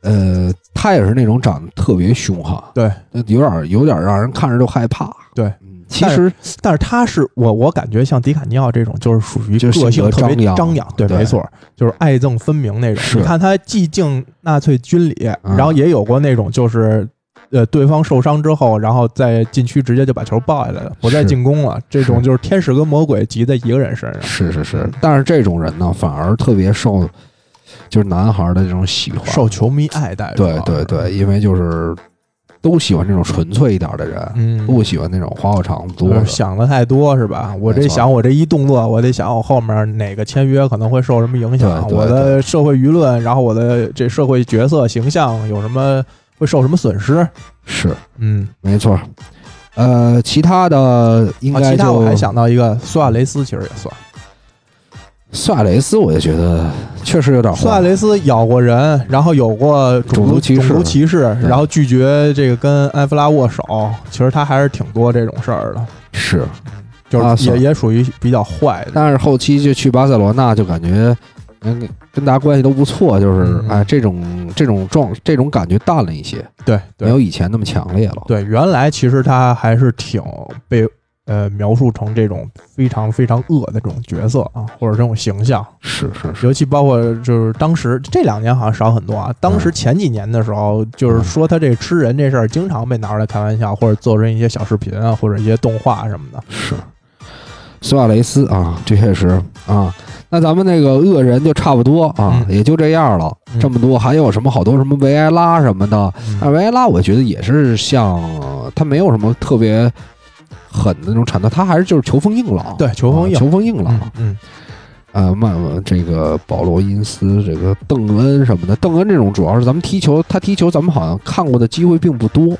[SPEAKER 3] 呃，他也是那种长得特别凶悍，
[SPEAKER 4] 对，
[SPEAKER 3] 有点有点让人看着就害怕。
[SPEAKER 4] 对
[SPEAKER 3] 嗯，其实
[SPEAKER 4] 但是他是我我感觉像迪卡尼奥这种，就是属于
[SPEAKER 3] 就是
[SPEAKER 4] 个性
[SPEAKER 3] 性格
[SPEAKER 4] 特别
[SPEAKER 3] 张扬
[SPEAKER 4] 张扬，对，
[SPEAKER 3] 对
[SPEAKER 4] 没错，就是爱憎分明那种。
[SPEAKER 3] 是
[SPEAKER 4] 你看他既敬纳粹军礼，
[SPEAKER 3] 嗯
[SPEAKER 4] 然后也有过那种就是呃对方受伤之后，然后在禁区直接就把球抱下来了，不再
[SPEAKER 3] 是
[SPEAKER 4] 进攻了。这种
[SPEAKER 3] 是
[SPEAKER 4] 就是天使跟魔鬼集在一个人身上。
[SPEAKER 3] 是是是，但是这种人呢，反而特别受就是男孩的这种喜欢，
[SPEAKER 4] 受球迷爱戴，
[SPEAKER 3] 对
[SPEAKER 4] 主要
[SPEAKER 3] 对
[SPEAKER 4] 是，嗯
[SPEAKER 3] 对，因为就是都喜欢这种纯粹一点的人，
[SPEAKER 4] 嗯，
[SPEAKER 3] 不喜欢那种花花肠子多
[SPEAKER 4] 就是
[SPEAKER 3] 的。
[SPEAKER 4] 想的太多是吧？我这
[SPEAKER 3] 没错
[SPEAKER 4] 想我这一动作，我得想我后面哪个签约可能会受什么影响，
[SPEAKER 3] 对对
[SPEAKER 4] 我的社会舆论，然后我的这社会角色形象有什么会受什么损失？
[SPEAKER 3] 是
[SPEAKER 4] 嗯，
[SPEAKER 3] 没错。呃，其他的应
[SPEAKER 4] 啊，
[SPEAKER 3] 该就、
[SPEAKER 4] 其他我还想到一个苏亚雷斯，其实也算，
[SPEAKER 3] 苏亚雷斯，我就觉得确实有点
[SPEAKER 4] 苏亚
[SPEAKER 3] 坏。
[SPEAKER 4] 雷斯咬过人，然后有过
[SPEAKER 3] 种
[SPEAKER 4] 种族
[SPEAKER 3] 族歧视
[SPEAKER 4] 种族歧视，
[SPEAKER 3] 对
[SPEAKER 4] 然后拒绝这个跟埃弗拉握手，其实他还是挺多这种事儿的，
[SPEAKER 3] 是，
[SPEAKER 4] 就
[SPEAKER 3] 啊
[SPEAKER 4] 是也、
[SPEAKER 3] 算
[SPEAKER 4] 也属于比较坏的。
[SPEAKER 3] 但是后期就去巴塞罗那，就感觉跟跟大家关系都不错，就是
[SPEAKER 4] 嗯嗯
[SPEAKER 3] 哎，这种这种状这种感觉淡了一些，
[SPEAKER 4] 对对
[SPEAKER 3] 没，有以前那么强烈了。
[SPEAKER 4] 对，原来其实他还是挺被呃描述成这种非常非常恶的这种角色啊，或者这种形象，
[SPEAKER 3] 是是是，
[SPEAKER 4] 尤其包括就是当时这两年好像少很多啊。当
[SPEAKER 3] 嗯
[SPEAKER 4] 时前几年的时候，就是说他这吃人这事儿，经常被拿出来开玩笑，或者做成一些小视频啊，或者一些动画什么的。
[SPEAKER 3] 是，苏亚雷斯啊，确实啊。那咱们那个恶人就差不多啊，
[SPEAKER 4] 嗯
[SPEAKER 3] 也就这样了。
[SPEAKER 4] 嗯
[SPEAKER 3] 这么多，还有什么好多什么维埃拉什么的？但
[SPEAKER 4] 嗯
[SPEAKER 3] 维埃拉我觉得也是像他没有什么特别狠的那种铲头，他还是就是球风硬朗。
[SPEAKER 4] 对，球风
[SPEAKER 3] 啊
[SPEAKER 4] 硬，
[SPEAKER 3] 球风硬朗。
[SPEAKER 4] 嗯嗯，
[SPEAKER 3] 呃，曼曼这个保罗因斯，这个邓恩什么的，邓恩这种主要是咱们踢球，他踢球咱们好像看过的机会并不多。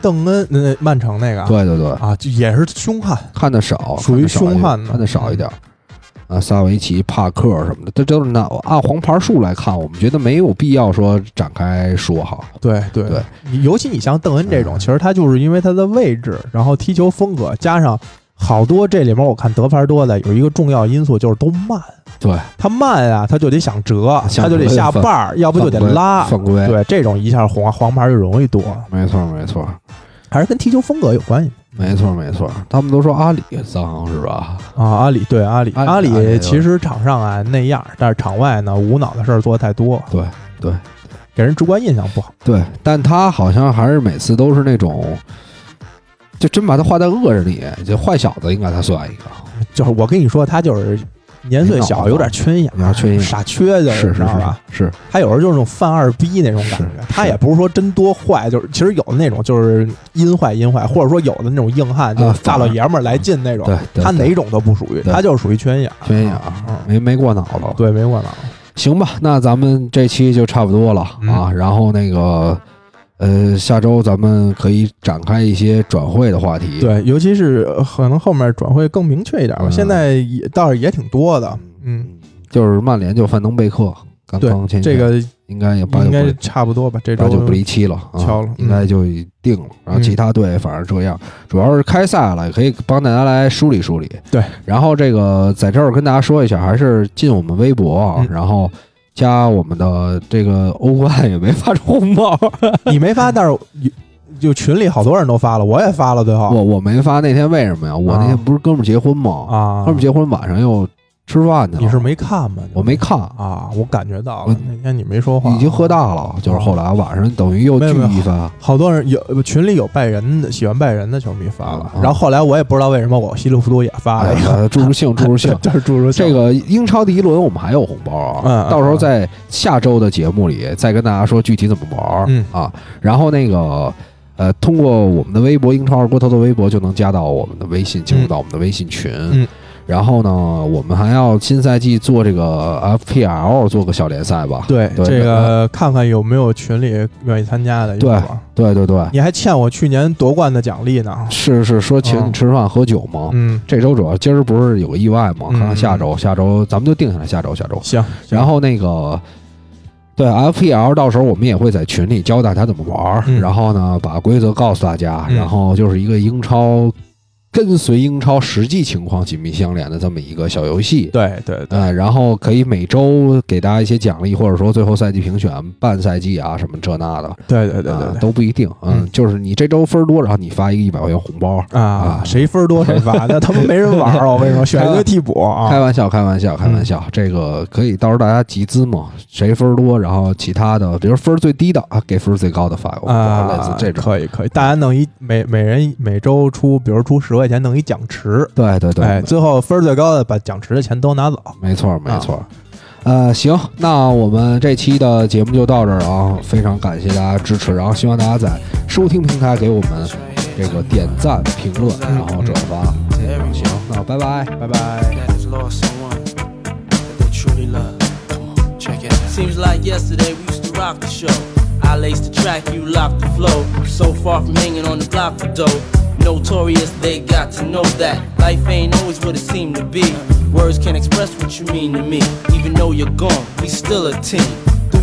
[SPEAKER 4] 邓恩那曼城那个啊
[SPEAKER 3] 对对对，
[SPEAKER 4] 啊，就也是凶悍，
[SPEAKER 3] 看的少，
[SPEAKER 4] 属于凶悍的
[SPEAKER 3] 看的少一点。啊，萨维奇、帕克什么的，这都是拿按黄牌数来看，我们觉得没有必要说展开说哈。
[SPEAKER 4] 对对
[SPEAKER 3] 对，
[SPEAKER 4] 你尤其你像邓恩这种，
[SPEAKER 3] 嗯
[SPEAKER 4] 其实他就是因为他的位置，然后踢球风格，加上好多这里面我看得分多的有一个重要因素就是都慢，
[SPEAKER 3] 对，
[SPEAKER 4] 他慢啊，他就得想折，
[SPEAKER 3] 想
[SPEAKER 4] 他就得下绊儿，要不就得拉。
[SPEAKER 3] 犯规，
[SPEAKER 4] 对，这种一下红黄牌就容易多，
[SPEAKER 3] 没错没错
[SPEAKER 4] 还是跟踢球风格有关系
[SPEAKER 3] 没错没错。他们都说阿里脏是吧？
[SPEAKER 4] 啊。阿里对阿里，
[SPEAKER 3] 阿里
[SPEAKER 4] 阿
[SPEAKER 3] 阿
[SPEAKER 4] 里
[SPEAKER 3] 里
[SPEAKER 4] 其实场上啊那样，但是场外呢无脑的事儿做的太多，
[SPEAKER 3] 对对
[SPEAKER 4] 给人直观印象不好。
[SPEAKER 3] 对，但他好像还是每次都是那种，就真把他画在恶人里，就坏小子应该他算一个。
[SPEAKER 4] 就是我跟你说，他就是年岁
[SPEAKER 3] 没脑
[SPEAKER 4] 小，
[SPEAKER 3] 子
[SPEAKER 4] 有点缺心眼儿，
[SPEAKER 3] 有点缺心眼儿
[SPEAKER 4] 傻缺就是你
[SPEAKER 3] 嗯是
[SPEAKER 4] 知道吧？
[SPEAKER 3] 是是，
[SPEAKER 4] 他有时候就是那种犯二逼那种感觉
[SPEAKER 3] 是，
[SPEAKER 4] 他也不是说真多坏，就是其实有的那种就是阴坏阴坏，或者说有的那种硬汉，
[SPEAKER 3] 啊
[SPEAKER 4] 就是大老爷们儿来劲那种，
[SPEAKER 3] 对对，
[SPEAKER 4] 他
[SPEAKER 3] 对
[SPEAKER 4] 哪种都不属于，
[SPEAKER 3] 对
[SPEAKER 4] 他就是属于缺心眼儿，
[SPEAKER 3] 缺心眼
[SPEAKER 4] 啊
[SPEAKER 3] 儿
[SPEAKER 4] 嗯
[SPEAKER 3] 没没过脑子。
[SPEAKER 4] 对，没过脑，
[SPEAKER 3] 行吧，那咱们这期就差不多了
[SPEAKER 4] 嗯
[SPEAKER 3] 啊。然后那个，呃，下周咱们可以展开一些转会的话题。，
[SPEAKER 4] 对，尤其是呃可能后面转会更明确一点吧，
[SPEAKER 3] 嗯
[SPEAKER 4] 现在也倒是也挺多的，嗯，
[SPEAKER 3] 就是曼联就范登贝克，刚
[SPEAKER 4] 对
[SPEAKER 3] 刚签，
[SPEAKER 4] 这个
[SPEAKER 3] 应该也八
[SPEAKER 4] 应
[SPEAKER 3] 九
[SPEAKER 4] 该
[SPEAKER 3] 不
[SPEAKER 4] 差不多吧，这周
[SPEAKER 3] 八九不离七了啊，
[SPEAKER 4] 敲了嗯
[SPEAKER 3] 应该就定了。然后其他队反正这样，主要是开赛了，也可以帮大家来梳理梳理。
[SPEAKER 4] 对，
[SPEAKER 3] 然后这个在这儿跟大家说一下，还是进我们微博啊
[SPEAKER 4] 嗯，
[SPEAKER 3] 然后。加我们的这个欧冠也没发出红包，
[SPEAKER 4] 你没发，但是有就群里好多人都发了，我也发了，最后
[SPEAKER 3] 我我没发那天为什么呀？我那天不是哥们儿结婚吗？
[SPEAKER 4] 啊
[SPEAKER 3] 哥，们儿结婚晚上又吃饭去了，
[SPEAKER 4] 你是没看吗？
[SPEAKER 3] 我没看，
[SPEAKER 4] 啊，我感觉到了
[SPEAKER 3] 我，
[SPEAKER 4] 那天你没说话，
[SPEAKER 3] 已经喝大了，就是后来晚上等于又
[SPEAKER 4] 没有
[SPEAKER 3] 聚
[SPEAKER 4] 没有
[SPEAKER 3] 一番，
[SPEAKER 4] 好多人有群里有拜仁的，喜欢拜仁的球迷发了，
[SPEAKER 3] 嗯
[SPEAKER 4] 然后后来我也不知道为什么我稀里糊涂也发了一个，。
[SPEAKER 3] 哎呀助助兴，助助兴
[SPEAKER 4] 就是诸如
[SPEAKER 3] 这个英超第一轮我们还有红包
[SPEAKER 4] 嗯
[SPEAKER 3] 啊，
[SPEAKER 4] 嗯
[SPEAKER 3] 到时候在下周的节目里再跟大家说具体怎么玩
[SPEAKER 4] 嗯
[SPEAKER 3] 儿啊。然后那个呃，通过我们的微博“英超二锅头”的微博就能加到我们的微信，进入到我们的微信群。
[SPEAKER 4] 嗯
[SPEAKER 3] 然后呢，我们还要新赛季做这个 FPL 做个小联赛吧。
[SPEAKER 4] 对
[SPEAKER 3] 对嗯
[SPEAKER 4] 这个看看有没有群里愿意参加的，一会儿
[SPEAKER 3] 对对对，
[SPEAKER 4] 你还欠我去年夺冠的奖励呢，
[SPEAKER 3] 是是说请你吃饭喝酒吗？
[SPEAKER 4] 哦嗯，
[SPEAKER 3] 这周主要今儿不是有个意外吗？
[SPEAKER 4] 嗯
[SPEAKER 3] 看看下周，下周咱们就定下来，下周下周。
[SPEAKER 4] 行，行
[SPEAKER 3] 然后那个，对 FPL，到时候我们也会在群里教大家怎么玩儿，
[SPEAKER 4] 嗯
[SPEAKER 3] 然后呢把规则告诉大家，
[SPEAKER 4] 嗯
[SPEAKER 3] 然后就是一个英超跟随英超实际情况紧密相连的这么一个小游戏。
[SPEAKER 4] 对对对，
[SPEAKER 3] 哎，然后可以每周给大家一些奖励，或者说最后赛季评选、半赛季啊什么这那的，
[SPEAKER 4] 对对对
[SPEAKER 3] 啊
[SPEAKER 4] 对
[SPEAKER 3] 都不一定。嗯，
[SPEAKER 4] 嗯
[SPEAKER 3] 就是你这周分儿多，然后你发一个一百块钱红包。
[SPEAKER 4] 对啊
[SPEAKER 3] 啊，
[SPEAKER 4] 谁分儿多谁发，那他妈没人 玩儿啊！我跟你说，选一个替补
[SPEAKER 3] 开
[SPEAKER 4] 啊，嗯
[SPEAKER 3] 玩笑，开玩笑，开玩笑，这个可以到时候大家集资嘛，谁分儿多，然后其他的，比如分儿最低的啊，给分儿最高的发个红包，类似
[SPEAKER 4] 啊，
[SPEAKER 3] 这种。
[SPEAKER 4] 可以可以，大家弄一每每人每周出，比如出十块钱，弄一奖池，
[SPEAKER 3] 对对对，
[SPEAKER 4] 哎，最后分儿最高的把奖池的钱都拿走。
[SPEAKER 3] 没错，没
[SPEAKER 4] 啊
[SPEAKER 3] 错。呃，行，那我们这期的节目就到这儿啊，非常感谢大家支持，然后希望大家在收听平台给我们这个点赞、评论，然后转发。
[SPEAKER 4] 嗯
[SPEAKER 1] Every
[SPEAKER 3] 行，那拜拜。
[SPEAKER 4] 拜拜。
[SPEAKER 1] that has lost someone that they truly love. Come on, check it out. Seems like yesterday we used to rock the show. I laced the track, you locked the flow. So far from hanging on the block for dough. Notorious, they got to know that life ain't always what it seemed to be. Words can't express what you mean to me. Even though you're gone, we still a team through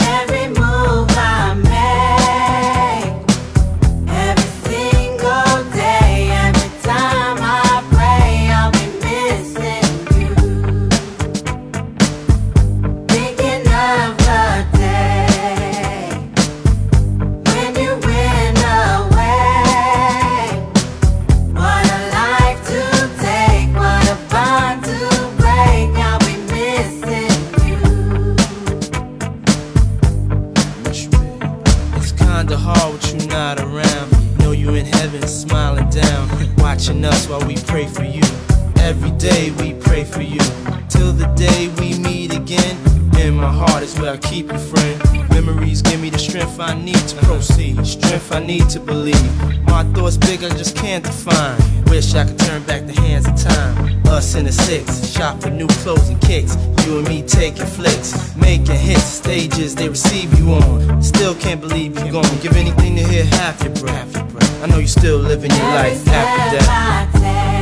[SPEAKER 5] Every move I make, every single day, every time I pray, I'll be missing you. Thinking of the day when you went away. What a life to take, what a bond to break. I'll be missing you.
[SPEAKER 1] with you. It's kinda hard with you not around. Know you in heaven smiling down, watching us while we pray for you. Every day we pray for you, till the day we meet again. In my heart is where I keep you, friend. Memories give me the strength I need to proceed, strength I need to believe. My thoughts big, I just can't define. Wish I could turn back the hands of time. Us in the six, shop for new clothes and kicks. You and me taking flicks, making hits, stages they receive you on. Still can't believe you're gone. Give anything to hear half your breath. I know you still living your
[SPEAKER 5] Every
[SPEAKER 1] life after
[SPEAKER 5] step
[SPEAKER 1] death.
[SPEAKER 5] I take.